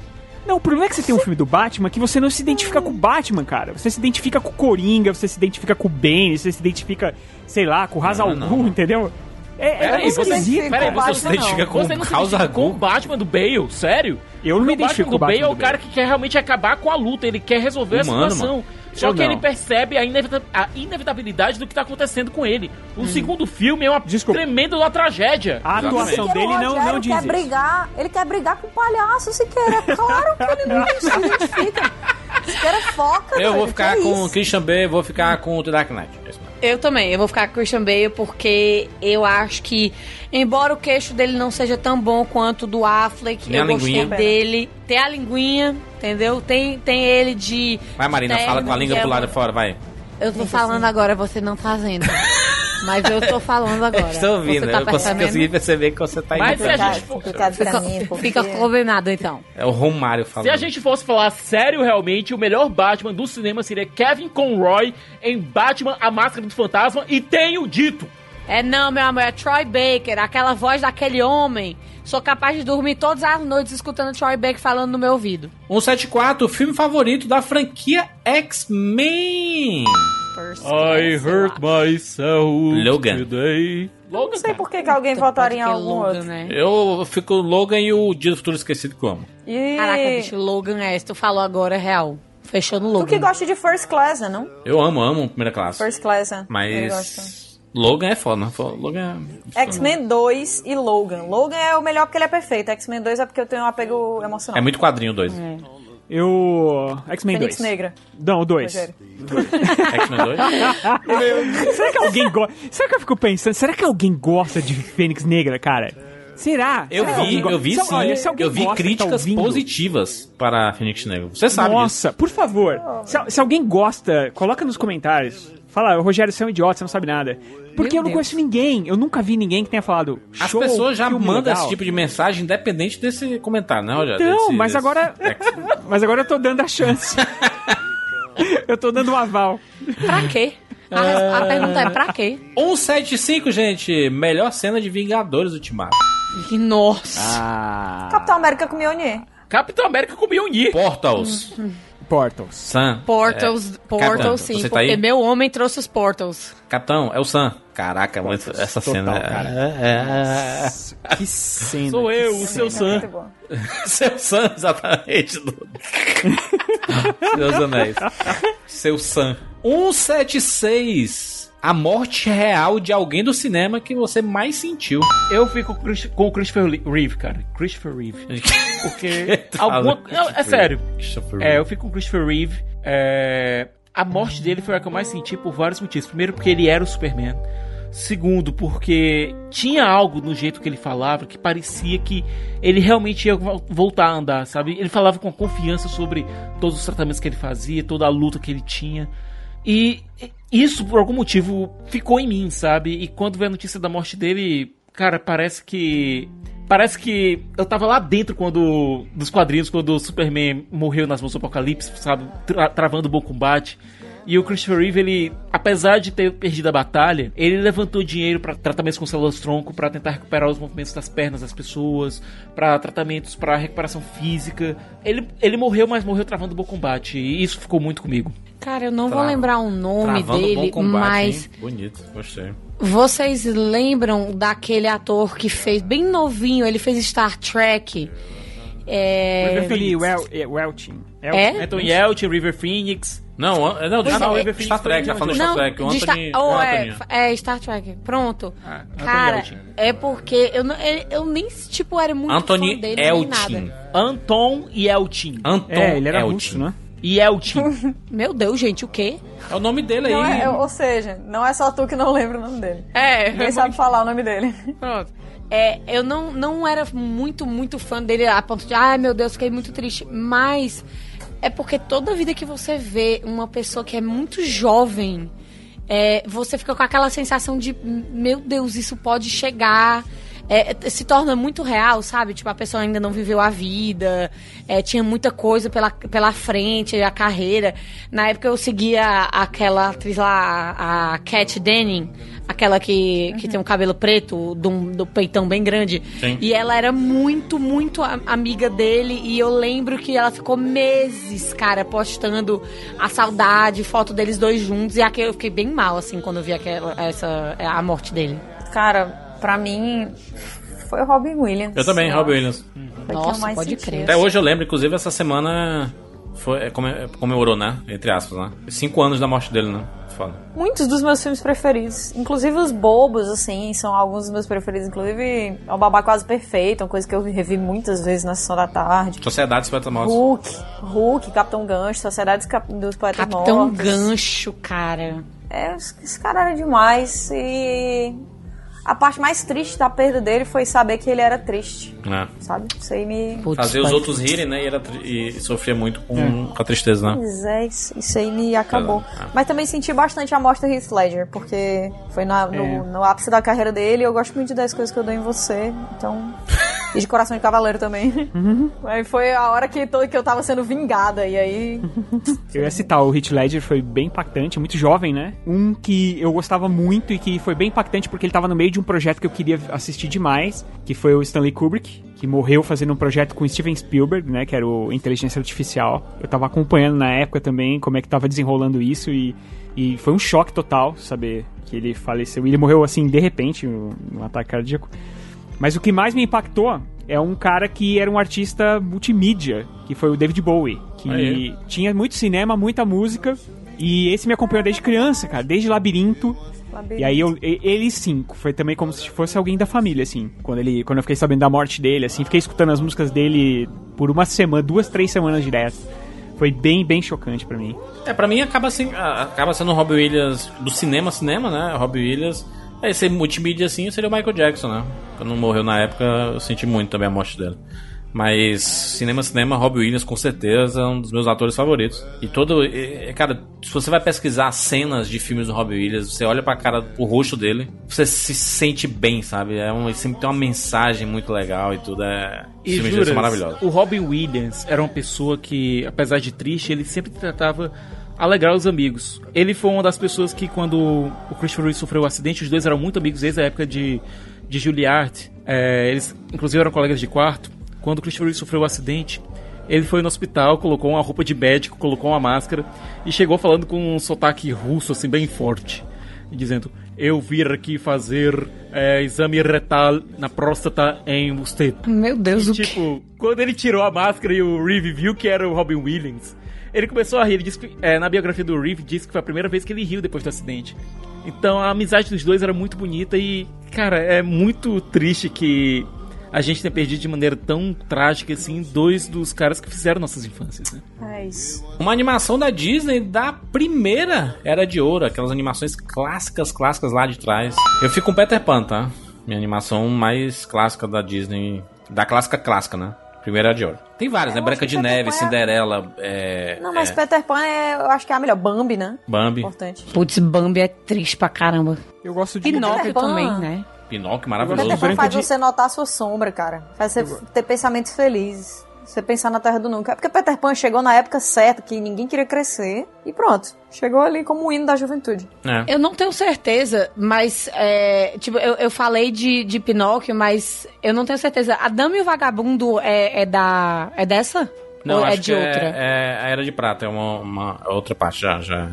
D: Não, o problema é que você tem um filme do Batman que você não se identifica com o Batman, cara. Você se identifica com o Coringa, você se identifica com o Ben, você se identifica, sei lá, com o Hazal
B: Não,
D: Gu, entendeu? É, é
C: Peraí,
D: muito
C: você-
D: esquisito,
C: peraí,
D: cara.
C: você não se
B: identifica com
C: Você não se
B: causa
C: identifica com o
B: alguma?
C: Batman do Bale? Sério?
D: Eu não me
C: Porque
D: identifico
C: o Batman do Bale. é o
D: do
C: cara que quer realmente acabar com a luta, ele quer resolver
B: Humano,
C: a situação.
B: mano.
C: Só
D: Eu
C: que ele
D: não.
C: percebe a, inevita- a inevitabilidade do que tá acontecendo com ele. O segundo filme é uma
D: Uhum. Desculpa. Ah,
C: tremenda uma tragédia.
D: A atuação
E: Siqueira,
D: dele
E: o
D: não,
E: Rogério
D: não diz
E: quer
D: isso.
E: brigar, ele quer brigar com o palhaço, Siqueira. É Claro que ele não se identifica. Siqueira foca,
B: Eu
E: doido,
B: vou
E: que
B: ficar
E: é
B: com o
E: isso?
B: Christian Bale, vou ficar com o The Dark Knight. É isso mesmo.
H: Eu também, eu vou ficar com o Christian Bale porque eu acho que, embora o queixo dele não seja tão bom quanto o do Affleck,
B: Tem
H: eu
B: a
H: gostei
B: linguinha.
H: dele. Tem a linguinha, entendeu? Tem, tem ele de.
B: Vai, Marina,
H: de
B: fala
H: terno,
B: com a língua
H: que é
B: pro lado
H: um-
B: fora, vai.
H: Eu tô falando agora, você não tá vendo. Mas eu tô falando agora.
B: Estou ouvindo,
H: Você tá
B: eu consigo-
H: percebendo?
B: consegui perceber que você tá
C: Mas
B: indo.
C: se a
E: Cara,
C: gente for-
E: complicado pra mim,
H: Fica,
E: porque...
H: fica combinado então.
B: É o Romário falando.
C: Se a gente fosse falar sério realmente, o melhor Batman do cinema seria Kevin Conroy em Batman, a Máscara do Fantasma, e tenho dito.
H: É não, meu amor, é Troy Baker, aquela voz daquele homem. Sou capaz de dormir todas as noites escutando Troy Baker falando no meu ouvido.
B: 174, o um filme favorito da franquia X-Men.
C: I
H: First class, sei lá.
C: hurt myself
B: Logan.
C: today.
E: Não sei por que, que alguém votaria em
H: Pode
E: algum
H: que Logan,
E: outro.
H: né?
B: Eu fico o Logan e o Dia do Futuro Esquecido que eu amo.
E: E...
H: Caraca, bicho, Logan é esse. Tu falou agora, é real. Fechando o
E: Tu
H: Logan.
E: que gosta de First Class, né? Não?
B: Eu amo, amo Primeira Classe.
E: First Class, né? Eu gosto.
B: Mas Logan é foda, né? Logan é...
E: X-Men 2 e Logan. Logan é o melhor porque ele é perfeito. X-Men 2 é porque eu tenho um apego emocional.
B: É muito quadrinho dois.
D: Eu. X-Men 2.
E: Fênix Negra.
D: Não, o 2.
E: Rogério.
B: X-Men 2?
D: será que alguém gosta. Será que eu fico pensando? Será que alguém gosta de Fênix Negra, cara? Será?
B: Eu
D: Será que alguém
B: vi,
D: gosta?
B: eu vi
D: Se-
B: sim.
D: olha, se alguém
B: eu vi
D: gosta, tá
B: críticas
D: ouvindo,
B: positivas para Phoenix Negro. Você sabe disso.
D: Nossa, por favor. Se, se alguém gosta, coloca nos comentários. Fala, Rogério, você é um idiota, você não sabe nada. Porque eu
H: Meu
D: não
H: Deus.
D: conheço ninguém. Eu nunca vi ninguém que tenha falado.
B: As
D: "Show,
B: pessoas já
D: filme
B: mandam
D: legal."
B: esse tipo de mensagem independente desse comentário, né, Rogério?
D: Então,
B: Desse-
D: mas
B: desse-
D: agora. mas agora eu tô dando a chance. eu tô dando um aval.
H: Pra quê? A, res-
E: Ah.
H: a pergunta é pra quê?
B: 175, gente. Melhor cena de Vingadores Ultimato.
H: E,
B: Ah,
H: nossa.
E: Capitão América com Mjolnir.
C: Capitão América com Mjolnir.
H: Hum,
B: Portals.
D: Portals.
B: Sam.
H: Portals,
B: Capitão,
H: portals sim,
B: é. você tá
H: porque
B: aí?
H: meu homem trouxe os portals.
B: Capitão, é o Sam. Caraca, é muito- essa
D: total,
B: cena.
D: cara.
B: É, é,
D: Que cena.
C: Sou
D: que
C: eu, o seu
E: É
C: Sam.
E: muito bom.
B: é. Seu Sam, exatamente. do- Seus anéis. Seu Sam. 176. A morte real de alguém do cinema que você mais sentiu.
C: Eu fico com o Chris- com o Christopher Reeve, cara. Christopher Reeve. Porque. alguma... Não, é sério. É, eu fico com o Christopher Reeve. É, A morte dele foi a que eu mais senti por vários motivos. Primeiro, porque ele era o Superman. Segundo, porque tinha algo no jeito que ele falava que parecia que ele realmente ia vol- voltar a andar, sabe? Ele falava com confiança sobre todos os tratamentos que ele fazia, toda a luta que ele tinha. E isso, por algum motivo, ficou em mim, sabe? E quando veio a notícia da morte dele, cara, parece que. Parece que eu tava lá dentro quando. dos quadrinhos, quando o Superman morreu nas mãos do Apocalipse, sabe? Tra- travando o bom combate. E o Christopher Reeve, ele, apesar de ter perdido a batalha, ele levantou dinheiro pra tratamentos com células tronco, pra tentar recuperar os movimentos das pernas das pessoas, pra tratamentos pra recuperação física. Ele, ele morreu, mas morreu travando o bom combate. E isso ficou muito comigo.
H: Cara, eu não
B: Trava-
H: vou lembrar o nome
B: Travando o bom
H: dele,
B: combate,
H: mas
B: hein? Bonito, gostei.
H: Vocês lembram daquele ator que fez bem novinho, ele fez Star Trek? É...
D: River Phoenix. Wel é, Welching.
H: É?
C: Anton Yelch, River Phoenix.
B: Não, an- Ah, não, de
H: Pois
B: Star,
H: é.
B: River Star Trek, tá falando de Star Trek. O
H: de Star-
B: Anthony.
H: ou é,
B: Anthony.
H: f- é, Star Trek. Pronto.
B: Ah,
C: Anthony
H: Cara,
C: Elchin.
H: é porque eu, não, eu, eu nem, tipo, era muito
B: Anthony
H: fã dele, nem
B: Elchin.
H: nada.
C: Anton Yelchin.
B: Anton
D: É, ele era
B: Elchin.
D: russo, né?
C: Yelchin.
H: Meu Deus, gente, o quê?
B: É o nome dele aí.
E: Não é- ou seja, não é só tu que não lembra o nome dele.
H: É,
E: Ninguém sabe falar o nome dele.
H: Pronto. É, eu não, não era muito, muito fã dele a ponto de, ai meu Deus, fiquei muito triste. Mas é porque toda vida que você vê uma pessoa que é muito jovem, é, você fica com aquela sensação de, meu Deus, isso pode chegar. É, é, se torna muito real, sabe? Tipo, a pessoa ainda não viveu a vida, é, tinha muita coisa pela, pela frente, a carreira. Na época eu seguia aquela atriz lá, a a Kat Denning, aquela que, que tem um cabelo preto, do, do peitão bem grande.
B: Sim.
H: E ela era muito, muito a- amiga dele. E eu lembro que ela ficou meses, cara, postando a saudade, foto deles dois juntos. E aqui eu fiquei bem mal, assim, quando eu vi aquela, essa, a morte dele.
E: Cara, pra mim, foi o Robin Williams.
B: Eu também,
E: Eu
B: Rob Williams.
E: acho que
H: Nossa,
E: eu mais
H: pode
E: senti.
H: crer.
B: Até hoje eu lembro, inclusive, essa semana foi, é, come- comemorou, né? Entre aspas, né? Cinco anos da morte dele, né? Foda.
E: Muitos dos meus filmes preferidos, inclusive os bobos, assim, são alguns dos meus preferidos. Inclusive, O Babá Quase Perfeito, é uma coisa que eu revi muitas vezes na Sessão da Tarde.
B: Sociedade dos Poetas Mortos.
E: Hulk, Hulk, Capitão Gancho, Sociedade dos Cap- dos Poetas
H: Capitão
E: Mortos.
H: Gancho, cara.
E: É, esse esse cara era demais e... A parte mais triste da perda dele foi saber que ele era triste,
B: né?
E: sabe? Isso aí me...
H: Putz,
B: Fazer os
H: pai.
B: outros rirem, né? E, era tri- e sofrer muito com, com a tristeza, né?
E: Pois é, isso, isso aí me acabou.
H: Ah,
B: Tá bom.
E: Mas também senti bastante a morte do Heath Ledger, porque foi na- no,
H: É.
E: no ápice da carreira dele. Eu gosto muito das coisas que eu dou em você, então. E de coração de cavaleiro também.
H: Uhum.
E: Aí foi a hora que, to- que eu tava sendo vingada, e aí.
D: Eu ia citar, o Heath Ledger foi bem impactante, muito jovem, né? Um que eu gostava muito e que foi bem impactante porque ele tava no meio de um projeto que eu queria assistir demais, que foi o Stanley Kubrick, que morreu fazendo um projeto com Steven Spielberg, né? Que era o Inteligência Artificial. Eu tava acompanhando na época também como é que tava desenrolando isso e, e foi um choque total saber que ele faleceu. Ele morreu assim, de repente, um, um ataque cardíaco. Mas o que mais me impactou é um cara que era um artista multimídia, que foi o David Bowie, que
B: Aí.
D: tinha muito cinema, muita música, e esse me acompanhou desde criança, cara, desde Labirinto. E aí eu, e- ele sim, foi também como se fosse alguém da família, assim. Quando ele, quando eu fiquei sabendo da morte dele, assim, fiquei escutando as músicas dele por uma semana, duas, três semanas direto. Foi bem, bem chocante pra mim.
B: É, pra mim acaba, assim, a- acaba sendo o Robbie Williams do cinema, cinema, né? Robbie Williams. Aí ser multimídia assim seria o Michael Jackson, né? Quando morreu na época, eu senti muito também a morte dele. Mas cinema, cinema, Robbie Williams com certeza é um dos meus atores favoritos. E todo. e- e, Cara, se você vai pesquisar cenas de filmes do Robbie Williams, você olha pra cara, o rosto dele, você se sente bem, sabe? É um, ele sempre tem uma mensagem muito legal e tudo. É.
C: E
B: filmes
C: juras,
B: são maravilhosos.
C: o Robin Williams era uma pessoa que, apesar de triste, ele sempre tentava alegrar os amigos. Ele foi uma das pessoas que, quando o Christopher Reeve sofreu o acidente, os dois eram muito amigos desde a época de, de Juilliard. É, eles, inclusive, eram colegas de quarto. Quando o Christopher Reeve sofreu o acidente, ele foi no hospital, colocou uma roupa de médico, colocou uma máscara e chegou falando com um sotaque russo, assim, bem forte dizendo: Eu vim aqui fazer é, exame retal na próstata em você.
H: Meu Deus,
C: E,
H: o quê?
C: tipo, quando ele tirou a máscara e o Reeve viu que era o Robin Williams, ele começou a rir. Ele disse que, é, na biografia do Reeve, disse que foi a primeira vez que ele riu depois do acidente. Então a amizade dos dois era muito bonita e, cara, é muito triste que a gente tenha perdido de maneira tão trágica assim dois dos caras que fizeram nossas infâncias, né?
E: É isso.
B: Uma animação da Disney da primeira Era de Ouro, aquelas animações clássicas, clássicas lá de trás. Eu fico com Peter Pan, tá? Minha animação mais clássica da Disney. Da clássica clássica, né? Primeira Era de Ouro. Tem várias, né?
E: Eu
B: Branca
E: acho que
B: de
E: Peter
B: Neve,
E: Pan é-
B: Cinderela, é...
E: Não, mas
B: é,
E: Peter Pan é, eu acho que é a melhor. Bambi, né?
B: Bambi,
E: Importante.
H: Putz, Bambi é triste pra caramba.
D: Eu gosto de.
H: Pinóquio
E: Pan.
H: também, né?
B: Pinóquio,
E: Peter
B: maravilhoso.
E: Pan
D: Branca
E: faz
D: de-
E: você notar a sua sombra, cara. Faz você ter pensamentos felizes. Você pensar na Terra do Nunca. É porque Peter Pan chegou na época certa, que ninguém queria crescer. E pronto. Chegou ali como um hino da juventude.
B: É.
H: Eu não tenho certeza, mas. é, tipo, eu, eu falei de, de Pinóquio, mas eu não tenho certeza. A Dama e o Vagabundo é, é da. É dessa?
B: Não,
H: Ou
B: acho
H: é de
B: que
H: outra?
B: É, é a Era de Prata, é uma, uma outra parte já, já.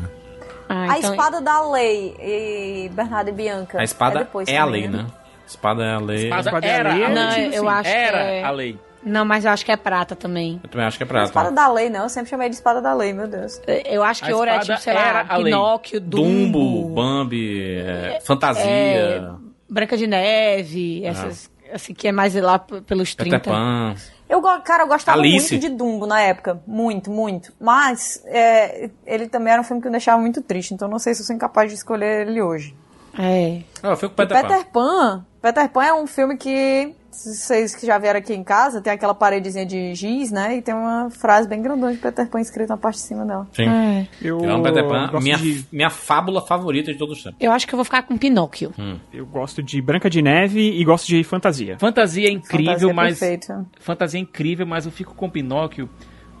H: Ah,
E: a
H: então-
E: espada da lei e Bernardo e Bianca.
B: A espada
E: é,
B: é,
E: depois
B: a
E: também,
B: lei, né? Espada é a lei.
C: Espada Espada é a era lei, a
H: né? Não, eu acho
C: Era
H: que é...
B: a lei.
H: Não, mas eu acho que é prata também.
B: Eu também acho que é
E: Espada
B: prata.
E: da lei, não. Eu sempre chamei de espada da lei, meu Deus.
H: Eu acho que ouro é tipo, sei lá,
B: a lei.
H: Pinóquio, Dumbo,
B: Dumbo, Bambi, é, fantasia,
H: é, Branca de Neve, essas, assim, que é mais lá p- pelos
B: Peter
H: 30.
B: Ah. Pan.
E: Eu, go- cara, eu gostava
B: Alice.
E: muito de Dumbo na época. Muito, muito. Mas é, ele também era um filme que me deixava muito triste, então não sei se eu sou incapaz de escolher ele hoje.
H: É.
B: Ah, eu fico com
E: O
B: Peter, Pan.
E: Peter Pan. Peter Pan é um filme que se vocês que já vieram aqui em casa, tem aquela paredezinha de giz, né? E tem uma frase bem grandona de Peter Pan escrita na parte de cima dela.
B: Sim.
H: É.
B: Eu, amo Peter Pan.
D: gosto
B: é Minha,
D: de-
B: minha fábula favorita de todos os tempos.
H: Eu acho que eu vou ficar com Pinóquio.
D: Eu gosto de Branca de Neve e gosto de fantasia.
C: Fantasia é incrível,
E: Fantasia
C: mas.
E: perfeita.
C: Fantasia é incrível, mas eu fico com Pinóquio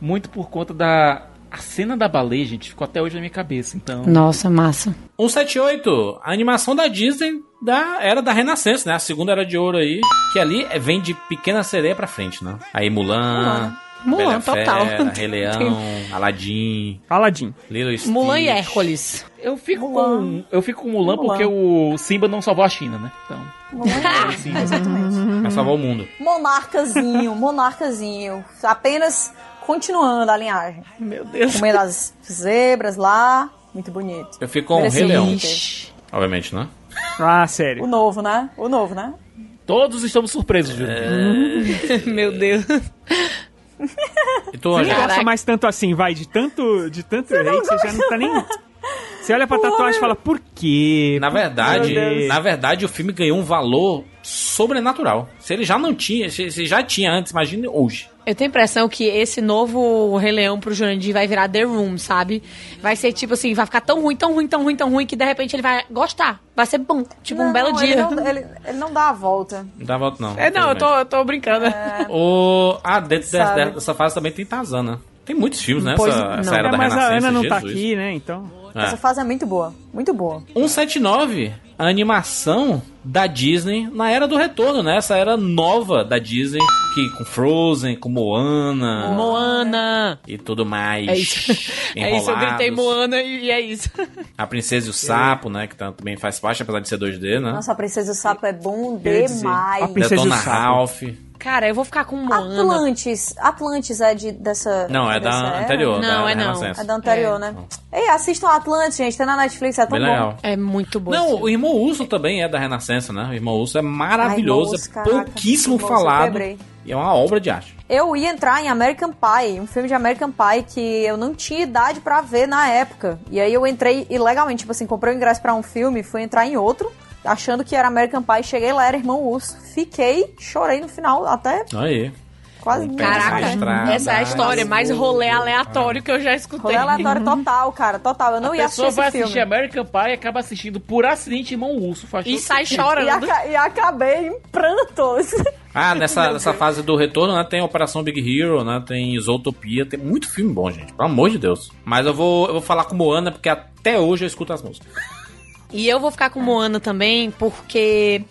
C: muito por conta da. A cena da baleia, gente, ficou até hoje na minha cabeça, então.
H: Nossa, massa.
B: 178, a animação da Disney da era da Renascença, né? A segunda era de ouro aí, que ali é- vem de Pequena Sereia pra frente, né? Aí Mulan,
H: Mulan,
B: Mulan,
H: total.
B: Fera, Rei Leão, Aladdin,
D: Aladdin.
B: Little Stitch.
H: Mulan e Hércules.
C: Eu fico com. Eu fico com Mulan,
E: Mulan.
C: porque o Simba não salvou a China, né? Então. Sim.
E: Exatamente.
B: Pra salvar o mundo.
E: Monarcazinho, monarcazinho. Apenas continuando a linhagem.
C: Meu Deus.
E: Comendo as zebras lá. Muito bonito.
B: Eu fico com o
E: Merece
B: Rei Leão,
H: Ixi.
B: obviamente, né?
D: Ah,
E: O
D: sério.
E: novo, né? O novo, né?
C: Todos estamos surpresos, Júlio.
H: Meu Deus.
B: E tu,
D: Você não
B: Angela?
D: gosta mais tanto assim, vai, de tanto, de tanto hate, você já não tá nem... Você olha pra tatuagem e fala, por quê?
B: Na verdade,
D: Meu Deus.
B: na verdade, o filme ganhou um valor sobrenatural. Se ele já não tinha, se, se já tinha antes, imagine hoje.
H: Eu tenho a impressão que esse novo Rei Leão pro Jurandir vai virar The Room, sabe? Vai ser tipo assim, vai ficar tão ruim, tão ruim, tão ruim, tão ruim, que de repente ele vai gostar. Vai ser bom. Tipo um
E: Não,
H: belo
E: Ele
H: dia.
E: não, ele, ele não dá a volta.
B: Não dá volta, não.
H: É, não, eu tô, É. eu tô brincando.
B: infelizmente. O... Ah, dentro dessa,
E: Sabe.
B: dessa fase também tem Tarzan, né? Tem muitos filmes, né?
H: Pois
B: essa,
H: não.
B: essa era
D: É,
B: da
D: mas a
B: Renascença.
D: Ana não tá
B: Jesus.
D: aqui, né? Então.
B: É.
E: Essa fase é muito boa. Muito boa.
B: 179, a animação da Disney na era do retorno, né? Essa era nova da Disney, que com Frozen, com Moana
H: Moana.
B: e tudo mais.
H: É isso. É isso, eu gritei
B: Enrolados.
H: Moana e, e é isso.
B: A Princesa e o Sapo, né? Que tá- também faz parte, apesar de ser 2D, né?
E: Nossa, a Princesa do Sapo é bom
D: Quer dizer,
E: demais.
D: a Princesa e o
B: Detona
D: Sapo.
B: Ralph.
H: Cara, eu vou ficar com Moana.
E: Atlantis. Atlantis é de, dessa.
B: Não, é
E: dessa
B: da
E: era?
B: anterior,
H: Não,
B: da
H: é não.
E: É
B: Renascença.
E: da anterior, né? Ei, assistam Atlantis, gente. Tá na Netflix, é tão
B: Bem
E: bom.
B: legal.
H: É muito bom.
B: Não,
H: esse
B: o Irmão Urso também é da Renascença, né? O Irmão Urso é maravilhoso,
E: Ai, irmão Urso,
B: é
E: caraca,
B: pouquíssimo
E: irmão Urso, eu
B: falado.
E: quebrei.
B: E é uma obra de arte.
E: Eu ia entrar em American Pie, um filme de American Pie que eu não tinha idade pra ver na época. E aí eu entrei ilegalmente, tipo assim, comprei o ingresso pra um filme, fui entrar em outro, achando que era American Pie, cheguei lá, era Irmão Urso. Fiquei, chorei no final, até
B: Aí.
E: quase...
B: Um
E: me-
B: pé na estrada,
C: tá
H: Caraca, essa é a história mais rolê aleatório que eu já escutei.
E: Rolê aleatório total, cara, total. Eu não
C: Uhum. a
E: ia
C: pessoa
E: assistir
C: vai
E: esse
C: assistir
E: filme.
C: American Pie e acaba assistindo por acidente Irmão Urso. Faz
H: E
C: todo
H: sai
C: sentido.
E: E,
H: chorando.
E: aca- e acabei em prantos.
B: Ah, nessa, nessa fase do retorno, né? Tem Operação Big Hero, né? Tem Isotopia, tem muito filme bom, gente. Pelo amor de Deus. Mas eu vou, eu vou falar com Moana, porque até hoje eu escuto as músicas.
H: E eu vou ficar com Moana também, porque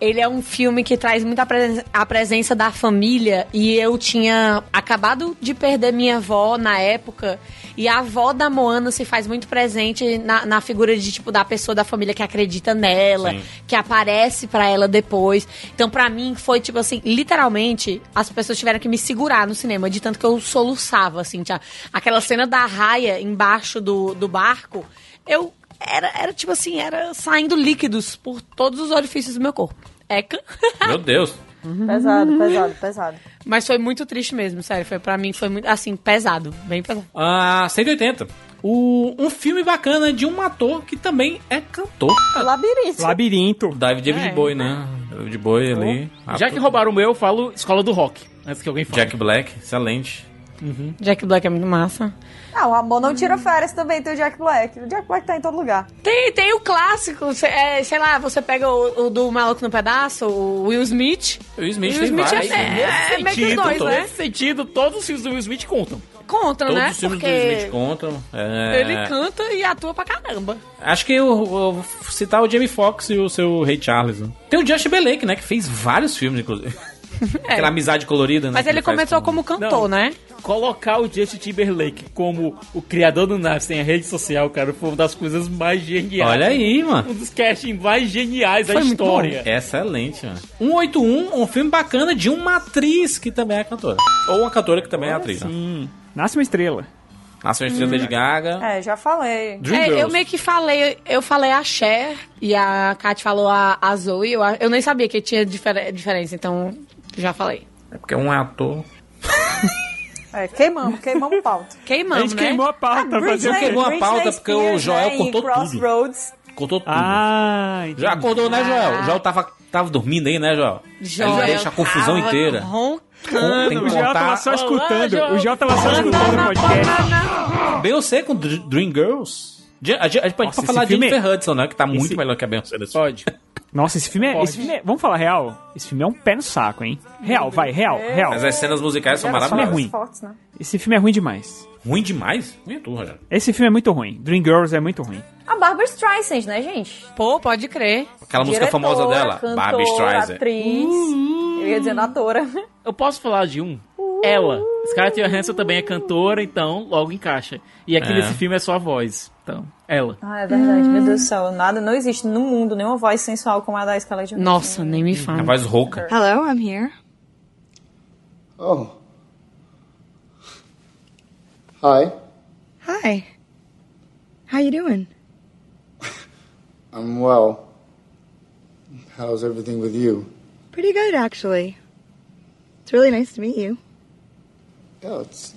H: ele é um filme que traz muito a, presen- a presença da família. E eu tinha acabado de perder minha avó na época. E a avó da Moana se faz muito presente na, na figura de, tipo, da pessoa da família que acredita nela,
B: Sim.
H: que aparece pra ela depois. Então, pra mim, foi tipo assim, literalmente, as pessoas tiveram que me segurar no cinema, de tanto que eu soluçava, assim, tinha aquela cena da raia embaixo do, do barco, eu era, era tipo assim, era saindo líquidos por todos os orifícios do meu corpo. Eca.
B: Meu Deus.
C: Uhum.
E: pesado, pesado, pesado.
H: Mas foi muito triste mesmo, sério. Foi para mim, foi muito, assim, pesado, bem pesado.
B: Ah, 180. O, um filme bacana de um ator que também é cantor.
E: Labirinto.
D: Labirinto.
B: David, David
H: É.
B: Bowie, né? David Bowie ali.
C: Já
B: ator-
C: que roubaram o meu, eu falo Escola do Rock. Antes que alguém fale.
B: Jack Black, excelente.
H: Jack Black é muito massa.
E: Ah, o Ramon não tira férias também, tem o Jack Black. O Jack Black tá em todo lugar.
H: Tem, tem o clássico, cê- é, sei lá, você pega o, o do Maluco no Pedaço, o Will Smith.
B: O Smith
H: Will
B: tem
H: Smith
B: vários.
H: é-
B: né?
H: é meio que os dois,
B: todo-
H: né?
C: Nesse sentido, todos os filmes do Will Smith contam.
H: Contra,
B: Todos
H: né?
B: os filmes
H: Porque
B: do Will Smith contam. É,
H: ele canta e atua pra caramba.
B: Acho que eu, eu vou citar o Jamie Foxx e o seu Ray Charles. né? Tem o Josh Belake, né? Que fez vários filmes, inclusive. Aquela amizade colorida, né?
H: É. Mas
B: que
H: ele
B: faz
H: começou
B: com-
H: como cantor,
C: Não.
H: né?
C: Colocar o Justin Timberlake como o criador do Nas em rede social, cara, foi uma das coisas mais geniais.
B: Olha aí, mano.
C: Um dos castings mais geniais da
B: Foi muito
C: história.
B: bom. Excelente, mano. 181, um filme bacana de uma atriz que também é cantora. Ou uma cantora que também é atriz, né?
D: Sim. Nasce uma estrela.
B: Nasce uma estrela de Gaga.
E: É, já falei.
B: Dream
H: É, eu
B: Girls.
H: meio que falei, eu falei a Cher e a Kat falou a, a Zoe. Eu, a- eu nem sabia que tinha difer- diferença, então já falei.
B: É porque um é ator.
E: É, queimamos, queimamos pauta.
H: Queimamos,
D: a gente
H: né?
D: queimou a pauta. fazer o quê?
B: Queimou a
E: Britney
B: pauta porque o
E: Spears,
B: Joel
E: né,
B: cortou
E: em
B: tudo.
E: Crossroads.
B: Contou tudo.
D: Ah,
B: Já
D: entendi.
B: acordou, né, Joel?
H: Ah.
B: Joel tava, tava dormindo aí, né, Joel?
H: Joel
B: Ele deixa a confusão
H: tava
B: inteira.
H: Roncando.
B: Tem que
D: O Joel tava
B: contar.
D: só escutando. O Joel tava só escutando o
H: Banana,
D: podcast.
H: banana.
B: Beyoncé com Dr- Dream Girls. Di- A gente a gente pode
D: Nossa,
B: falar
D: esse
B: de
D: filme é-
B: Jennifer Hudson, né? Que tá muito
D: Esse-
B: melhor que a Beyoncé nesse
C: Pode.
D: Nossa, esse filme, é, esse filme é. Vamos falar real? Esse filme é um pé no saco, hein? Real, vai, real, real.
B: Mas as cenas musicais são
D: filme é
B: maravilhosas.
D: ruim.
E: Fotos, né?
D: Esse filme é ruim demais.
B: Ruim demais? Ruim é tu, Rogério.
D: Esse filme é muito ruim. Dreamgirls é muito ruim.
E: A Barbara Streisand, né, gente?
H: Pô, pode crer.
B: Aquela música
E: Diretora,
B: famosa dela,
E: cantora,
B: Barbie Streisand.
E: atriz. Eu ia dizer atora.
C: Eu posso falar de um? Ela. Scarlett Johansson também é cantora, então logo encaixa. E aqui
B: É.
C: nesse filme é só a voz. Então, ela.
E: Ah, é verdade, meu Deus do céu. Nada, não existe no mundo nenhuma voz sensual como a da Scarlett Johansson.
H: Nossa, nem me
B: A
H: fala.
B: voz rouca.
F: Hello, I'm here.
K: Oh. Hi,
F: Hi. How you doing?
K: I'm well. How's everything with you?
F: Pretty good, actually. It's really nice to meet you.
K: Yeah, Oh, it's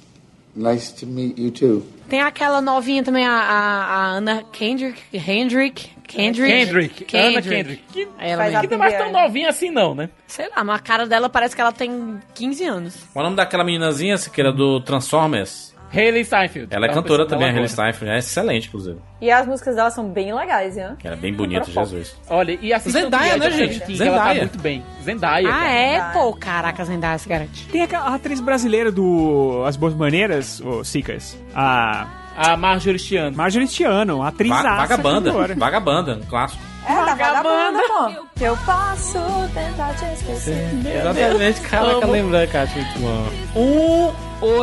K: nice to meet you too.
H: Tem aquela novinha também, a, a, a Ana Kendrick. Hendrick. Kendrick.
C: Kendrick. Ana Kendrick. Que,
H: Ela
E: Faz
H: mesmo.
E: a-
C: que não é mais tão novinha assim, não, né?
H: Sei lá, mas a cara dela parece que ela tem 15 anos.
B: Qual é o nome daquela meninazinha, que era do Transformers?
C: Hayley Steinfeld.
B: Ela é
C: Tava
B: cantora
C: pensando
B: também, a
C: nela
B: Haley
C: agora.
B: Steinfeld. É excelente, inclusive.
E: E as músicas dela são bem legais, né?
B: Que era bem bonita, Jesus.
C: Olha, e a
B: Zendaya, né, gente?
C: Ela tá
B: Zendaya.
C: muito bem. Zendaya.
H: Ah,
C: cara.
H: é? Pô, caraca, Zendaya se garante.
D: Tem aquela atriz brasileira do As Boas Maneiras, ou Sicas. A
C: A Marjorie Chiano.
D: Marjorie Tiano, a atriz
B: Va
D: aça,
B: vagabanda.
D: cantora.
B: Vagabanda, um clássico.
E: É, da vagabanda, pô. Que eu posso tentar te esquecer.
B: Exatamente, caraca, lembrar, cara,
C: tipo,
B: muito bom.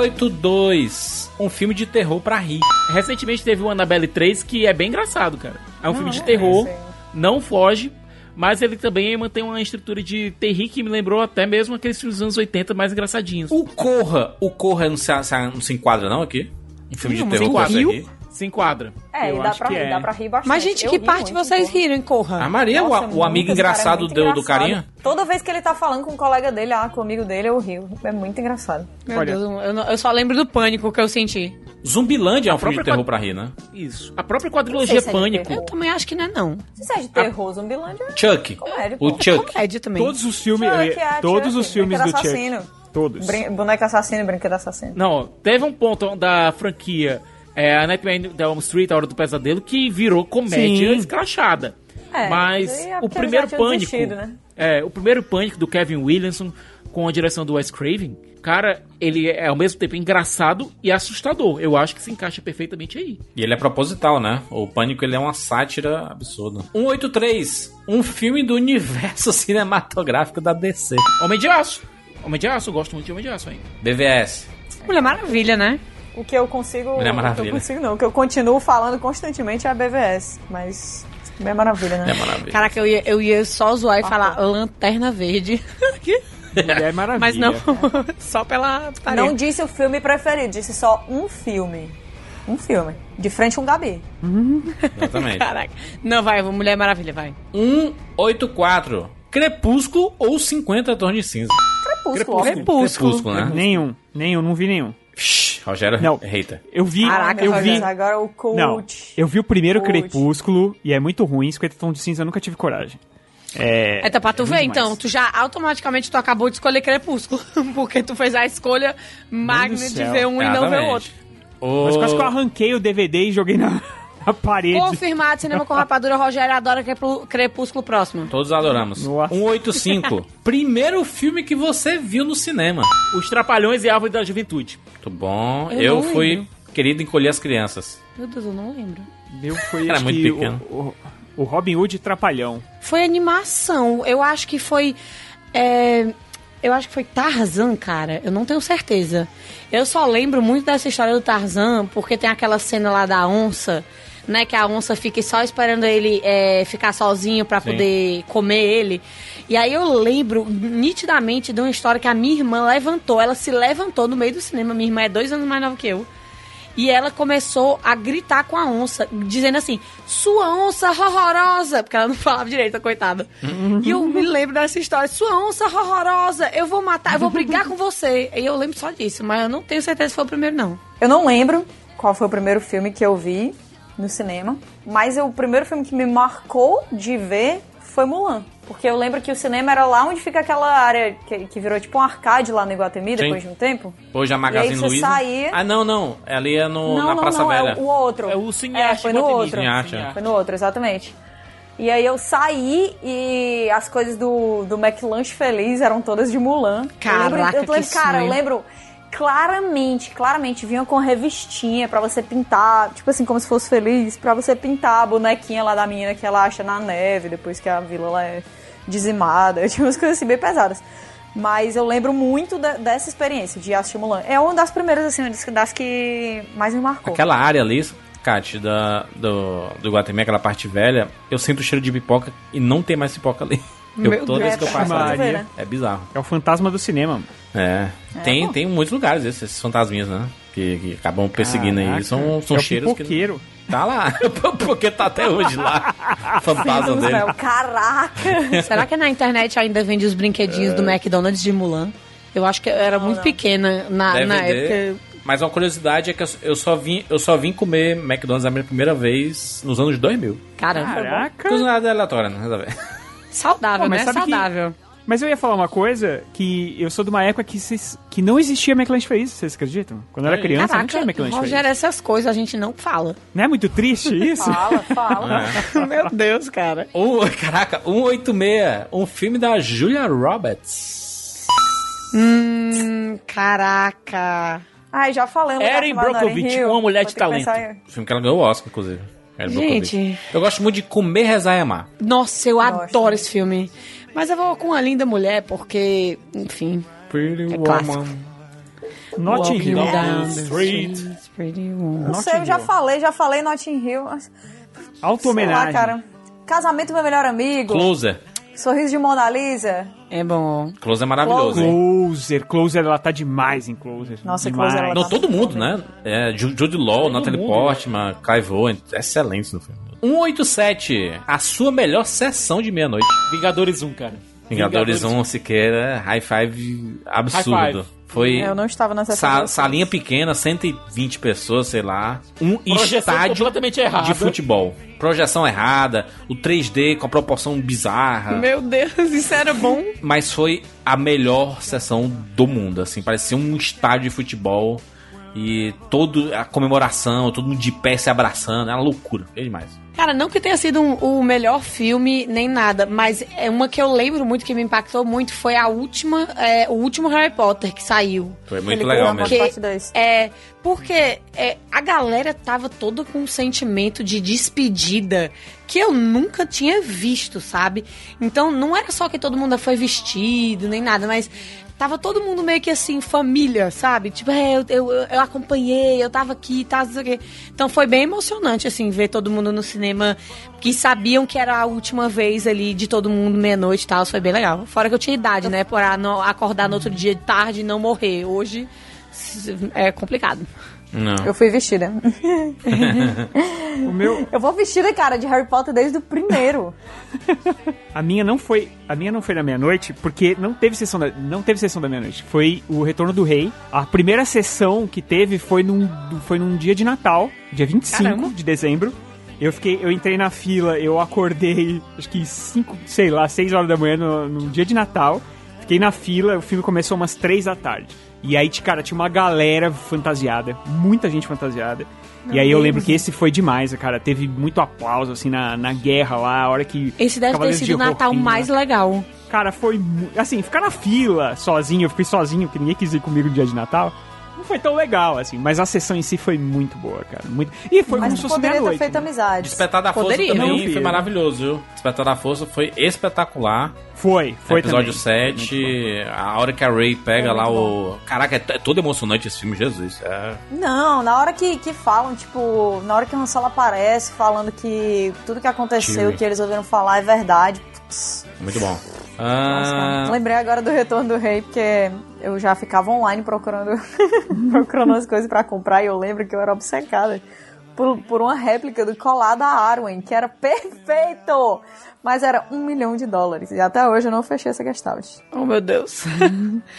B: 182. Um filme de terror pra rir.
C: Recentemente teve o Annabelle 3, que é bem engraçado, cara. É um filme de terror, não foge, mas ele também mantém uma estrutura de terri que me lembrou até mesmo aqueles filmes dos anos 80 mais engraçadinhos.
B: O Corra. O Corra não se, não se enquadra, não, aqui? Um filme
C: Não,
B: de
C: mas
B: terror
C: se
B: pra
C: enquadra.
B: rir.
C: Se enquadra.
E: É,
D: Eu
E: e dá
D: acho
E: pra,
D: que
E: rir,
D: é.
E: dá pra rir bastante.
H: Mas, gente,
E: Eu
H: que
E: ri
H: parte
E: muito,
H: vocês
E: pô.
H: riram,
B: A
H: corra?
B: Maria,
E: Nossa,
B: o,
E: muito,
B: o amigo
E: esse cara é
B: engraçado do,
E: muito
B: do
E: engraçado.
B: carinha.
E: Toda vez que ele tá falando com um colega dele, ah, com o amigo dele, eu rio. É muito engraçado.
H: Meu
D: Olha.
H: Deus, eu, não- eu só lembro do pânico que eu senti.
B: Zumbilândia é um filme de
C: própria
B: terror pra rir, né?
C: Isso. A própria
E: Não
C: quadrilogia
E: sei se é de
C: Pânico.
H: Eu também acho que não é, não.
E: Se isso é de terror, Zumbilândia é
B: Chuck.
E: comédia, pô.
B: O Chuck.
H: Comédia também.
D: Todos os filmes, eh,
E: Chuck, é,
D: todos
E: Chuck,
D: os filmes do
E: Brinquedo
D: Chuck.
E: assassino.
D: Todos.
E: Brin boneco assassino e brinquedo assassino.
C: Não, ó, teve um ponto da franquia é, a Nightmare da Elm Street, A Hora do Pesadelo, que virou comédia
D: Sim.
C: escrachada.
E: É, mas
C: Mas
E: aí é
C: o
E: porque
C: primeiro
E: eles já tinham
C: pânico.
E: desistido, né?
C: É, o primeiro pânico do Kevin Williamson com a direção do Wes Craven, cara, ele é ao mesmo tempo engraçado e assustador. Eu acho que se encaixa perfeitamente aí.
B: E ele é proposital, né? O Pânico ele é uma sátira absurda. 183. Um filme do universo cinematográfico da DC.
C: Homem de Aço. Homem de Aço, eu gosto muito de Homem de Aço ainda.
B: BVS.
H: Mulher Maravilha, né?
E: O que eu consigo.
B: Mulher
E: o que
B: Maravilha.
E: eu consigo, não. O que eu continuo falando constantemente é a BVS. Mas. É maravilha, né?
B: É maravilha.
H: Caraca, eu ia, eu ia só zoar e falar Lanterna Verde.
D: Mulher é Maravilha.
H: Mas não, só pela
E: Não
H: parede.
E: disse o filme preferido, disse só um filme. Um filme. De frente com Gabi.
B: Exatamente.
H: Caraca. Não, vai, Mulher Maravilha, vai.
B: 184. Crepúsculo ou 50 Tons de Cinza.
E: Crepúsculo. óbvio.
B: Crepúsculo, né?
D: Nenhum, nenhum, não vi nenhum.
B: Shhh, Rogério
D: Não.
B: hater.
D: Eu vi,
H: Caraca,
D: eu
E: Mas
D: vi.
E: Agora o
D: Não,
E: coach.
D: eu vi o primeiro
E: Coach.
D: Crepúsculo e é muito ruim. 50 Tons de Cinza eu nunca tive coragem. É,
H: É, tá pra tu
D: ruim
H: ver,
D: demais.
H: então. Tu já automaticamente tu acabou de escolher Crepúsculo. Porque tu fez a escolha magna de
D: céu.
H: ver
B: Ah,
H: um e
B: tá
H: não ver o outro.
D: Mas quase que eu arranquei o DVD e joguei na, na parede.
H: Confirmado, cinema com rapadura, Rogério adora Crepú- Crepúsculo próximo.
B: Todos adoramos.
D: Nossa.
B: 185. Primeiro filme que você viu no cinema.
C: Os Trapalhões e a Árvore da Juventude.
B: Muito bom.
H: Eu
B: Eu,
H: não
B: fui querido encolher as crianças.
H: Meu Deus, eu não lembro.
D: Meu foi
B: Era
D: acho
B: é muito
D: que
B: pequeno.
D: O, o- o Robin Hood Trapalhão.
H: Foi animação. Eu acho que foi. é, Eu acho que foi Tarzan, cara. Eu não tenho certeza. Eu só lembro muito dessa história do Tarzan, porque tem aquela cena lá da onça, né? Que a onça fica só esperando ele é, ficar sozinho pra
L: Sim.
H: poder comer ele. E aí eu lembro nitidamente de uma história que a minha irmã levantou. Ela se levantou no meio do cinema. Minha irmã é dois anos mais nova que eu. E ela começou a gritar com a onça, dizendo assim: Sua onça horrorosa! Porque ela não falava direito, a coitada. e eu me lembro dessa história: Sua onça horrorosa! Eu vou matar, eu vou brigar com você. E eu lembro só disso, mas eu não tenho certeza se foi o primeiro, não.
E: Eu não lembro qual foi o primeiro filme que eu vi no cinema, mas eu- o primeiro filme que me marcou de ver foi Mulan. Porque eu lembro que o cinema era lá onde fica aquela área que, que virou tipo um arcade lá no Iguatemi depois
B: Sim.
E: de um tempo.
B: Hoje é a
E: E aí
B: Magazine
E: você
B: Luiza.
E: saía-
B: Ah, não, não. Ali é no,
E: não,
B: na
E: não,
B: Praça
E: não,
B: Velha.
E: é o outro. É o É, foi no
B: Iguatemi.
E: outro.
B: Cinearte, é.
E: Foi no outro, exatamente. E aí eu saí e as coisas do, do McLanche Feliz eram todas de Mulan. eu lembro,
H: Caraca,
E: eu lembro
H: que
E: cara, eu
H: sonho.
E: lembro claramente, claramente, vinham com revistinha pra você pintar, tipo assim, como se fosse feliz, pra você pintar a bonequinha lá da menina que ela acha na neve, depois que a vila lá é dizimada. Tinha umas coisas assim bem pesadas. Mas eu lembro muito de- dessa experiência de assistir Mulan. É uma das primeiras, assim, das- das que mais me marcou.
B: Aquela área ali, Kat, da, do, do Guatemala, aquela parte velha, eu sinto o cheiro de pipoca e não tem mais pipoca ali. Eu-
D: Meu
B: toda
D: Deus.
B: vez que eu passo ali,
D: Maria.
B: é bizarro.
D: É o fantasma do cinema.
B: É.
D: É,
B: tem,
D: bom.
B: tem muitos lugares esses, esses fantasminhas, né? Que, que acabam perseguindo aí.
D: Caraca.
B: São, são
D: É o
B: cheiros
D: pipoqueiro.
B: que. Tá lá. Porque tá até hoje lá. O Fantasma
H: Deus,
B: dele.
H: velho.
E: Caraca!
H: Será que na internet ainda vende os brinquedinhos do
B: É.
H: McDonald's de Mulan? Eu acho que eu era muito pequena na,
D: Ah,
B: Deve
H: na
D: é
B: ter.
H: época.
B: Mas uma curiosidade é que eu- eu só vim, eu só vim comer McDonald's a minha primeira vez nos anos 2000.
H: Caramba.
E: Tá
D: Caraca.
B: Coisa aleatória, né? Nada a ver.
H: Saudável,
D: Pô,
H: né?
D: sabe que-
H: Saudável.
D: Mas eu ia falar uma coisa que eu sou de uma época que, vocês- que não existia McLanche Feliz, vocês acreditam? Quando eu
E: É.
D: era criança, é não tinha McLanche Feliz.
H: Rogério, essas coisas a gente não fala.
D: Não é muito triste isso?
E: Ah,
H: Fala, fala. Meu Deus, cara.
B: Um, caraca, 186. Um filme da Julia Roberts.
H: Hum, caraca.
E: Ai, já falei. um lugar
H: Erin
E: chamado Lauryn
B: Brockovich,
E: Hill.
B: uma mulher
E: Vou
B: de
E: ter que
B: talento.
E: pensar em-
B: O filme que ela ganhou o Oscar, inclusive. Era
H: Gente.
B: Brockovich. Eu gosto muito de comer, rezar e amar.
H: Nossa, eu adoro esse filme. Mas eu vou com uma linda mulher, porque, enfim.
B: Pretty
H: É clássico.
D: Notting
H: Walking
D: Hill.
H: down
D: Down
H: the
D: the
H: street, pretty woman.
E: Não sei, eu já falei, já falei Notting Hill. mas-
D: Auto-homenagem.
E: Sei lá, cara. Casamento do meu melhor amigo.
B: Closer.
E: Sorriso de Mona Lisa.
H: É bom.
B: Closer é maravilhoso, hein?
D: Closer, Closer, ela tá demais em Closer.
E: Nossa,
D: demais.
E: Closer, ela tá
B: Não, todo mundo, né? É, Ju- Jude Law, Natalie
D: mundo,
B: Portman, Clive Owen. Excelente no filme. 187. A sua melhor sessão de meia-noite.
C: Vingadores 1, cara.
B: Vingadores
C: Vingadores
B: 1, Siqueira, high five absurdo.
C: High five.
B: Foi
E: É, Eu não estava nessa
B: sa-
E: sala.
B: salinha pequena, 120 pessoas, sei lá. Um
C: Projeção
B: estádio
C: completamente errada.
B: de futebol. Projeção errada, o 3D com a proporção bizarra.
H: Meu Deus, isso era bom.
B: Mas foi a melhor sessão do mundo, assim. Parecia um estádio de futebol. E toda a comemoração, todo mundo de pé se abraçando. É uma loucura. É demais.
H: Cara, não que tenha sido um- o melhor filme nem nada, mas é uma que eu lembro muito que me impactou muito foi a última, é, o último Harry Potter que saiu.
B: Foi muito legal mesmo.
H: Porque, é, porque é, a galera tava toda com um sentimento de despedida que eu nunca tinha visto, sabe? Então não era só que todo mundo foi vestido nem nada, mas tava todo mundo meio que assim, família, sabe? Tipo, é, eu, eu, eu acompanhei, eu tava aqui, tá, não sei o quê. Então foi bem emocionante, assim, ver todo mundo no cinema que sabiam que era a última vez ali de todo mundo, meia-noite e tal. Isso foi bem legal. Fora que eu tinha idade, né? Pra não acordar no outro dia de tarde e não morrer. Hoje é complicado.
B: Não.
D: Ah.
E: Eu fui vestida.
D: O meu,
E: Eu vou vestida, cara, de Harry Potter desde o primeiro.
D: a minha não foi, a minha não foi na meia-noite, porque não teve sessão da, não teve sessão da meia-noite. Foi o Retorno do Rei. A primeira sessão que teve foi num, foi num dia de Natal, dia 25
H: Caramba.
D: de dezembro. Eu fiquei, eu entrei na fila, eu acordei, acho que 5, sei lá, 6 horas da manhã no, num dia de Natal. Fiquei na fila, o filme começou umas 3 da tarde. E aí, cara, tinha uma galera fantasiada, muita gente fantasiada.
H: Meu
D: e aí eu
H: Deus.
D: lembro que esse foi demais, cara. Teve muito aplauso, assim, na, na guerra lá, a hora que.
H: Esse deve
D: Cavaleiros
H: ter
D: de né?
H: sido o Natal
D: Rohirrim,
H: mais legal.
D: Cara, foi. mu- Assim, ficar na fila sozinho, eu fiquei sozinho, porque ninguém quis ir comigo no dia de Natal. Não foi tão legal, assim, mas a sessão em si foi muito boa, cara. Muito... E foi
E: Mas
D: como
E: tu
D: se fosse
E: poderia ter
D: meia-noite. né?
E: feito amizades.
B: Despertar da Força
E: Poderia.
B: também
D: Não,
C: né?
D: filho.
B: foi maravilhoso, viu? Despertar da Força foi espetacular.
D: Foi, foi
B: Episódio
D: também.
B: 7, a hora que a Ray pega
E: É
B: lá
E: muito
B: o... Caraca, é, t- é todo emocionante esse filme, Jesus. É...
E: Não, na hora que, que falam, tipo, na hora que o Han Solo aparece falando que tudo que aconteceu,
B: Chewie.
E: que eles ouviram falar é verdade. Putz,
B: Muito bom.
E: nossa,
B: Ah,
E: cara. Lembrei agora do retorno do rei, porque eu já ficava online procurando, procurando as coisas pra comprar e eu lembro que eu era obcecada por, por uma réplica do colar da Arwen, que era perfeito! Mas era um milhão de dólares. E até hoje eu não fechei essa gestalt.
H: Oh, meu Deus.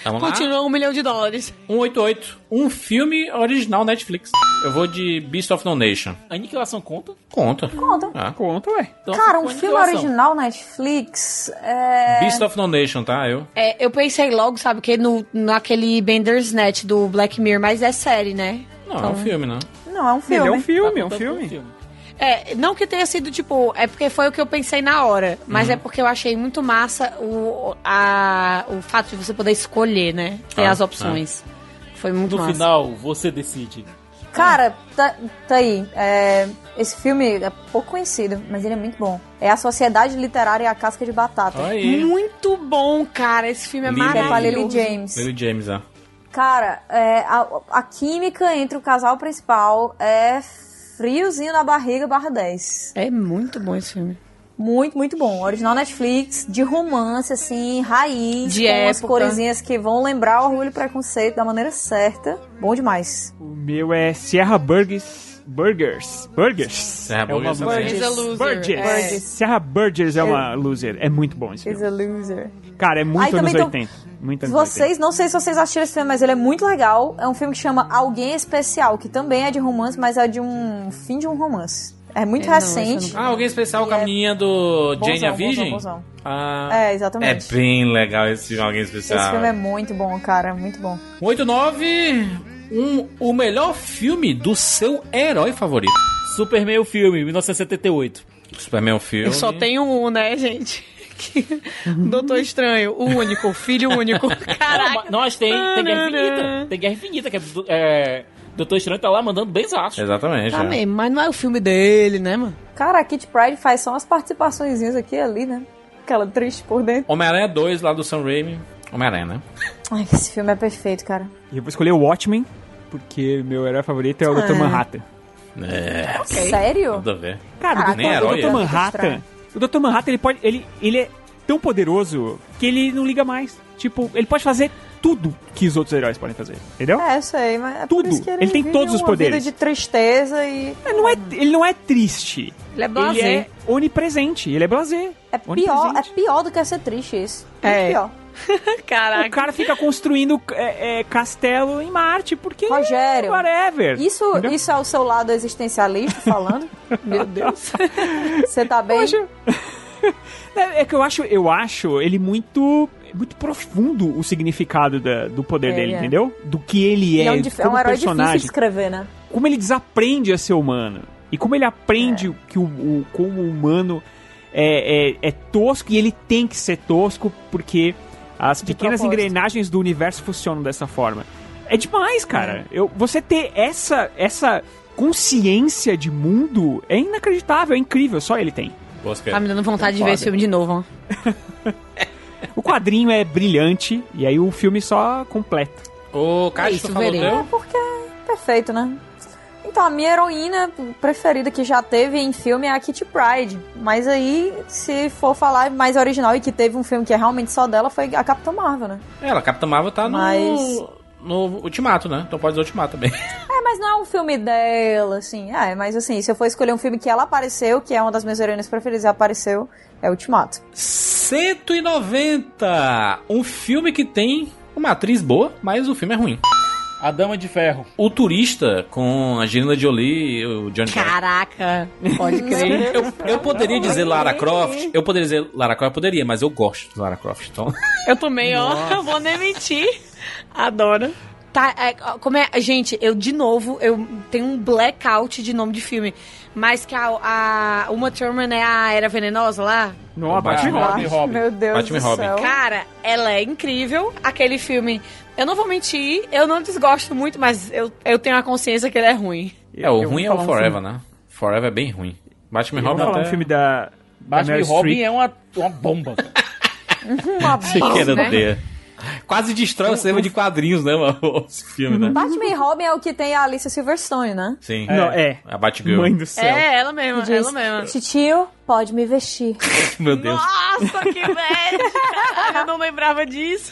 B: vamos lá.
H: Continua um milhão de dólares.
B: 188. Um filme original Netflix. Eu vou de Beast of No Nation.
C: Aniquilação conta?
B: Conta.
E: Conta.
B: Ah.
D: Conta, ué.
C: Então,
E: Cara, um
C: ficou
E: filme
C: aniquilação.
E: original Netflix é.
B: Beast of No Nation, tá? Eu.
H: É, eu pensei logo, sabe, que no, naquele Bender's Net do Black Mirror, mas é série, né?
B: Não,
E: Então,
B: é um filme, não.
E: Não, é um
D: Ele
E: filme.
D: é um filme, é um
C: Tá contando
E: tipo.
D: filme.
H: É, não que tenha sido, tipo, é porque foi o que eu pensei na hora, mas é porque eu achei muito massa o, a, o fato de você poder escolher, né? Ter
B: Ah,
H: as opções. Foi muito
C: No
H: massa.
C: final, você decide.
E: Cara, tá, tá aí. é, esse filme é pouco conhecido, mas ele é muito bom. É A Sociedade Literária e a Casca de Batata.
B: Olha aí.
H: Muito bom, cara. Esse filme é
B: Lily.
E: Que é com a Lily
H: maravilhoso.
E: James.
B: Lily James, ah.
E: Cara, é, a, a química entre o casal principal é friozinho na barriga, barra 10.
H: É muito bom esse filme.
E: Muito, muito bom. Original Netflix, de romance, assim, raiz,
H: De
E: com as
H: época.
E: corezinhas que vão lembrar Orgulho e Preconceito da maneira certa. Bom demais.
D: O meu é Sierra Burgers. Burgers. Burgers. É
B: Serra Burgers,
H: Is a loser.
D: Burgers.
H: É.
D: Sierra Burgers é uma loser. É muito bom esse
E: Is
D: filme.
E: a loser.
D: Cara, é
E: Aí
D: muito anos
E: também tão-
D: 80. Muito anos 80.
E: Vocês, não sei se vocês assistiram esse filme, mas ele é muito legal. É um filme que chama Alguém Especial, que também é de romance, mas é de um fim de um romance. É muito
H: É, não,
E: recente.
H: esse eu
B: Ah, alguém especial com a
E: E é
B: menininha do
E: Bonzão,
B: Jane a
E: bonzão,
B: Virgem?
E: bonzão.
B: Ah,
E: É,
B: é
E: exatamente.
B: bem legal esse alguém especial.
E: Esse filme é muito bom, cara. Muito bom.
B: 89, um, o melhor filme do seu herói favorito.
C: Superman, o filme, 1978.
B: Superman é um filme.
H: Eu só tenho um, né, gente? Que... Doutor Estranho, o único, filho único.
C: Não,
H: Caraca.
C: mas- não, mas tem, tem Guerra
H: Tanana.
C: Infinita. Tem Guerra Infinita, que é, do- é Doutor Estranho tá lá mandando bem zaço.
B: Exatamente.
H: Tá
B: é.
H: mesmo, mas não é o filme dele, né, mano?
E: Cara, a Kit Pride faz só umas participações aqui e ali, né? Aquela triste por dentro.
B: Homem-Aranha 2, lá do Sam Raimi. Homem-Aranha, né?
E: Ai, esse filme é perfeito, cara.
D: E eu vou escolher o Watchmen, porque meu herói favorito é o
E: Ah.
D: Dr. Manhattan.
B: É,
E: Sério?
B: nada a ver.
D: Cara,
E: Ah,
D: o Dr.
B: nem herói,
D: o Dr.
B: é.
D: Manhattan. O Dr. Manhattan, ele pode. Ele, ele é tão poderoso que ele não liga mais. Tipo, ele pode fazer tudo que os outros heróis podem fazer. Entendeu?
E: É, eu sei, mas é por
D: Tudo.
E: isso que ele,
D: Ele tem
E: vive
D: todos os
E: uma
D: poderes.
E: Vida de tristeza e
D: Ele não é, ele não é triste.
H: Ele é
D: Ele é
H: blasé.
D: onipresente. Ele é blazer.
E: é pior, é pior do que ser triste isso.
H: É.
E: Muito pior.
D: O cara fica construindo é, é, castelo em Marte, porque.
E: Rogério,
D: Whatever.
E: Isso, isso é o seu lado existencialista falando?
H: Meu Deus.
E: Você tá bem?
D: É, é que eu acho, eu acho ele muito. Muito profundo o significado da- do poder
E: É,
D: dele,
E: é.
D: entendeu? Do que ele
E: E
D: é,
E: é um, dif- é
D: como
E: um herói difícil de
D: personagem.
E: escrever, É. né?
D: como ele desaprende a ser humano. E como ele aprende que o, o- como o humano é, é- é tosco e ele tem que ser tosco porque as pequenas
E: propósito.
D: engrenagens do universo funcionam dessa forma. É demais, cara. Eu, você ter essa, essa consciência de mundo é inacreditável, é incrível. Só ele tem.
B: Boas
H: Tá me dando vontade de ver esse filme de novo, ó.
D: O quadrinho é brilhante e aí o filme só completa.
B: Ô,
H: É
B: Cássio,
H: isso,
B: tu falou
H: verei.
B: teu?
E: Porque é perfeito, né? Então, a minha heroína preferida que já teve em filme é a Kitty Pride. Mas aí, se for falar mais original e que teve um filme que é realmente só dela, foi a Capitã Marvel, né?
B: Ela, Capitã Marvel tá no...
E: Mas-
B: No Ultimato, né? Então pode dizer Ultimato também.
E: É, mas não é um filme dela, assim. É, mas assim, se eu for escolher um filme que ela apareceu, que é uma das minhas heroínas preferidas e apareceu, é Ultimato.
B: 190. Um filme que tem uma atriz boa, mas o filme é ruim.
C: A Dama de Ferro.
B: O Turista, com a Angelina Jolie e o Johnny Depp.
H: Caraca. Pode crer.
B: Eu, eu poderia dizer Lara Croft, eu poderia dizer Lara Croft, eu poderia, mas eu gosto de Lara Croft, então.
H: Eu também, ó. Não vou nem mentir. Adoro. Tá, é, como é, gente, eu de novo, eu tenho um blackout de nome de filme. Mas que a, a Uma Thurman é a Era Venenosa lá?
D: Não, a Batman e Robin.
J: Meu Deus
B: Batman e
J: do
B: Robin.
J: céu.
H: Cara, ela é incrível. Aquele filme, eu não vou mentir, eu não desgosto muito, mas eu, eu tenho a consciência que ele é ruim.
B: É, o ruim é o
D: falar um
B: Forever, né? Forever é bem ruim. Batman e
D: Vamos
B: Robin
D: falar
B: até...
D: um filme da.
C: Batman e
D: Meryl
C: Robin
D: Streep.
C: é uma, uma bomba. cara.
E: Uma
B: Quero
E: bosta, né?
B: ter. Quase destrói o cinema de quadrinhos, né, mano? Esse filme, né?
E: Batman e Robin é o que tem a Alicia Silverstone, né?
B: Sim.
D: Não, é.
B: A Batgirl.
D: Mãe do céu.
H: É, ela mesma,
E: Diz,
H: ela mesma.
E: Titio, pode me vestir.
B: Meu Deus.
H: Nossa, que velho! Caralho, eu não lembrava disso.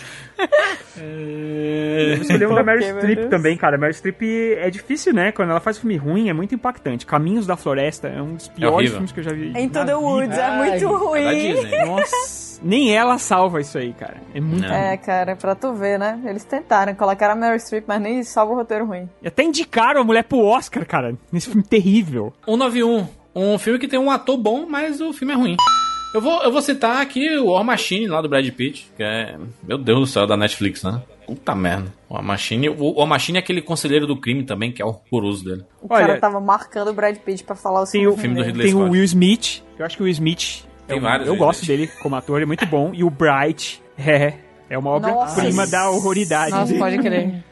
D: Eu escolhi um da Mary
J: Ok, meu
D: Streep
J: Deus.
D: também, cara. Mary Streep é difícil, né? Quando ela faz filme ruim, é muito impactante. Caminhos da Floresta é um dos piores
B: horrível.
D: filmes que eu já vi.
E: Em
D: na
E: todo
D: vida.
E: Woods, é
C: Ai,
E: muito
B: É da
E: ruim.
B: Disney.
D: Nossa, nem ela salva isso aí, cara. É muito.
B: Não.
E: É, cara, pra tu ver, né? Eles tentaram, colocaram a Meryl Streep, mas nem salva o roteiro ruim.
D: E Até indicaram a mulher pro Oscar, cara. Nesse filme terrível.
B: 191. Um filme que tem um ator bom, mas o filme é ruim. Eu vou, eu vou citar aqui o War Machine lá do Brad Pitt, que é. Meu Deus do céu, da Netflix, né? Puta merda. O War Machine. O War Machine é aquele conselheiro do crime também, que é horroroso dele.
E: O
D: Olha-
E: cara tava marcando o Brad Pitt pra falar o
D: Tem o,
B: filme do
E: dele.
B: Ridley
D: tem o
B: Scott.
D: Will Smith. Eu acho que o Will Smith.
B: Tem
D: eu,
B: vários
D: Eu
B: Will
D: gosto
B: Smith.
D: dele como ator, ele é muito bom. E o Bright. É. É uma
E: Nossa.
D: obra-prima da horroridade.
H: Nossa, pode crer.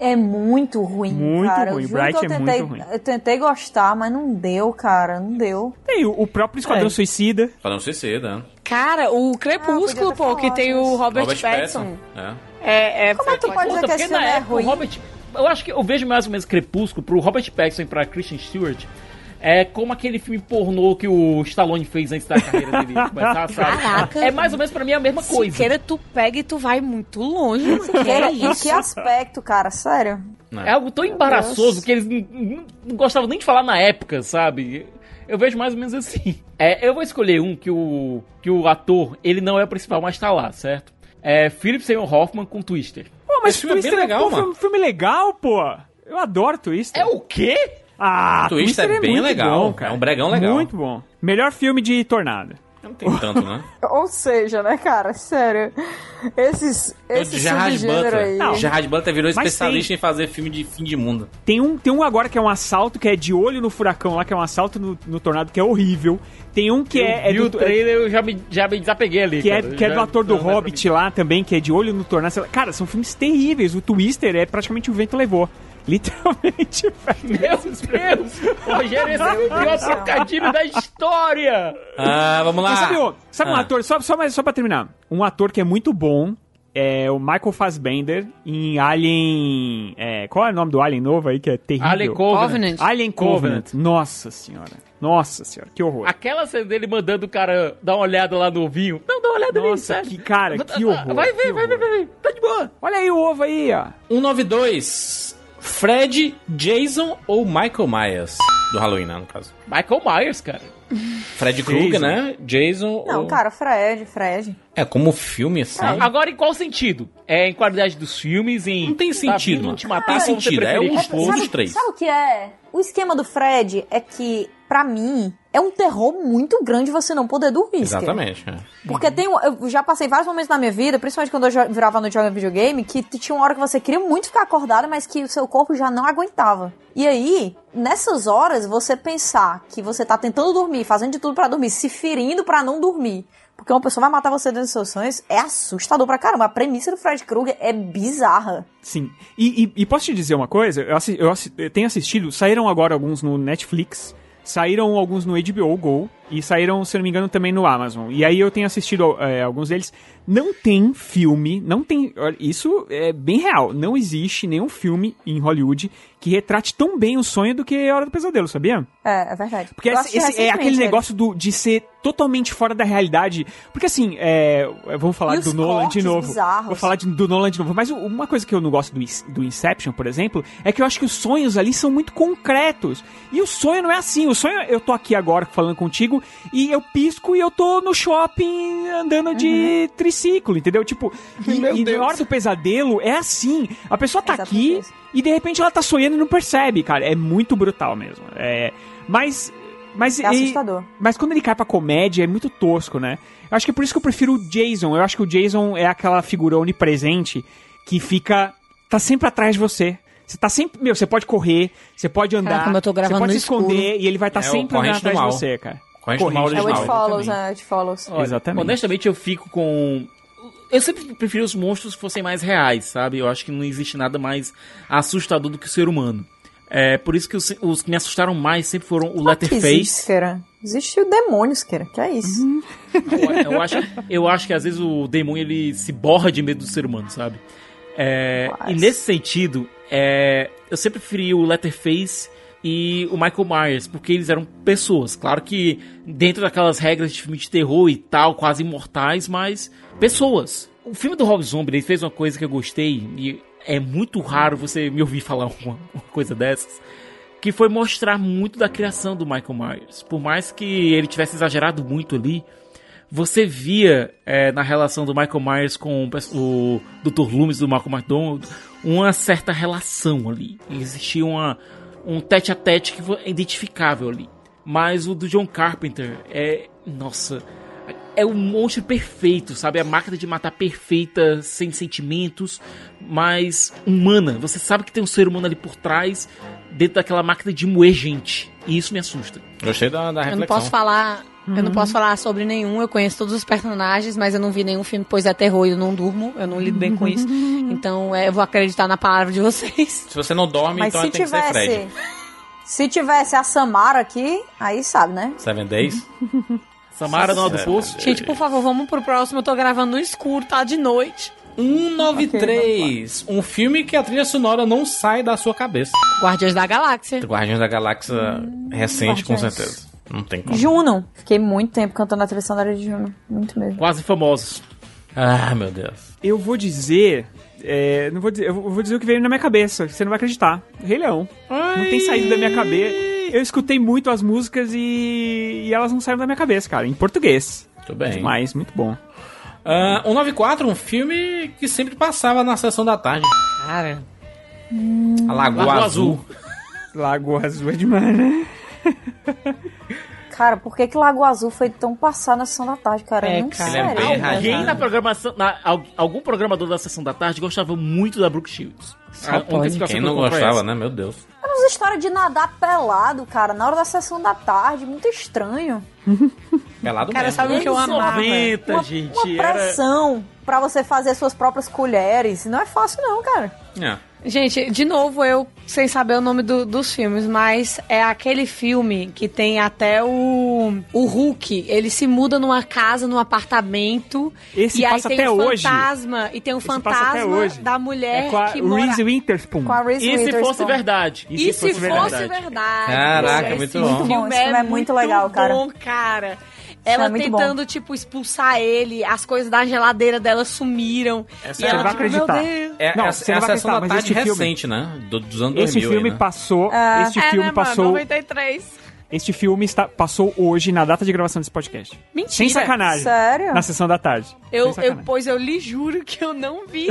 E: É muito ruim,
D: Muito
E: cara.
D: ruim,
E: Eu juro
D: Bright
E: que eu
D: é
E: tentei,
D: muito ruim.
E: Eu tentei gostar, mas não deu, cara. Não deu.
D: Tem o, o próprio Esquadrão
H: É.
D: Suicida.
B: Pra não ser cedo, né?
H: Cara, o Crepúsculo,
E: Ah, podia ter
H: pô, que
E: falado
H: tem o
E: isso.
H: Robert,
B: Robert
H: Pattinson.
B: Pattinson. É.
H: É, é,
E: Como é que tu pode
C: Puta,
E: dizer que
C: porque
E: esse filme
C: na
E: é
C: época o
E: ruim?
C: Robert. Eu acho que eu vejo mais ou menos Crepúsculo pro Robert Pattinson e pra Christian Stewart. É como aquele filme pornô que o Stallone fez antes da carreira dele começar, sabe?
H: Caraca.
C: É mais ou menos pra mim a mesma coisa.
H: Siqueira, tu pega e tu vai muito longe. mano. Que é
E: em
H: isso?
E: que aspecto, cara? Sério?
C: É algo tão embaraçoso que eles não, não- não gostavam nem de falar na época, sabe? Eu vejo mais ou menos assim. É, eu vou escolher um que o, que o ator, ele não é o principal, mas tá lá, certo? É Philip Seymour Hoffman com Twister.
D: Pô, mas
B: Esse filme é bem
D: Twister
B: legal,
D: pô, foi
B: mano.
D: um filme legal, pô. Eu adoro Twister.
C: É o quê?
D: Ah,
B: Twister é bem
D: muito
B: legal,
D: bom, cara.
B: é um bregão legal.
D: Muito bom. Melhor filme de Tornado.
B: Não tem tanto, né?
E: Ou seja, né, cara? Sério. Esses,
B: O
E: esses
B: Gerard
E: subgênero aí.
B: Butler.
D: É Não.
B: Gerard Butler virou
D: Mas
B: especialista em fazer filme de fim de mundo.
D: Tem um, tem um agora que é um assalto, que é de olho no furacão lá, que é um assalto no, no Tornado, que é horrível. Tem um que
C: eu
D: é, é
C: vi
D: do...
C: o trailer, eu já me, já me desapeguei ali.
D: Que é,
C: cara.
D: que é do
C: Já-
D: ator do
C: não é pra
D: Hobbit lá também, que é de olho no tornado. sei lá. Cara, são filmes terríveis. O Twister é praticamente o vento levou. Literalmente,
C: mim.
D: velho.
C: Meu Deus! Rogério, esse é o pior trocadilho da história!
B: Ah, vamos lá.
D: Mas sabe, ô, sabe um
B: Ah.
D: ator, só, só, mais- só pra terminar, um ator que é muito bom é o Michael Fassbender em Alien... é, qual é o nome do Alien novo aí que é terrível?
C: Alien Covenant.
H: Covenant.
D: Alien Covenant. Nossa senhora. Nossa senhora, que horror.
C: Aquela cena dele mandando o cara dar uma olhada lá no ovinho. Não, dá uma olhada ali,
D: Nossa,
C: sério.
D: que cara, que horror.
C: Vai
D: que
C: ver, vai
D: horror.
C: ver, vai ver. Tá de boa.
D: Olha aí o ovo aí, ó.
B: 192. Fred, Jason ou Michael Myers? Do Halloween, né, no caso.
C: Michael Myers, cara.
B: Fred Krueger,
D: Jason.
B: né? Jason
E: Não,
B: ou...
E: cara, Fred, Fred.
B: É, como filme, assim...
C: Agora, em qual sentido? É em qualidade dos filmes, em...
B: Não tem
C: tá
B: sentido,
C: vindo
B: mano.
C: te
B: Não
C: matar,
B: tem
C: como você
B: sentido, é
C: preferir.
B: um
E: É,
B: Todos
E: sabe,
B: os três.
E: Sabe o que é? O esquema do Fred é que, pra mim, é um terror muito grande você não poder dormir. Esquema.
B: Exatamente. é.
E: Porque tem, um- eu já passei vários momentos na minha vida, principalmente quando eu jo- virava no jogo videogame, que t- tinha uma hora que você queria muito ficar acordado, mas que o seu corpo já não aguentava. E aí, nessas horas, você pensar que você tá tentando dormir, fazendo de tudo pra dormir, se ferindo pra não dormir, porque uma pessoa vai matar você dentro dos seus sonhos, é assustador pra caramba. A premissa do Fred Krueger é bizarra.
D: Sim. E, e- e posso te dizer uma coisa? Eu, assi- eu assi- eu tenho assistido, saíram agora alguns no Netflix, saíram alguns no HBO Go e saíram, se eu não me engano, também no Amazon. E aí eu tenho assistido é, alguns deles. Não tem filme, não tem. olha, Isso é bem real. Não existe nenhum filme em Hollywood que retrate tão bem o sonho do que a Hora do Pesadelo, sabia?
E: É, é verdade.
D: Porque
E: Eu
D: esse-
E: assisti
D: esse é
E: recentemente
D: aquele
E: ele.
D: negócio do, de ser totalmente fora da realidade. Porque assim, é, vamos falar
E: né? E
D: do
E: os
D: Nolan de
E: cortes
D: novo.
E: bizarros.
D: Vou falar de- do Nolan de novo. Mas o- uma coisa que eu não gosto do, Is- do Inception, por exemplo, é que eu acho que os sonhos ali são muito concretos. E o sonho não é assim. O sonho, eu tô aqui agora falando contigo e eu pisco e eu tô no shopping andando de triciclo, entendeu? Tipo, e, e na hora do pesadelo é assim. A pessoa tá
E: Exatamente
D: aqui
E: isso.
D: e de repente ela tá sonhando e não percebe, cara. É muito brutal mesmo. É, mas. Mas,
E: É
D: e-
E: assustador.
D: mas quando ele cai pra comédia, é muito tosco, né? Eu acho que é por isso que eu prefiro o Jason. Eu acho que o Jason é aquela figura onipresente que fica tá sempre atrás de você. Você tá sempre. Meu, você pode correr, você pode andar.
H: Caraca, mas eu tô gravando
D: você pode
H: no
D: se esconder
H: escuro.
D: e ele vai estar
B: É, o
D: sempre
B: corrente
D: andando
B: do
D: atrás de
B: mal.
D: você, cara.
B: Corrente do mal
D: Corrente
E: É o
B: original.
E: It né? It Follows.
C: Olha,
D: Exatamente.
C: Honestamente, eu fico com. Eu sempre preferi os monstros que fossem mais reais, sabe? Eu acho que não existe nada mais assustador do que o ser humano. É por isso que os, os que me assustaram mais sempre foram o
E: Que
C: Letterface.
E: existe, cara. Existe o demônio, Siqueira. Que é isso.
B: Uhum.
C: Eu, eu acho, eu acho que às vezes o demônio ele se borra de medo do ser humano, sabe? É, e nesse sentido, é, eu sempre preferi o Letterface e o Michael Myers, porque eles eram pessoas. Claro que dentro daquelas regras de filme de terror e tal, quase imortais, mas pessoas. O filme do Rob Zombie ele fez uma coisa que eu gostei, e é muito raro você me ouvir falar uma, uma coisa dessas, que foi mostrar muito da criação do Michael Myers. Por mais que ele tivesse exagerado muito ali, você via é, na relação do Michael Myers com o pers- o Dr. Loomis do Malcolm McDonald uma certa relação ali. Existia uma, um tete a tete que foi identificável ali. Mas o do John Carpenter é. Nossa. É o monstro perfeito, sabe? A máquina de matar perfeita, sem sentimentos, mas humana. Você sabe que tem um ser humano ali por trás, dentro daquela máquina de moer gente. E isso me assusta.
B: Gostei da,
D: Ah,
B: da
H: Eu não
B: reflexão.
H: posso falar. Eu não posso falar sobre nenhum, eu conheço todos os personagens, mas eu não vi nenhum filme, pois é terror e eu não durmo, eu não lido bem com isso. Então é, eu vou acreditar na palavra de vocês.
B: Se você não dorme,
E: Mas
B: então
E: se
B: tem que ser
E: tivesse.
B: Fred.
E: Se tivesse a Samara aqui, aí sabe, né?
B: Seven Days?
C: Samara, não é do
B: Seven
C: poço.
B: Days.
H: Gente, por favor, vamos pro próximo, eu tô gravando no escuro, tá de noite.
B: 193. Um filme que a trilha sonora não sai da sua cabeça.
H: Guardiões da Galáxia.
B: Guardiões da Galáxia recente, com
E: Hum, Guardiões.
B: certeza. Não tem como.
E: Juno. Fiquei muito tempo cantando a trilha sonora de Juno. Muito mesmo.
C: Quase famosos.
B: Ah, meu Deus.
D: Eu vou dizer. é, não vou dizer, eu vou dizer o que veio na minha cabeça, que você não vai acreditar. Rei Leão. Não tem saído da minha cabeça. Eu escutei muito as músicas e, e elas não saíram da minha cabeça, cara. Em português.
B: Tudo bem.
D: Demais, muito bom.
B: Ah, 194, um filme que sempre passava na sessão da tarde.
H: Cara.
B: A Lagoa,
C: Lagoa
B: Azul.
C: Azul.
D: Lago Azul é demais, né?
E: Cara, por que que Lago Azul foi tão passado na sessão da tarde, cara?
H: É,
E: Eu não
H: cara.
E: sei.
B: Ele é bem
C: Alguém
B: erradinho.
C: na programação, na- al- algum programador da sessão da tarde gostava muito da Brooke Shields. Ah,
H: Só
C: A- a
H: pode.
C: única explicação
B: Quem
C: um que eu
B: não
C: encontro é
B: gostava,
C: essa.
B: né? Meu Deus.
E: Era umas histórias de nadar pelado, cara, na hora da sessão da tarde. Muito estranho.
B: Pelado É mesmo.
H: Cara,
B: né?
H: sabe o que eu
C: Anos
H: amava?
C: 90,
E: Uma,
C: gente.
E: uma
C: era...
E: pressão pra você fazer suas próprias colheres. Não é fácil, não, cara.
B: É.
H: Gente, de novo, eu sem saber o nome do- dos filmes, mas é aquele filme que tem até o, o Hulk. Ele se muda numa casa, num apartamento.
D: Esse
H: e aí
D: passa
H: tem
D: até
H: um
D: hoje.
H: fantasma. E tem um
D: Esse passa até
H: fantasma
D: hoje.
H: da mulher
D: É com a
H: que mora...
D: Reese Witherspoon.
E: Com a Reese
C: E se fosse
E: Witherspoon.
C: verdade?
H: E, se, fosse, verdade?
B: Caraca,
H: Esse
B: muito bom.
H: filme
E: Esse filme é muito legal, cara.
H: bom, cara. Ela
E: é muito
H: tentando, tipo, expulsar ele, as coisas da geladeira dela sumiram.
B: Essa
H: e
B: é-
H: ela,
B: Você vai
H: tipo,
D: acreditar.
H: meu Deus.
B: É,
D: Não,
B: é, a-
D: você
B: é a
D: não vai
B: sessão
D: acreditar,
B: da
D: mas
B: tarde
D: esse filme-
B: recente, né? Do, dos anos 2000
D: Esse filme
B: aí, né?
D: passou. este
H: é,
D: filme
H: né,
D: passou.
H: Mano, 93.
D: Este filme está, passou hoje na data de gravação desse podcast.
H: Mentira.
D: Sem sacanagem.
E: Sério?
D: Na sessão da tarde.
H: Eu,
D: Sem
H: eu,
D: sacanagem.
H: pois eu lhe juro que eu não vi.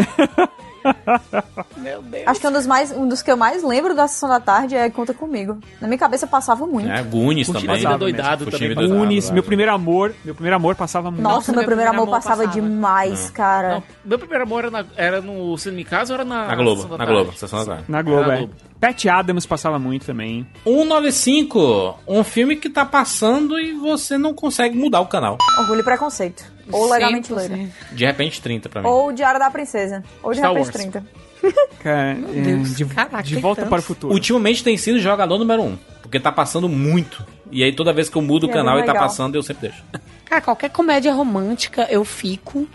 H: Meu Deus.
E: Acho que um dos, mais, um dos que eu mais lembro da sessão da tarde é Conta Comigo. Na minha cabeça passava muito.
B: É, Goonies
D: Curti
B: também.
D: Vida
C: Doidado
B: Curti
C: também.
B: Vida Doidado,
D: Unis,
B: eu
D: meu
B: acho.
D: primeiro amor. Meu primeiro amor passava muito.
E: Nossa, meu, primeiro amor, passava, demais, cara.
C: Não, meu primeiro amor era, na- era no Cine Casa ou era na.
B: Na
C: Sessão
B: Globo,
C: da
B: na
C: Tarde?
B: Globo, sessão da tarde.
D: Na Globo,
C: Na
D: é.
C: Globo.
D: Pat Adams passava muito também.
B: 195, um filme que tá passando e você não consegue mudar o canal.
E: Orgulho e preconceito. Ou legalmente
H: 100%.
E: loira.
B: De repente 30 pra mim.
E: Ou Diário da Princesa. Ou de
C: Star
E: repente
C: Wars.
E: 30.
D: Cara, é,
H: Deus,
D: de,
H: caraca,
D: de
H: tem
D: volta
H: tantos.
D: para o futuro.
B: Ultimamente tem sido jogador número 1, porque tá passando muito. E aí toda vez que eu mudo o
E: E é
B: canal
E: bem
B: e tá
E: legal.
B: passando, eu sempre deixo.
H: Cara, qualquer comédia romântica eu fico.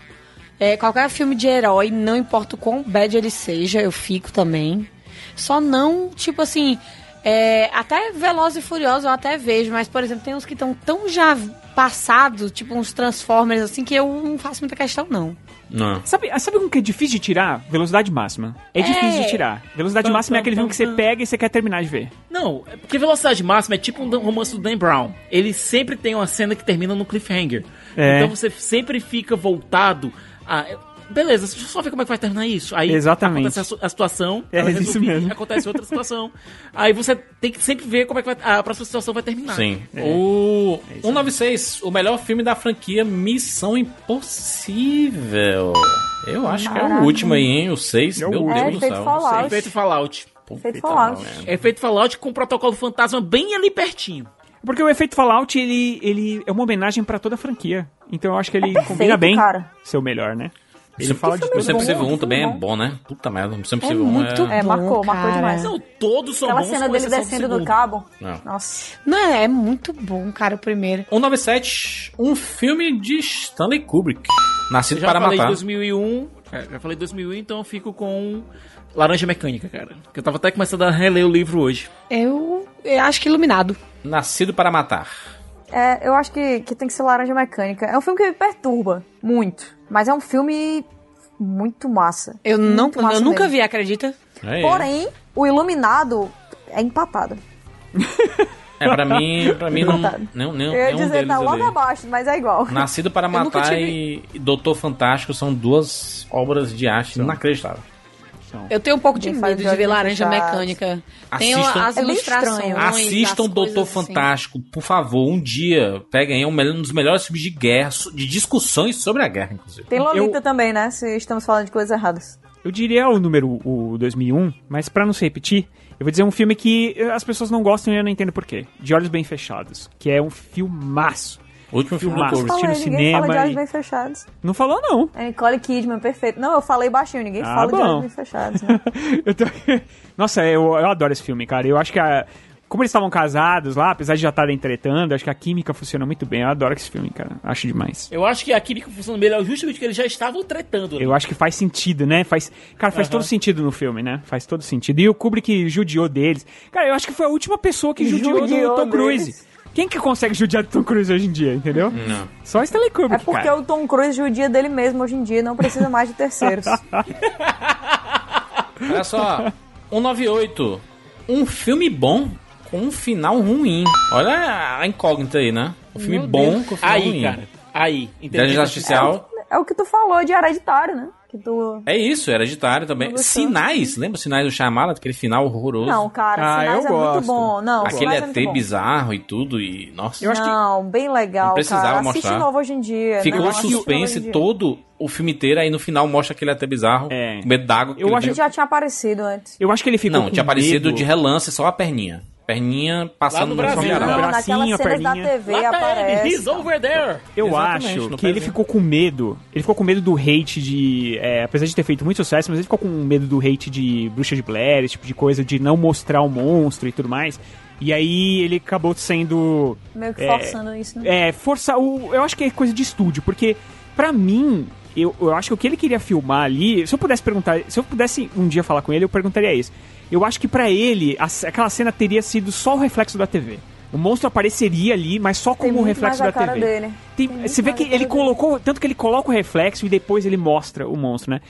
H: É, qualquer filme de herói, não importa o quão bad ele seja, eu fico também. Só não, tipo assim. é, até Veloz e Furioso eu até vejo, mas, por exemplo, tem uns que estão tão já passados, tipo uns Transformers, assim, que eu não faço muita questão, não.
B: Não.
D: Sabe, ah, sabe um que é difícil de tirar? Velocidade máxima. É,
H: É.
D: difícil de tirar. Velocidade
C: Pam,
D: máxima é
C: pam,
D: aquele
C: pam,
D: filme que você
C: pam.
D: pega e você quer terminar de ver.
C: Não, é porque Velocidade Máxima é tipo um romance do Dan Brown. Ele sempre tem uma cena que termina no cliffhanger.
D: É.
C: Então você sempre fica voltado a. beleza, deixa eu só ver como é que vai terminar isso. Aí
D: Exatamente.
C: acontece a su- a, situação,
D: É,
C: ela
D: isso
C: resolve,
D: mesmo.
C: acontece outra situação. Aí você tem que sempre ver como é que vai- a próxima situação vai terminar.
B: Sim. O 196, o melhor filme da franquia Missão Impossível. Eu acho que é o
C: Maravilha.
B: último aí, hein? O 6.
C: É o
B: Meu
C: último.
B: Deus
C: É,
B: do
C: Efeito
B: céu.
C: Fallout.
B: Efeito
C: Efeito Fallout.
E: Efeito Fallout.
C: Efeito É Fallout com o protocolo fantasma bem ali pertinho.
D: Porque o efeito Fallout, ele, ele é uma homenagem pra toda a franquia. Então eu acho
E: É
D: que ele
C: É perfeito,
D: combina bem
C: cara.
D: ser o melhor, né?
B: Ele fala de Missão Impossível 1 também é bom, né? Puta merda, Missão Impossível 1
H: muito
B: é...
H: bom, cara.
C: Não, todos são
E: Aquela
C: bons
E: cena
C: com
E: dele
C: exceção do
E: descendo do
C: segundo.
E: cabo.
B: Não.
E: Nossa.
H: Não, é muito bom, cara, o primeiro.
B: 197, um filme de Stanley Kubrick. Nascido
C: Eu já
B: para
C: falei
B: matar.
C: 2001, é, já falei 2001, então eu fico com Laranja Mecânica, cara. Que eu tava até começando a reler o livro hoje.
H: Eu, eu acho que iluminado.
B: Nascido para matar.
E: É, eu acho que, que tem que ser Laranja Mecânica. É um filme que me perturba muito. Mas é um filme muito massa.
H: Eu, não,
E: Muito massa
H: eu nunca
E: mesmo.
H: vi, acredita?
C: É.
E: Porém, o Iluminado é empatado.
B: É, pra mim, pra mim não,
E: Empatado.
B: não, não,
E: eu ia
B: nenhum
E: dizer,
B: deles
E: tá logo
B: ali.
E: abaixo, mas é igual.
B: Nascido para
E: Eu nunca
B: Matar
E: tive-
B: e Doutor Fantástico são duas obras de arte inacreditáveis.
H: Eu tenho um pouco de
E: Quem
H: medo
E: faz
H: de
E: Jorge
H: ver Laranja
E: Machado.
H: Mecânica. Tem
B: Assistam-
H: as
E: É bem
H: ilustrações.
E: estranho.
B: Assistam
H: as
B: Doutor
H: coisas assim.
B: Fantástico, por favor, um dia. Peguem aí é um mel- um dos melhores filmes de guerra, so- de discussões sobre a guerra, inclusive.
E: Tem Lolita também, né? Se estamos falando de coisas erradas.
D: Eu diria o número o 2001, mas pra não se repetir, eu vou dizer um filme que eh, as pessoas não gostam e eu não entendo porquê. De Olhos Bem Fechados, que é um filmaço.
B: O último filme do
D: filmaço.
B: Kubrick.
D: Assisti no
E: Falei, ninguém fala de
D: cinema
E: olhos
D: e...
E: bem fechados.
D: Não falou não.
E: É Nicole Kidman, perfeito. Não, eu falei baixinho, ninguém
D: Ah,
E: fala de
D: bom.
E: olhos bem fechados. Né?
D: Nossa, eu, eu adoro esse filme, cara. Eu acho que a... Como eles estavam casados lá, apesar de já estarem tretando, acho que a química funciona muito bem. Eu adoro esse filme, cara. Acho demais.
C: Eu acho que a química funciona melhor justamente porque eles já estavam tretando. né?
D: Eu acho que faz sentido, né? Faz, cara, faz
C: Aham.
D: todo sentido no filme, né? Faz todo sentido. E o Kubrick judiou deles. Cara, eu acho que foi a última pessoa que judiou,
E: Judiou
D: do Tom
E: deles.
D: Cruise. Quem que consegue judiar do Tom Cruise hoje em dia, entendeu?
B: Não.
D: Só Stanley
E: É
D: Kubrick,
E: porque
D: cara.
E: o Tom Cruise judia dele mesmo hoje em dia, não precisa mais de terceiros.
B: Olha só, 198. Um filme bom com um final ruim. Olha a incógnita aí, né? Um filme
C: Meu
B: bom
C: Deus.
B: com um final
C: Aí,
B: ruim.
C: cara. Aí,
B: Inteligência Artificial.
E: É o que tu falou de hereditário, né? Que tu.
B: É isso, hereditário também. Sinais, lembra Sinais do Chamada? Aquele final horroroso.
E: Não, cara,
D: Ah,
E: Sinais
D: eu
E: é muito
D: gosto.
E: bom. Não,
B: Aquele
E: Sinais
B: ET
E: é muito bom.
B: bizarro e tudo, e nossa.
E: Não, bem legal,
B: Não precisava
E: cara. Assiste
B: mostrar.
E: de novo hoje em dia.
B: Fica
E: não,
B: um
E: assiste de novo hoje em
B: suspense
E: dia.
B: todo o filme inteiro, aí no final mostra aquele até bizarro,
D: É.
B: com medo d'água. que
D: Eu
B: ele
D: acho-
E: Ele
B: tem.
E: já tinha aparecido antes.
D: Eu acho que ele ficou
B: Não,
D: com
B: tinha aparecido
D: medo.
B: de relance só a perninha. Perninha passando
C: no Brasil,
B: filme.
D: né?
E: Não,
D: bracinho,
E: naquelas
D: a
E: cenas da
D: perninha.
E: TV
C: Lá tá ele,
E: aparece.
C: he's over there.
D: Eu
B: Exatamente,
D: acho
B: no
D: que ele
B: pezinho.
D: ficou com medo. Ele ficou com medo do hate de. é, apesar de ter feito muito sucesso, mas ele ficou com medo do hate de Bruxa de Blair, esse tipo de coisa, de não mostrar o monstro e tudo mais. E aí ele acabou sendo.
E: Meio que
D: é,
E: forçando isso, né?
D: É, força. O, eu acho que é coisa de estúdio, porque pra mim. Eu, eu acho que o que ele queria filmar ali, se eu pudesse perguntar, se eu pudesse um dia falar com ele, eu perguntaria isso. Eu acho que pra ele, a- aquela cena teria sido só o reflexo da TV. O monstro apareceria ali, mas só
E: Tem
D: como o
E: muito
D: reflexo
E: mais a
D: da
E: cara
D: TV.
E: dele.
D: Tem-
E: Tem muito
D: você vê
E: mais
D: que
E: a cara
D: ele
E: dele.
D: colocou, tanto que ele coloca o reflexo e depois ele mostra o monstro, né?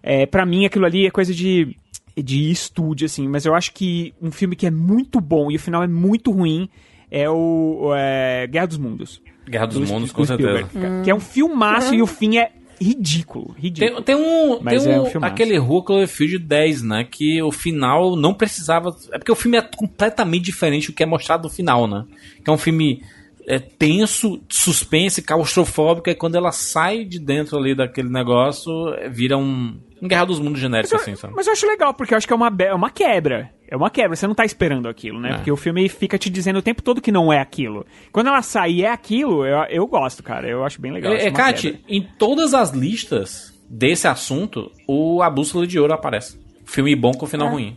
D: É, para mim aquilo ali é coisa de de estúdio assim, mas eu acho que um filme que é muito bom e o final é muito ruim é o, o, é, Guerra dos Mundos.
B: Guerra dos
D: Sp-
B: Mundos, com certeza.
D: né? Spielberg, cara, Que é um filmaço e o fim é ridículo, ridículo.
B: Tem, tem um,
D: Mas
B: tem
D: é
B: um,
D: um filmaço.
B: aquele Rua Cloverfield 10, né? Que o final não precisava. É porque o filme é completamente diferente do que é mostrado no final, né? Que é um filme é, tenso, de suspense, claustrofóbico, e quando ela sai de dentro ali daquele negócio, é, vira um, um Guerra dos Mundos genérico, assim, sabe?
D: Mas eu acho legal, porque eu acho que é uma, be- é uma quebra. É uma quebra, você não tá esperando aquilo, né?
B: É.
D: Porque o filme fica te dizendo o tempo todo que não é aquilo. Quando ela sai e é aquilo, eu, eu gosto, cara. Eu acho bem legal. acho
B: É, é,
D: uma
B: Kati,
D: quebra.
B: em todas as listas desse assunto, o A Bússola de Ouro aparece. Filme bom com final ruim.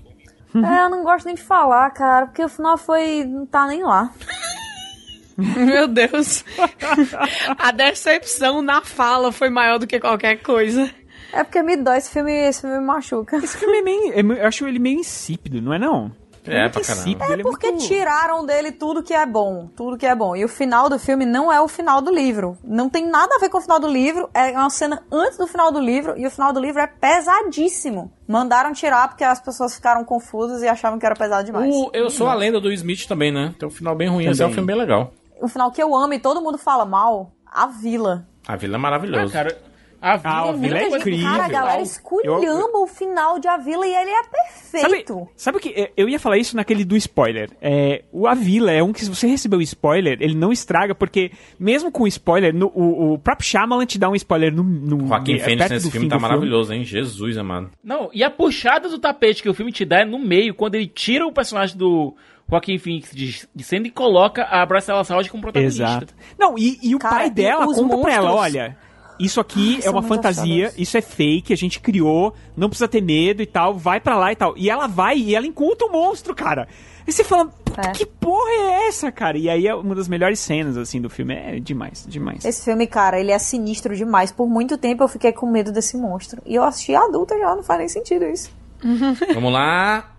E: É, eu não gosto nem de falar, cara, porque o final foi. não tá nem lá.
H: Meu Deus. a decepção na fala foi maior do que qualquer coisa.
E: É porque me dói, esse filme, esse filme me machuca.
D: Esse filme é meio. é meio- Eu acho ele meio insípido, não é não?
B: É,
D: muito
B: pra caramba.
D: insípido, ele é
E: Porque
D: muito-
E: tiraram dele tudo que é bom. Tudo que é bom. E o final do filme não é o final do livro. Não tem nada a ver com o final do livro. É uma cena antes do final do livro. E o final do livro é pesadíssimo. Mandaram tirar porque as pessoas ficaram confusas e achavam que era pesado demais.
B: O Eu Sou a Lenda do Smith também, né? Tem um final bem ruim, mas é um
D: Também.
B: filme bem legal.
E: Um O final que eu amo e todo mundo fala mal, A Vila.
B: A Vila é
C: Ah,
B: maravilhosa.
C: cara, A vila,
D: ah, a vila é
E: Muita gente-
D: incrível.
E: Cara, a galera esculhamba
D: Eu-
E: o final de A Vila e ele é perfeito.
D: Sabe o que? é, Eu ia falar isso naquele do spoiler. É, o A Vila é um que, se você recebeu o spoiler, ele não estraga, porque mesmo com o spoiler, no- o, o próprio Shyamalan te dá um spoiler no. no
B: Joaquim
D: é,
B: Fênix
D: perto
B: nesse
D: do
B: filme
D: fim
B: tá
D: do
B: maravilhoso, hein? Jesus amado.
C: Não, e a puxada do tapete que o filme te dá é no meio, quando ele tira o personagem do Joaquim Phoenix de, de cena e coloca a Bracela Saldi como protagonista.
D: Exato. Não, e, e o
C: Cara,
D: pai
C: e
D: dela
C: os
D: conta pra ela:
C: monstros?
D: olha, isso aqui é
C: são
D: uma
C: muito
D: fantasia,
C: assustadoras.
D: isso é fake, a gente criou, não precisa ter medo e tal, vai pra lá e tal. E ela vai e ela encontra o monstro, cara. E você fala, puta, que porra é essa, cara? E aí é uma das melhores cenas, assim, do filme. É demais, demais.
E: Esse filme, cara, ele é sinistro demais. Por muito tempo eu fiquei com medo desse monstro. E eu assisti adulta já, não faz nem sentido isso.
B: Vamos lá.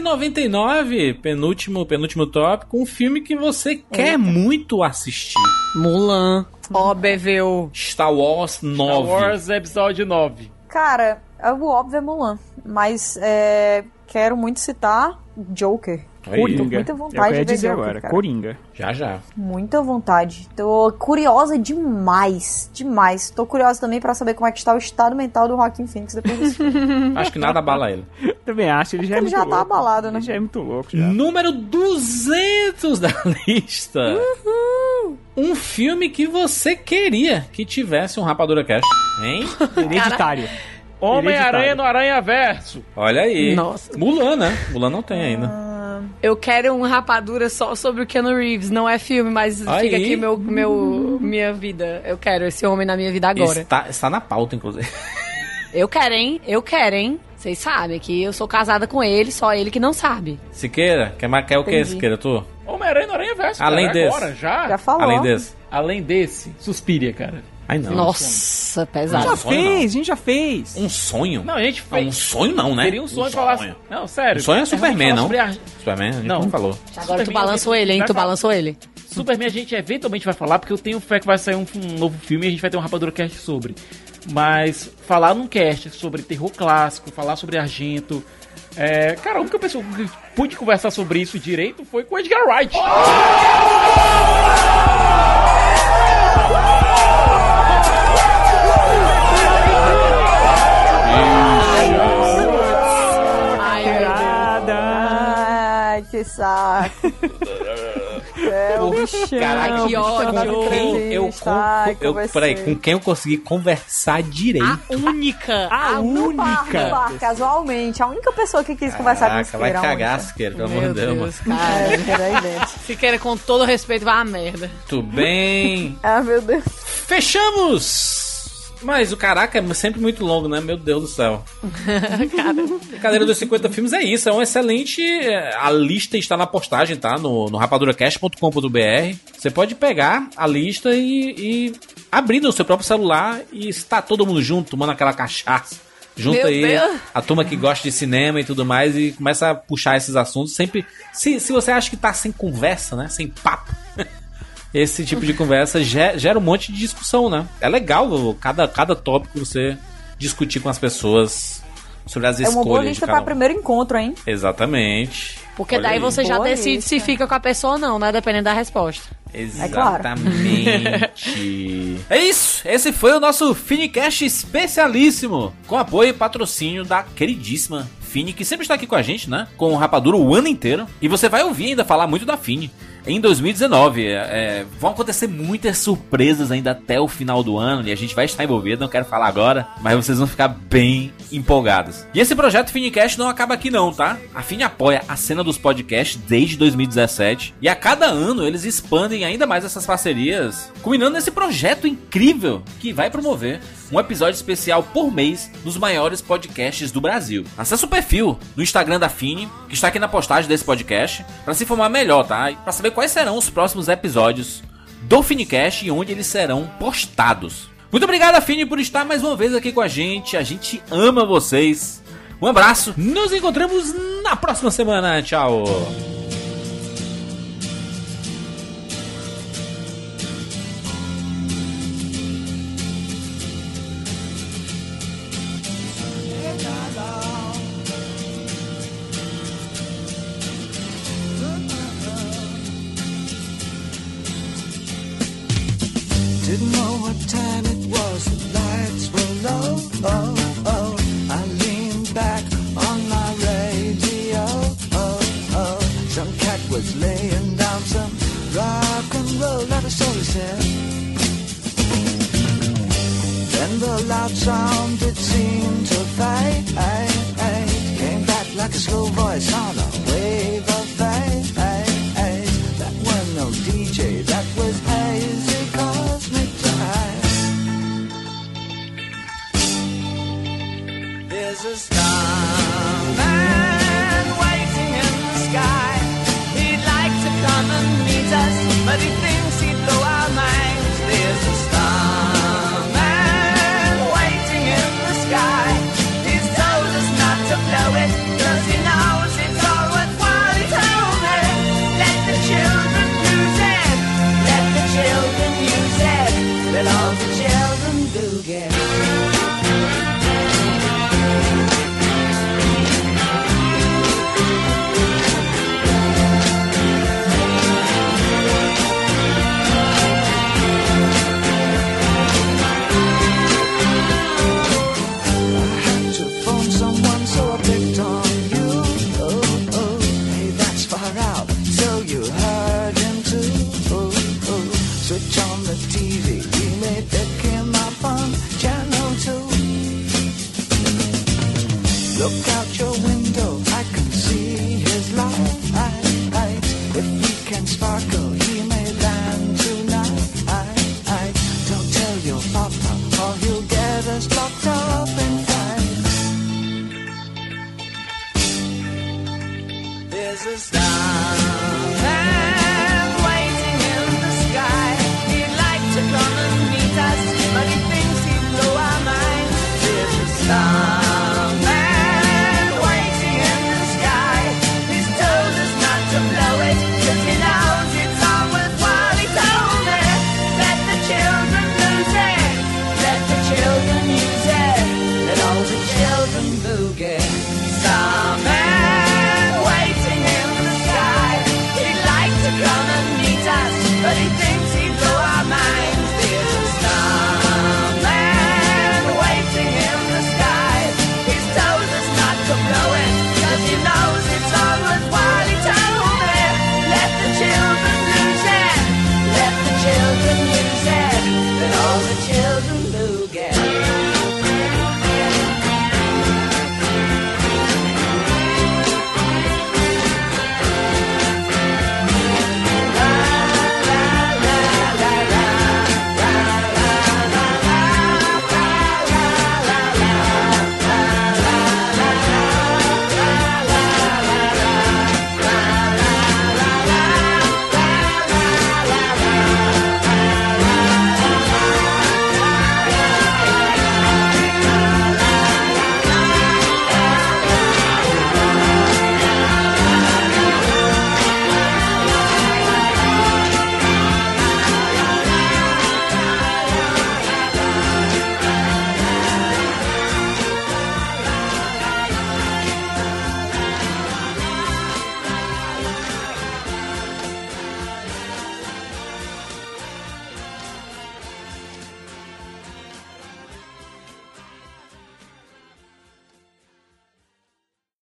B: 199, penúltimo, penúltimo tópico, um filme que você quer muito assistir.
H: Mulan. Ó, BVU.
B: Star Wars 9.
C: Star Wars Episódio 9.
E: Cara, o óbvio é Mulan. Mas é, quero muito citar Joker. Tô com muita
D: É
E: vontade de ver Joker, cara.
D: Coringa.
B: Já, já.
E: Muita vontade. Tô curiosa demais. Demais. Tô curiosa também pra saber como é que está o estado mental do Joaquim Phoenix depois desse filme.
B: Acho que nada abala ele.
D: Também acho, ele já é
E: Ele
D: muito
E: já tá
D: louco.
E: abalado, né?
D: Ele já é muito louco. Já.
B: Número 200 da lista. Um filme que você queria que tivesse um Rapadura Cast, hein?
D: Hereditário.
C: Homem-Aranha no Aranha Verso.
B: Olha aí.
H: Nossa.
B: Mulan, né? Mulan não tem ainda.
H: Eu quero um rapadura só sobre o Keanu Reeves. Não é filme, mas
B: Aí.
H: fica aqui meu, meu, minha vida. Eu quero esse homem na minha vida agora.
B: Está, está na pauta, inclusive.
H: Eu quero, hein? Eu quero, hein? Vocês sabem que eu sou casada com ele, só ele que não sabe.
B: Siqueira, quer marcar o que,
H: Entendi.
B: Siqueira, tu?
C: Homem-Aranha é no Aranha Verso.
B: Além
C: cara,
B: desse.
C: né? Agora, já?
H: Já falou.
B: Além desse.
C: Além desse, Suspiria, cara.
B: Ai, não.
H: Nossa,
D: A gente
H: pesado.
D: já
B: Um sonho,
D: fez,
B: não.
D: a gente já fez.
B: Um sonho?
C: Não, a gente
B: Ah,
C: fez.
B: um sonho não, né?
C: Seria um sonho falar... Não, sério.
B: Um sonho é
C: A gente
B: Superman,
C: fala
B: não?
C: sobre a-
B: Superman, a gente
C: Não.
B: não falou.
H: Agora tu balançou
B: é
H: ele, hein?
C: Vai
H: Tu
C: falar.
H: balançou ele.
C: Superman a gente eventualmente vai falar, porque eu tenho fé que vai sair um, um novo filme e a gente vai ter um Rapadura Cast sobre. Mas falar num cast sobre terror clássico, falar sobre Argento... É, cara, a única pessoa que pude conversar sobre isso direito foi com o Edgar Wright.
E: Ai, que saco. é, o bichão.
B: Caraca,
E: o
B: que
E: bichão da
B: ódio. Quem eu,
E: entrevista. Ai,
B: eu, peraí, com
E: conversei. Ah,
B: quem eu consegui conversar direito?
H: Única.
D: A
E: Par, no
D: única.
E: bar, casualmente. A única pessoa que quis conversar com
B: Caraca,
E: o
B: vai
E: Siqueira.
B: cagar,
E: ontem.
B: Siqueira, pelo amor de Deus. mano.
E: É, Siqueira aí dentro.
H: Siqueira, com todo respeito, vai a merda.
B: Muito bem.
E: Ah, meu Deus.
B: Fechamos! Mas o caraca é sempre muito longo, né? Meu Deus do céu. Brincadeira dos 50 filmes é isso, é um excelente. é, A lista está na postagem, tá? No, no rapaduracast.com.br. Você pode pegar a lista e, e abrir no seu próprio celular e estar todo mundo junto, tomando aquela cachaça. Junta
H: Meu
B: aí
H: Deus.
B: a turma que gosta de cinema e tudo mais e começa a puxar esses assuntos. Sempre. Se, se você acha que tá sem conversa, né? Sem papo. Esse tipo de conversa ge- gera um monte de discussão, né? É legal vô, cada, cada tópico você discutir com as pessoas sobre as
E: É uma boa
B: escolhas de
E: lista
B: cada
E: pra
B: um.
E: primeiro encontro, hein?
B: Exatamente.
H: Porque
B: Olha
H: daí
B: aí.
H: você já
E: Boa
H: decide
E: lista.
H: se fica com a pessoa ou não, né? Dependendo da resposta.
E: É claro.
B: Exatamente. É, isso. Esse foi o nosso Finicast especialíssimo. Com apoio e patrocínio da queridíssima Fini, que sempre está aqui com a gente, né? Com o Rapadura o ano inteiro. E você vai ouvir ainda falar muito da Fini. Em 2019, É, é, vão acontecer muitas surpresas ainda até o final do ano e a gente vai estar envolvido, não quero falar agora, mas vocês vão ficar bem empolgados. E esse projeto Finicast não acaba aqui não, tá? A Fini apoia a cena dos podcasts desde 2017 e a cada ano eles expandem ainda mais essas parcerias, culminando nesse projeto incrível que vai promover um episódio especial por mês dos maiores podcasts do Brasil. Acesse o perfil no Instagram da Fini, que está aqui na postagem desse podcast, para se informar melhor, tá? E para saber quais serão os próximos episódios do Finicast e onde eles serão postados. Muito obrigado, Fini, por estar mais uma vez aqui com a gente. A gente ama vocês. Um abraço. Nos encontramos na próxima semana. Tchau.
L: Didn't know what time it was, the lights oh, slow voice on a wave of haze, haze, haze. That was no DJ, that was hazy cosmic time. There's a starman waiting in the sky. He'd like to come and meet us, but he thinks he'd blow our minds. There's a starman waiting in the sky. He's told us not to blow it, cause he knows it's all worthwhile. It's over. Let the children use it. Let the children use it. Let all the children do to phone someone, so I picked on you. Oh, oh, hey, that's far out. So you heard him too. Oh, oh, switch on the TV. We may pick him up on channel two. Look out your window, I can see his light. If he can sparkle, he may land tonight. Don't tell your papa, or he'll get us locked up in time. There's a star